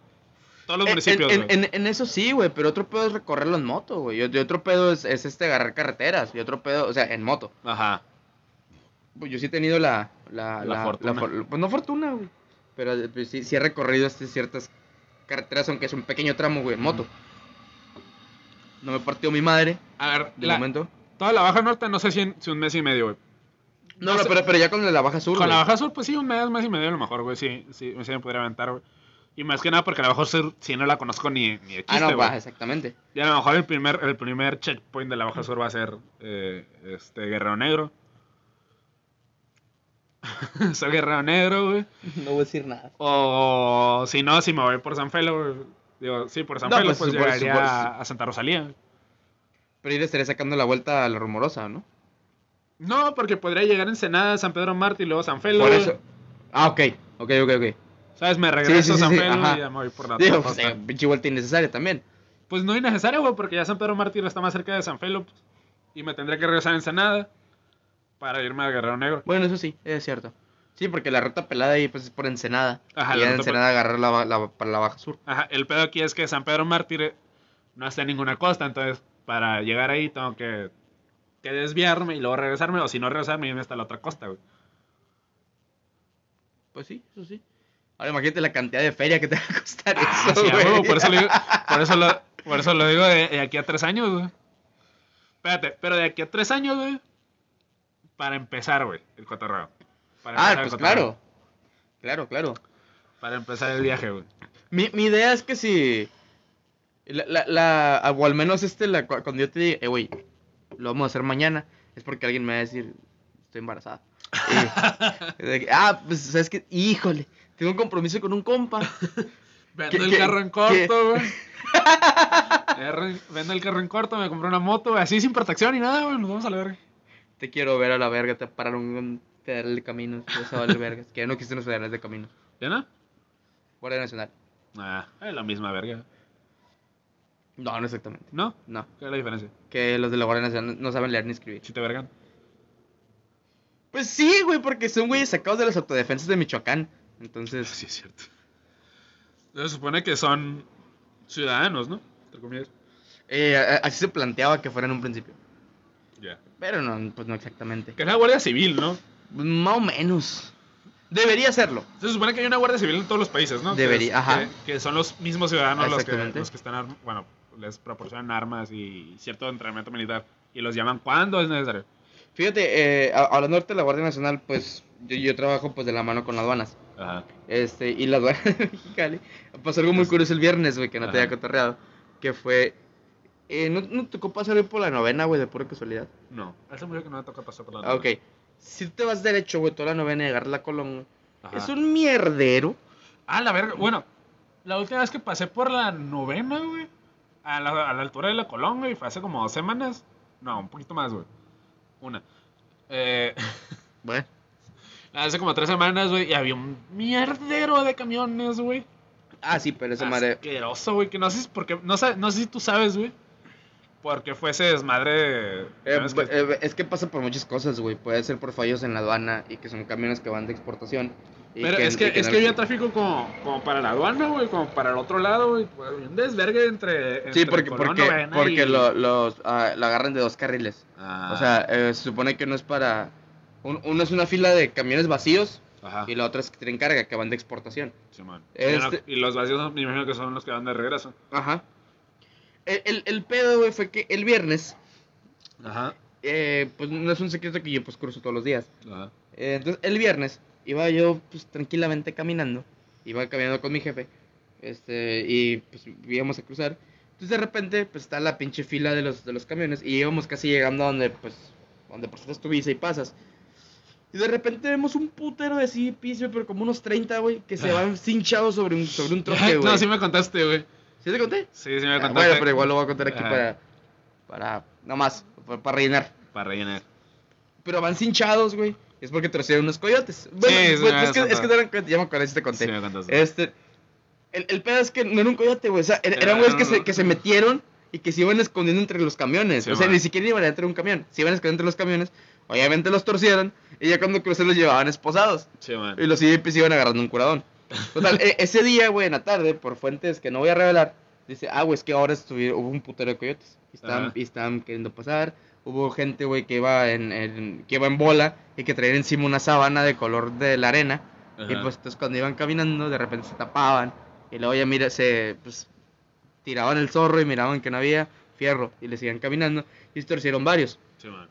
Speaker 5: todos los
Speaker 4: en,
Speaker 5: municipios,
Speaker 4: Eh, en-
Speaker 5: güey.
Speaker 4: en- en eso sí, güey. Pero otro pedo es recorrerlo en moto, güey. Y, y otro pedo es, es este agarrar carreteras. Y otro pedo, o sea, en moto.
Speaker 5: Ajá.
Speaker 4: Pues yo sí he tenido la... La,
Speaker 5: La fortuna.
Speaker 4: for- pues no fortuna, güey. Pero eh, pues sí, sí he recorrido este, ciertas carreteras, aunque es un pequeño tramo, güey, en moto. No me partió mi madre,
Speaker 5: A ver,
Speaker 4: de
Speaker 5: la-
Speaker 4: momento.
Speaker 5: toda la Baja Norte no sé si, en- si un mes y medio, güey.
Speaker 4: No,
Speaker 5: No
Speaker 4: no,
Speaker 5: sé.
Speaker 4: pero, pero ya con la baja sur,
Speaker 5: Con la
Speaker 4: güey.
Speaker 5: Baja Sur, pues sí, un mes, mes y medio a lo mejor, güey, sí, sí, sí me podría aventar, güey. Y más que nada porque a lo mejor sur, sí no la conozco ni, ni de
Speaker 4: Ah,
Speaker 5: chiste,
Speaker 4: no,
Speaker 5: güey.
Speaker 4: baja, exactamente.
Speaker 5: y a lo mejor el primer, el primer checkpoint de la Baja Sur va a ser eh, este, Guerrero Negro. Soy Guerrero Negro, güey.
Speaker 4: No voy a decir nada.
Speaker 5: O si no, si me voy por San Felo, güey. digo, sí, por San
Speaker 4: No,
Speaker 5: Felo,
Speaker 4: pues,
Speaker 5: pues,
Speaker 4: por-
Speaker 5: llegaría
Speaker 4: por-
Speaker 5: a Santa Rosalía.
Speaker 4: Pero ahí le estaría sacando la vuelta a la rumorosa, ¿no?
Speaker 5: No, porque podría llegar a Ensenada, San Pedro Marte y luego San Felo.
Speaker 4: Por
Speaker 5: güey.
Speaker 4: eso. Ah, ok. Ok, ok, ok.
Speaker 5: ¿Sabes? Me regreso
Speaker 4: Sí, sí,
Speaker 5: a
Speaker 4: sí,
Speaker 5: San
Speaker 4: sí,
Speaker 5: Felo
Speaker 4: ajá.
Speaker 5: y ya me voy por la
Speaker 4: Digo,
Speaker 5: otra
Speaker 4: pues,
Speaker 5: costa.
Speaker 4: eh, pinche vuelta innecesaria también.
Speaker 5: Pues no innecesario, güey, porque ya San Pedro Marte está más cerca de San Felo. pues, y me tendría que regresar a Ensenada para irme a Guerrero Negro.
Speaker 4: Bueno, eso sí, es cierto. Sí, porque la ruta pelada ahí pues es por Ensenada.
Speaker 5: Ajá,
Speaker 4: y
Speaker 5: la
Speaker 4: ya
Speaker 5: ruta
Speaker 4: Ensenada agarrar la, ba- la- para la Baja Sur.
Speaker 5: Ajá, el pedo aquí es que San Pedro Mártir no está en ninguna costa, entonces para llegar ahí tengo que, que desviarme y luego regresarme, o si no regresarme, irme hasta la otra costa, güey.
Speaker 4: Pues sí, eso sí. Ahora imagínate la cantidad de feria que te va a costar
Speaker 5: Ah,
Speaker 4: eso,
Speaker 5: sí, a
Speaker 4: güey.
Speaker 5: huevo, por eso lo digo, por eso lo, por eso lo digo de, de aquí a tres años, güey. Espérate, pero de aquí a tres años, güey. Para empezar, güey, el cotorreo. Para empezar
Speaker 4: Ah,
Speaker 5: el
Speaker 4: pues
Speaker 5: cotorreo.
Speaker 4: claro. Claro, claro.
Speaker 5: Para empezar el viaje, güey.
Speaker 4: Mi, mi idea es que si. La, la, la- o al menos este, la, cu- cuando yo te diga, eh, güey, lo vamos a hacer mañana, es porque alguien me va a decir, estoy embarazada. Y- de que, ah, pues, ¿sabes qué? Híjole, tengo un compromiso con un compa.
Speaker 5: Vendo
Speaker 4: ¿Qué-
Speaker 5: el
Speaker 4: qué-
Speaker 5: carro en corto, güey. Erre- Vendo el carro en corto, me compré una moto, güey. Así sin protección ni nada, güey. Nos vamos a la verga.
Speaker 4: Te quiero ver a la verga, te pararon un federal de caminos, eso vale vergas, que ya no existen los federales de caminos.
Speaker 5: ¿Ya no?
Speaker 4: Guardia Nacional.
Speaker 5: Ah, es la misma verga.
Speaker 4: No, no exactamente.
Speaker 5: ¿No?
Speaker 4: No,
Speaker 5: ¿Qué es la diferencia?
Speaker 4: que los de la Guardia Nacional no saben leer ni escribir.
Speaker 5: Chiste vergan.
Speaker 4: Pues sí, güey, porque son güeyes sacados de las autodefensas de Michoacán. Entonces,
Speaker 5: Sí, es cierto. Se supone que son ciudadanos, ¿no? Entre comillas.
Speaker 4: eh, a- así se planteaba que fuera en un principio.
Speaker 5: Ya.
Speaker 4: Pero no, pues no exactamente. Pues
Speaker 5: Que es la Guardia Civil, ¿no?
Speaker 4: Más o menos. Debería serlo.
Speaker 5: Se supone que hay una Guardia Civil en todos los países, ¿no? Que
Speaker 4: Debería,
Speaker 5: es-
Speaker 4: ajá.
Speaker 5: Que, que son los mismos ciudadanos los que,
Speaker 4: Exactamente.
Speaker 5: los que están, arm- bueno, les proporcionan armas y cierto entrenamiento militar. Y los llaman cuando es necesario.
Speaker 4: Fíjate, eh, a- hablando norte de la Guardia Nacional, pues yo, yo trabajo pues de la mano con las aduanas.
Speaker 5: Ajá.
Speaker 4: Este, y la aduana de Mexicali. Pasó algo muy curioso el viernes, güey, que no te
Speaker 5: Ajá.
Speaker 4: había cotorreado. Que fue. eh, ¿no, ¿No te tocó pasar hoy por la novena, güey, de pura casualidad?
Speaker 5: No. Hace mucho que no me toca pasar por la
Speaker 4: Ah, ok. Si te vas derecho, güey, toda la novena y agarras la colón,
Speaker 5: Ajá.
Speaker 4: güey, es un mierdero.
Speaker 5: Ah, la verga. Bueno, la última vez que pasé por la novena, güey. A la, a la altura de la Colón, güey. Fue hace como dos semanas. No, un poquito más, güey. Una. Eh.
Speaker 4: Bueno,
Speaker 5: Hace como tres semanas, güey, y había un mierdero de camiones, güey.
Speaker 4: Ah, sí, pero esa madre.
Speaker 5: Asqueroso, güey, que no sé, si- porque, no, sé, no sé si tú sabes, güey. Porque fue ese desmadre.
Speaker 4: Eh,
Speaker 5: ¿sabes qué?
Speaker 4: eh, es que pasa por muchas cosas, güey. Puede ser por fallos en la aduana y que son camiones que van de exportación. y
Speaker 5: Pero es
Speaker 4: y
Speaker 5: que, es que
Speaker 4: no les-
Speaker 5: había tráfico como, como para la aduana, güey, como para el otro lado, güey. güey, Un desvergue entre.
Speaker 4: Sí,
Speaker 5: entre
Speaker 4: porque,
Speaker 5: Colón,
Speaker 4: porque,
Speaker 5: Novena
Speaker 4: porque
Speaker 5: y-
Speaker 4: lo, los, ah, lo agarran de dos carriles.
Speaker 5: Ah,
Speaker 4: O sea, eh, se supone que uno es para. un- uno es una fila de camiones vacíos
Speaker 5: Ajá,
Speaker 4: y la otra es que tienen carga, que van de exportación.
Speaker 5: Simón.
Speaker 4: este-
Speaker 5: Y los vacíos, me imagino que son los que van de regreso.
Speaker 4: Ajá. El, el, el pedo, güey, fue que el viernes,
Speaker 5: Ajá,
Speaker 4: eh, pues no es un secreto que yo pues cruzo todos los días.
Speaker 5: ajá.
Speaker 4: Eh, entonces, el viernes iba yo pues, tranquilamente caminando, iba caminando con mi jefe, este, y pues íbamos a cruzar. Entonces, de repente, pues está la pinche fila de los, de los camiones y íbamos casi llegando a donde, pues, donde prestas tu visa y pasas. Y de repente vemos un putero de sí, piso, pero como unos 30, güey, que se van cinchados sobre un, sobre un troque, güey.
Speaker 5: No, sí me contaste, güey.
Speaker 4: ¿Sí te conté?
Speaker 5: Sí, sí me
Speaker 4: Ah,
Speaker 5: contaste. Ah.
Speaker 4: bueno, pero igual lo voy a contar aquí
Speaker 5: Ajá.
Speaker 4: para, para, nomás, para, para rellenar.
Speaker 5: Para rellenar.
Speaker 4: Pero van cinchados, güey. Es porque torcieron unos coyotes. Bueno,
Speaker 5: sí,
Speaker 4: pues,
Speaker 5: me
Speaker 4: es, que,
Speaker 5: has
Speaker 4: es que
Speaker 5: contado.
Speaker 4: te dan cuenta, ya me acordé si te conté.
Speaker 5: Sí me contaste.
Speaker 4: este, el, el pedo es que no era un coyote, güey. O sea, er-
Speaker 5: Era-
Speaker 4: eran güeyes que
Speaker 5: no,
Speaker 4: se,
Speaker 5: no.
Speaker 4: que se metieron y que se iban escondiendo entre los camiones.
Speaker 5: Sí,
Speaker 4: o sea,
Speaker 5: man.
Speaker 4: ni siquiera iban dentro de un camión. Se iban escondiendo entre los camiones. Obviamente los torcieron y ya cuando crucé los llevaban esposados.
Speaker 5: Sí, man.
Speaker 4: Y los IPs iban agarrando un curadón. Total, e- ese día, güey, en la tarde, por fuentes que no voy a revelar, dice, ah, güey, es que ahora estuvieron, hubo un putero de coyotes. Y estaban,
Speaker 5: Ajá.
Speaker 4: y estaban queriendo pasar. Hubo gente, güey, que iba en, en- que iba en bola y que traían encima una sábana de color de la arena. Y
Speaker 5: Ajá.
Speaker 4: pues entonces cuando iban caminando, de repente se tapaban. Y luego ya mira, se pues, tiraban el zorro y miraban que no había fierro. Y le seguían caminando. Y se torcieron varios.
Speaker 5: Sí, man.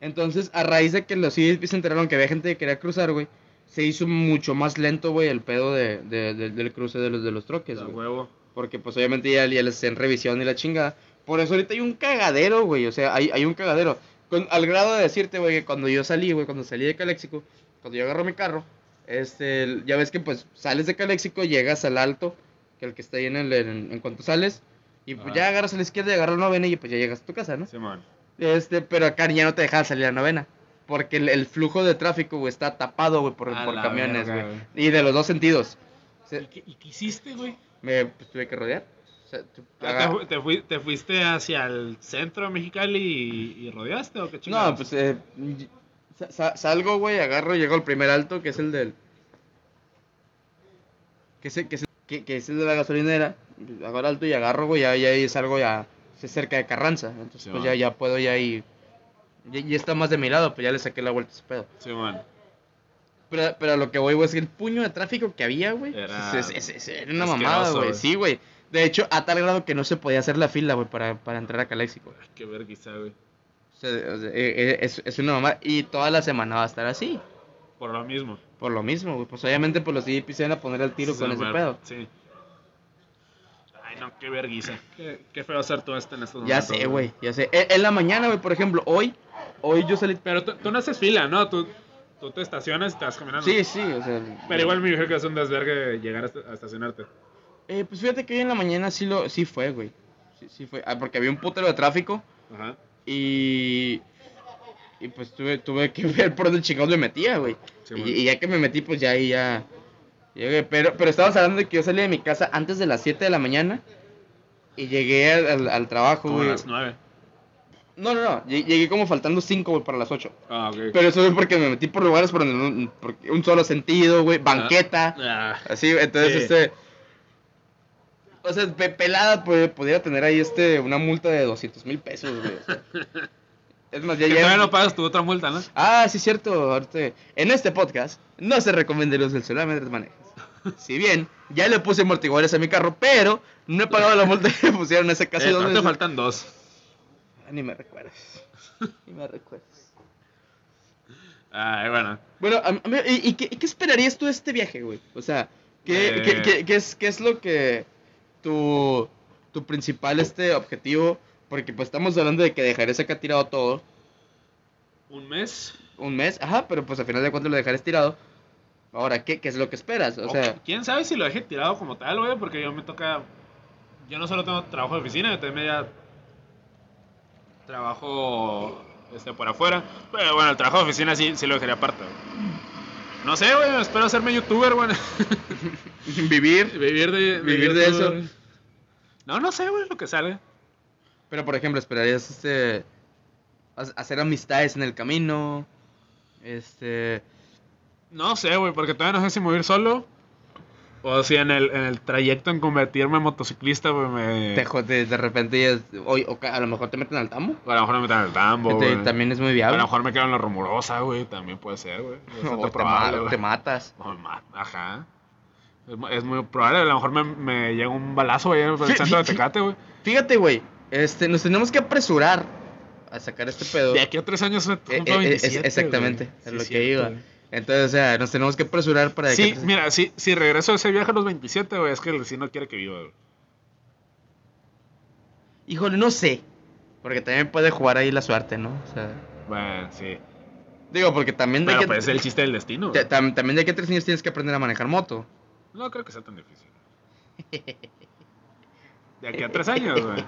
Speaker 4: Entonces, a raíz de que los CDs se enteraron que había gente que quería cruzar, güey, se hizo mucho más lento, güey, el pedo de, de- de- del cruce de los, de los troques,
Speaker 5: A
Speaker 4: güey.
Speaker 5: huevo.
Speaker 4: Porque, pues, obviamente ya, ya les hacen revisión y la chingada. Por eso ahorita hay un cagadero, güey, o sea, hay, hay un cagadero. Con- al grado de decirte, güey, que cuando yo salí, güey, cuando salí de Caléxico, cuando yo agarro mi carro, este, el- ya ves que, pues, sales de Caléxico, llegas al alto, que el que está ahí en el, en, en cuanto sales, y pues
Speaker 5: Ajá.
Speaker 4: ya agarras a la izquierda y agarras la novena y pues ya llegas a tu casa, ¿no?
Speaker 5: Sí, man.
Speaker 4: Este, pero acá ya no te dejaban salir a la novena. Porque el, el flujo de tráfico, güey, está tapado, güey, por,
Speaker 5: A
Speaker 4: por
Speaker 5: la
Speaker 4: camiones,
Speaker 5: verga,
Speaker 4: güey.
Speaker 5: güey.
Speaker 4: Y de los dos sentidos. O sea,
Speaker 5: ¿Y qué, y qué hiciste, güey?
Speaker 4: me pues, tuve que rodear. O sea, tu-
Speaker 5: Ah, ¿Te,
Speaker 4: haga-
Speaker 5: fu- te fui- te fuiste hacia el centro de Mexicali y, y rodeaste o qué chingados?
Speaker 4: no, pues eh, y- sa- sa- salgo, güey, agarro, llego al primer alto, que es el del. Que es el, que es el- que- que es el de la gasolinera. Hago el alto y agarro, güey, ya, ya ahí salgo ya. Se cerca de Carranza. Entonces,
Speaker 5: Sí,
Speaker 4: pues
Speaker 5: va.
Speaker 4: ya, ya puedo ya ahí. Ya, ya está más de mi lado, pues ya le saqué la vuelta a ese pedo.
Speaker 5: Sí, man.
Speaker 4: Pero, pero a lo que voy, güey, es que el puño de tráfico que había, güey.
Speaker 5: Era-
Speaker 4: es- es- es- era una
Speaker 5: asqueroso,
Speaker 4: mamada, güey.
Speaker 5: güey.
Speaker 4: Sí, güey. De hecho, a tal grado que no se podía hacer la fila, güey, para, para entrar a Caléxico.
Speaker 5: Ay, Qué vergüenza, güey.
Speaker 4: O sea, o sea, eh, eh, es, es una mamada. Y toda la semana va a estar así.
Speaker 5: Por lo mismo.
Speaker 4: Por lo mismo, güey. Pues obviamente, pues los DJs se van a poner al tiro
Speaker 5: Sí,
Speaker 4: con ese
Speaker 5: man.
Speaker 4: pedo.
Speaker 5: Sí. Ay, no, qué vergüenza. Qué, qué feo hacer todo esto en estos
Speaker 4: Ya
Speaker 5: momentos.
Speaker 4: sé, güey. Ya sé. Eh, En la mañana, güey, por ejemplo, hoy. Hoy yo salí.
Speaker 5: Pero tú, tú no haces fila, ¿no? Tú, tú te estacionas y te vas caminando.
Speaker 4: Sí, sí, o sea.
Speaker 5: Pero igual me dijeron que es un desvergue llegar a esta- a estacionarte.
Speaker 4: Eh, pues fíjate que hoy en la mañana sí, lo, sí fue, güey. Sí, sí fue. Ah, porque había un putero de tráfico.
Speaker 5: Ajá.
Speaker 4: Y. Y pues tuve, tuve que ver por dónde chingados me metía, güey.
Speaker 5: Sí,
Speaker 4: y,
Speaker 5: man.
Speaker 4: y ya que me metí, pues ya ahí ya. Llegué. Pero, pero estábamos hablando de que yo salí de mi casa antes de las 7 de la mañana. Y llegué al, al- al trabajo,
Speaker 5: Como a
Speaker 4: güey.
Speaker 5: las nueve.
Speaker 4: No, no, no. lle- Llegué como faltando 5, güey, para las 8.
Speaker 5: Ah, ok.
Speaker 4: Pero eso es porque me metí por lugares por donde no- porque un solo sentido, güey. Banqueta.
Speaker 5: Ah,
Speaker 4: Así, entonces,
Speaker 5: Sí.
Speaker 4: este. O sea, pe- pelada pues, pudiera tener ahí este una multa de 200 mil pesos, güey. o sea. Es más, ya
Speaker 5: Que todavía
Speaker 4: llevan-
Speaker 5: no pagas tu otra multa, ¿no?
Speaker 4: Ah, sí, cierto. ahorita- En este podcast no se recomienda el uso del celular mientras manejas. Si bien, ya le puse amortiguadores a mi carro, pero no he pagado la multa que me pusieron hace casi
Speaker 5: Eh,
Speaker 4: dos
Speaker 5: no te
Speaker 4: meses.
Speaker 5: faltan dos.
Speaker 4: Ah, Ni me recuerdas. Ni me recuerdas.
Speaker 5: Ay, bueno.
Speaker 4: Bueno, a- a mí- ¿y, y qué, y qué esperarías tú de este viaje, güey? O sea, ¿qué,
Speaker 5: Eh.
Speaker 4: qué- qué- qué es, qué es lo que tu, tu principal este objetivo? Porque pues estamos hablando de que dejarías acá tirado todo
Speaker 5: Un mes.
Speaker 4: un mes, ajá, pero pues al final de cuentas lo dejarías tirado. Ahora, ¿qué, qué es lo que esperas? O
Speaker 5: O
Speaker 4: sea,
Speaker 5: quién sabe si lo dejé tirado como tal, güey, porque yo me toca. Yo no solo tengo trabajo de oficina, yo también ya trabajo este, por afuera. Pero bueno, el trabajo de oficina sí, sí lo dejaría aparte. güey. No sé, güey, espero hacerme youtuber, güey.
Speaker 4: Vivir.
Speaker 5: Vivir de,
Speaker 4: Vivir de eso.
Speaker 5: youtuber. No, no sé, güey, lo que sale.
Speaker 4: Pero por ejemplo, esperarías este ha- hacer amistades en el camino. Este,
Speaker 5: No sé, güey, porque todavía no sé si me voy a ir solo. O si en el, en el trayecto en convertirme en motociclista, güey, me...
Speaker 4: te jo- de, de repente ya- o, o ca- a lo mejor te meten al tambo.
Speaker 5: A lo mejor me metan al
Speaker 4: que
Speaker 5: tambo,
Speaker 4: te-
Speaker 5: güey.
Speaker 4: también es muy
Speaker 5: A
Speaker 4: viable.
Speaker 5: lo mejor me quedo en la rumorosa, güey, también puede ser, güey. Es
Speaker 4: O
Speaker 5: bastante
Speaker 4: te,
Speaker 5: probable,
Speaker 4: ma-
Speaker 5: güey.
Speaker 4: te matas.
Speaker 5: No, me ma- Ajá. Es, mu- es muy probable, a lo mejor me, me llega un balazo, güey, en
Speaker 4: Sí,
Speaker 5: el centro de
Speaker 4: sí, sí.
Speaker 5: Tecate, güey.
Speaker 4: Fíjate, güey, este, nos tenemos que apresurar a sacar este pedo.
Speaker 5: De aquí a tres años se
Speaker 4: Eh,
Speaker 5: cumplo
Speaker 4: eh, es-
Speaker 5: 27, güey.
Speaker 4: exactamente,
Speaker 5: Sí,
Speaker 4: es lo que
Speaker 5: cierto,
Speaker 4: iba.
Speaker 5: güey.
Speaker 4: Entonces, o sea, nos tenemos que apresurar para
Speaker 5: Sí,
Speaker 4: que
Speaker 5: mira, si, si regreso a ese viaje a los 27, güey, es que el vecino quiere que viva, güey.
Speaker 4: Híjole, no sé. Porque también puede jugar ahí la suerte, ¿no? O sea,
Speaker 5: Bueno, sí.
Speaker 4: digo, porque también de
Speaker 5: Pero
Speaker 4: que
Speaker 5: pues es el chiste del destino,
Speaker 4: ta-
Speaker 5: güey.
Speaker 4: tam- también de aquí a tres años tienes que aprender a manejar moto.
Speaker 5: No creo que sea tan difícil. De aquí a tres años, güey.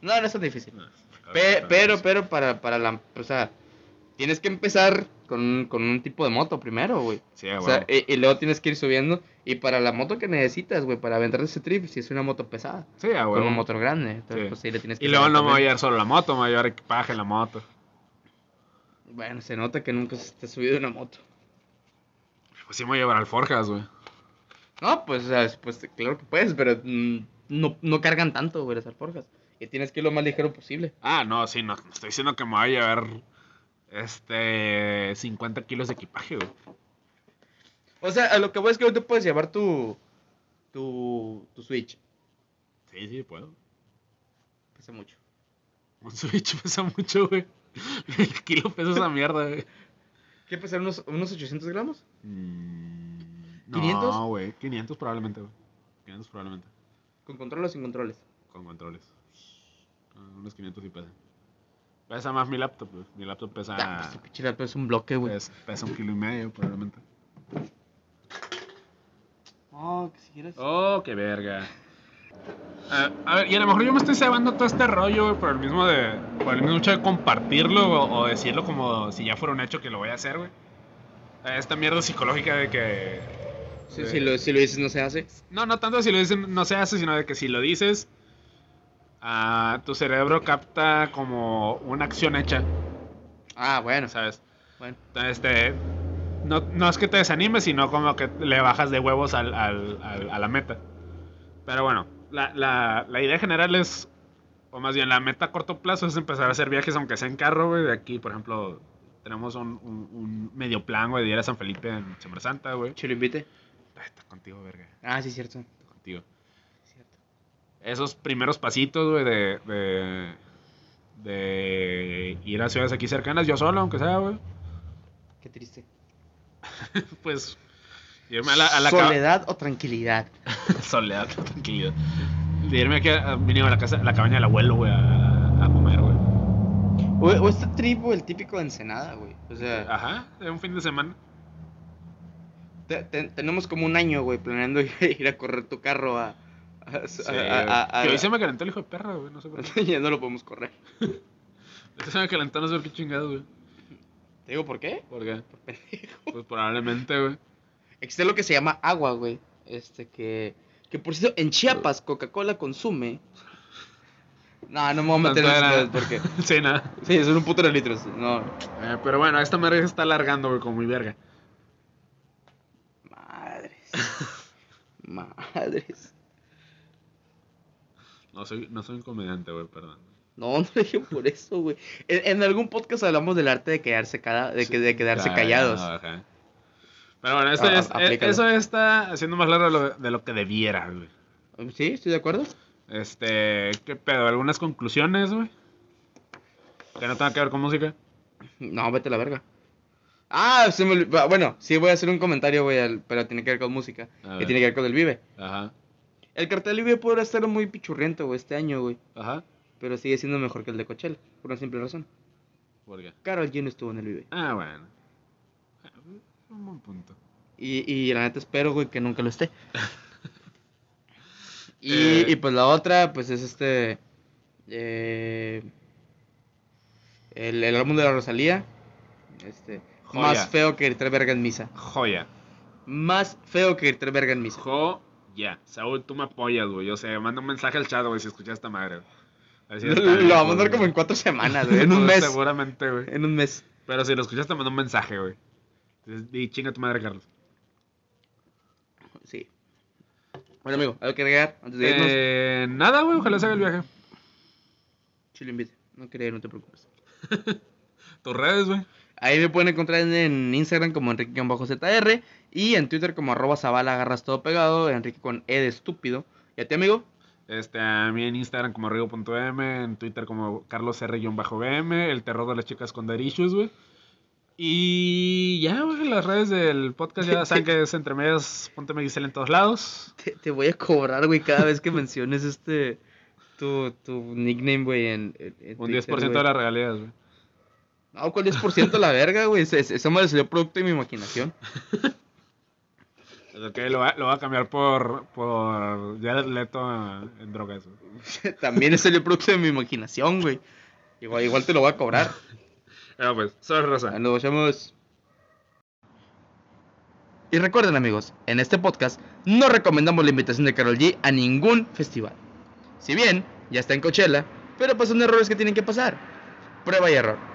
Speaker 4: No, no es tan difícil.
Speaker 5: No,
Speaker 4: Pe-
Speaker 5: claro,
Speaker 4: pero,
Speaker 5: sí.
Speaker 4: pero, para, para la. O sea, tienes que empezar con, un- con un tipo de moto primero, güey.
Speaker 5: Sí, güey.
Speaker 4: O sea, eh, y, y luego tienes que ir subiendo. Y para la moto que necesitas, güey, para aventar ese trip, si es una moto pesada,
Speaker 5: sí, a
Speaker 4: con
Speaker 5: huevo.
Speaker 4: un motor grande. Entonces,
Speaker 5: Ah, Sí.
Speaker 4: pues sí, le tienes que
Speaker 5: Y luego
Speaker 4: saber
Speaker 5: no me voy a
Speaker 4: también.
Speaker 5: llevar solo la moto, me voy a llevar equipaje en la moto.
Speaker 4: Bueno, se nota que nunca se te ha subido una moto.
Speaker 5: Pues sí me voy a llevar alforjas, güey.
Speaker 4: No, pues, o sea, pues claro que puedes, pero mm, no, no cargan tanto, güey, las alforjas. Y tienes que ir lo más ligero posible.
Speaker 5: Ah, no, sí, no. no Estoy diciendo que me voy a llevar este 50 kilos de equipaje, güey.
Speaker 4: O sea, a lo que voy es que no te puedes llevar tu. tu. tu Switch.
Speaker 5: Sí, sí, puedo.
Speaker 4: Pesa mucho.
Speaker 5: Un switch pesa mucho, güey. El kilo pesa esa mierda, güey.
Speaker 4: ¿Qué pesar? ¿Unos, unos 800 gramos?
Speaker 5: Mm,
Speaker 4: ¿500?
Speaker 5: No, güey. 500 probablemente, güey. 500 probablemente.
Speaker 4: ¿Con control o sin controles?
Speaker 5: Con controles. Ah, Unos 500 sí pesa. Pesa más mi laptop, güey. Mi laptop pesa.
Speaker 4: Ah, pues tu pinche laptop es un bloque, güey.
Speaker 5: pes- pesa un kilo y medio, probablemente.
Speaker 4: No, que si quieres.
Speaker 5: Oh, qué verga. A, a ver, y a lo mejor yo me estoy cebando todo este rollo, güey, por el mismo de. Por el mismo hecho de compartirlo güey, o, o decirlo como si ya fuera un hecho que lo voy a hacer, güey. Eh, Esta mierda psicológica de que.
Speaker 4: si, si lo, si lo dices, no se hace.
Speaker 5: No, no tanto si lo dicen no se hace, sino de que si lo dices. ah, tu cerebro capta como una acción hecha,
Speaker 4: Ah, bueno,
Speaker 5: ¿sabes?
Speaker 4: bueno.
Speaker 5: Este. No, no es que te desanimes, sino como que le bajas de huevos al, al- al- a la meta. Pero bueno, la, la- la idea general es. O más bien, la meta a corto plazo es empezar a hacer viajes, aunque sea en carro, güey. De aquí, por ejemplo, tenemos un, un- un medio plan, güey, de ir a San Felipe en Semana Santa, güey.
Speaker 4: ¿Che lo invite?
Speaker 5: Ay, Está contigo, verga.
Speaker 4: Ah, sí, cierto.
Speaker 5: está contigo.
Speaker 4: cierto.
Speaker 5: Esos primeros pasitos, güey, de, de. de ir a ciudades aquí cercanas, yo solo, aunque sea, güey.
Speaker 4: Qué triste.
Speaker 5: Pues. Irme a la, a la caba-
Speaker 4: ¿Soledad o tranquilidad?
Speaker 5: Soledad, tranquilidad. De irme aquí, a, vine a la casa, a la cabaña del abuelo, güey, a, a comer, güey.
Speaker 4: O, o este trip, o el típico de Ensenada, güey. O sea,
Speaker 5: Ajá, es un fin de semana.
Speaker 4: te- te- tenemos como un año, güey, planeando ir a correr tu carro a. a,
Speaker 5: Sí,
Speaker 4: a- a- a-
Speaker 5: que hoy
Speaker 4: a-
Speaker 5: se me calentó el hijo de perra, güey, no sé por qué.
Speaker 4: ya no lo podemos correr.
Speaker 5: Hoy se me calentó, no sé por qué chingados, güey.
Speaker 4: ¿Te digo por qué?
Speaker 5: ¿Por qué?
Speaker 4: Por pendejo.
Speaker 5: Pues probablemente, güey.
Speaker 4: Existe lo que se llama agua, güey. Este que. Que por cierto, en Chiapas Coca-Cola consume. No, no me voy a meter en
Speaker 5: Tanto
Speaker 4: esas
Speaker 5: era.
Speaker 4: cosas porque.
Speaker 5: Sí, nada.
Speaker 4: Sí, son un puto de litros. No.
Speaker 5: Eh, pero bueno, esta madre se está alargando, güey, como mi verga.
Speaker 4: Madres. Madres.
Speaker 5: No soy, no soy un comediante, güey, perdón.
Speaker 4: No, no dije por eso, güey. En, en algún podcast hablamos del arte de quedarse cada, de, que- de quedarse
Speaker 5: Ah,
Speaker 4: callados.
Speaker 5: Ajá. Pero bueno, esto
Speaker 4: A-
Speaker 5: es- eh,
Speaker 4: aplícalo.
Speaker 5: eso está haciendo más largo de lo, de lo que debiera, güey.
Speaker 4: Sí, estoy de acuerdo.
Speaker 5: Este, ¿qué pedo? ¿Algunas conclusiones, güey? Que no tenga que ver con música.
Speaker 4: No, vete a la verga. Ah, se me olvidó. Bueno, sí voy a hacer un comentario, güey, al- pero tiene que ver con música.
Speaker 5: A
Speaker 4: Que
Speaker 5: ver.
Speaker 4: tiene que ver con el Vive.
Speaker 5: Ajá,
Speaker 4: El cartel del Vive podrá estar muy pichurriento, güey, este año, güey.
Speaker 5: ajá.
Speaker 4: Pero sigue siendo mejor que el de Coachella, por una simple razón.
Speaker 5: ¿Por qué?
Speaker 4: Carol G no estuvo en el Vive.
Speaker 5: Ah, bueno. Eh, Un buen punto.
Speaker 4: Y, y la neta espero, güey, que nunca lo esté. y,
Speaker 5: Eh.
Speaker 4: y pues la otra, pues es este... eh, el, el álbum de la Rosalía. Este,
Speaker 5: Joya.
Speaker 4: Más feo que gritar verga en misa.
Speaker 5: Joya.
Speaker 4: Más feo que gritar verga en misa.
Speaker 5: Joya. Saúl, tú me apoyas, güey. O sea, manda un mensaje al chat, güey, si escuchas esta madre. güey. A ver si está bien,
Speaker 4: Lo vamos a
Speaker 5: güey.
Speaker 4: dar como en cuatro semanas, güey. En un mes.
Speaker 5: Seguramente, güey.
Speaker 4: En un mes.
Speaker 5: Pero si lo escuchaste, manda un mensaje, güey. Entonces, Y chinga tu madre, Carlos.
Speaker 4: Sí. Bueno, amigo, algo que agregar antes de irnos.
Speaker 5: Eh, nada, güey, ojalá se haga el viaje.
Speaker 4: Chile invite. No quería ir, no te preocupes.
Speaker 5: Tus redes, güey.
Speaker 4: Ahí me pueden encontrar en, en Instagram como Enrique-ZR y en Twitter como arroba Zavala, agarras todo pegado, Enrique con E de estúpido. ¿Y a ti, amigo?
Speaker 5: Este, a mí en Instagram como Rigo.m, en Twitter como CarlosR-BM, el terror de las chicas con Dare Issues, güey. Y ya, güey, las redes del podcast ya saben que es entre medias, ponte Miguel en todos lados.
Speaker 4: Te, te voy a cobrar, güey, cada vez que menciones este. Tu, tu nickname, güey, en, en- en
Speaker 5: Un
Speaker 4: Twitter,
Speaker 5: 10% de
Speaker 4: güey.
Speaker 5: las regalías, güey.
Speaker 4: No, ¿cuál 10% la verga, güey? Ese- ese- Esa madre salió producto de mi imaginación.
Speaker 5: Pues, Ok, lo va, lo va a cambiar por, por ya leto en drogas, güey.
Speaker 4: También salió producto de mi imaginación, güey. Igual, igual te lo voy a cobrar.
Speaker 5: Pero pues, soy Rosa.
Speaker 4: Nos vemos. Y recuerden, amigos, en este podcast no recomendamos la invitación de Carol G a ningún festival. pues Si bien ya está en Coachella, pero pasan errores que tienen que pasar. Prueba y error.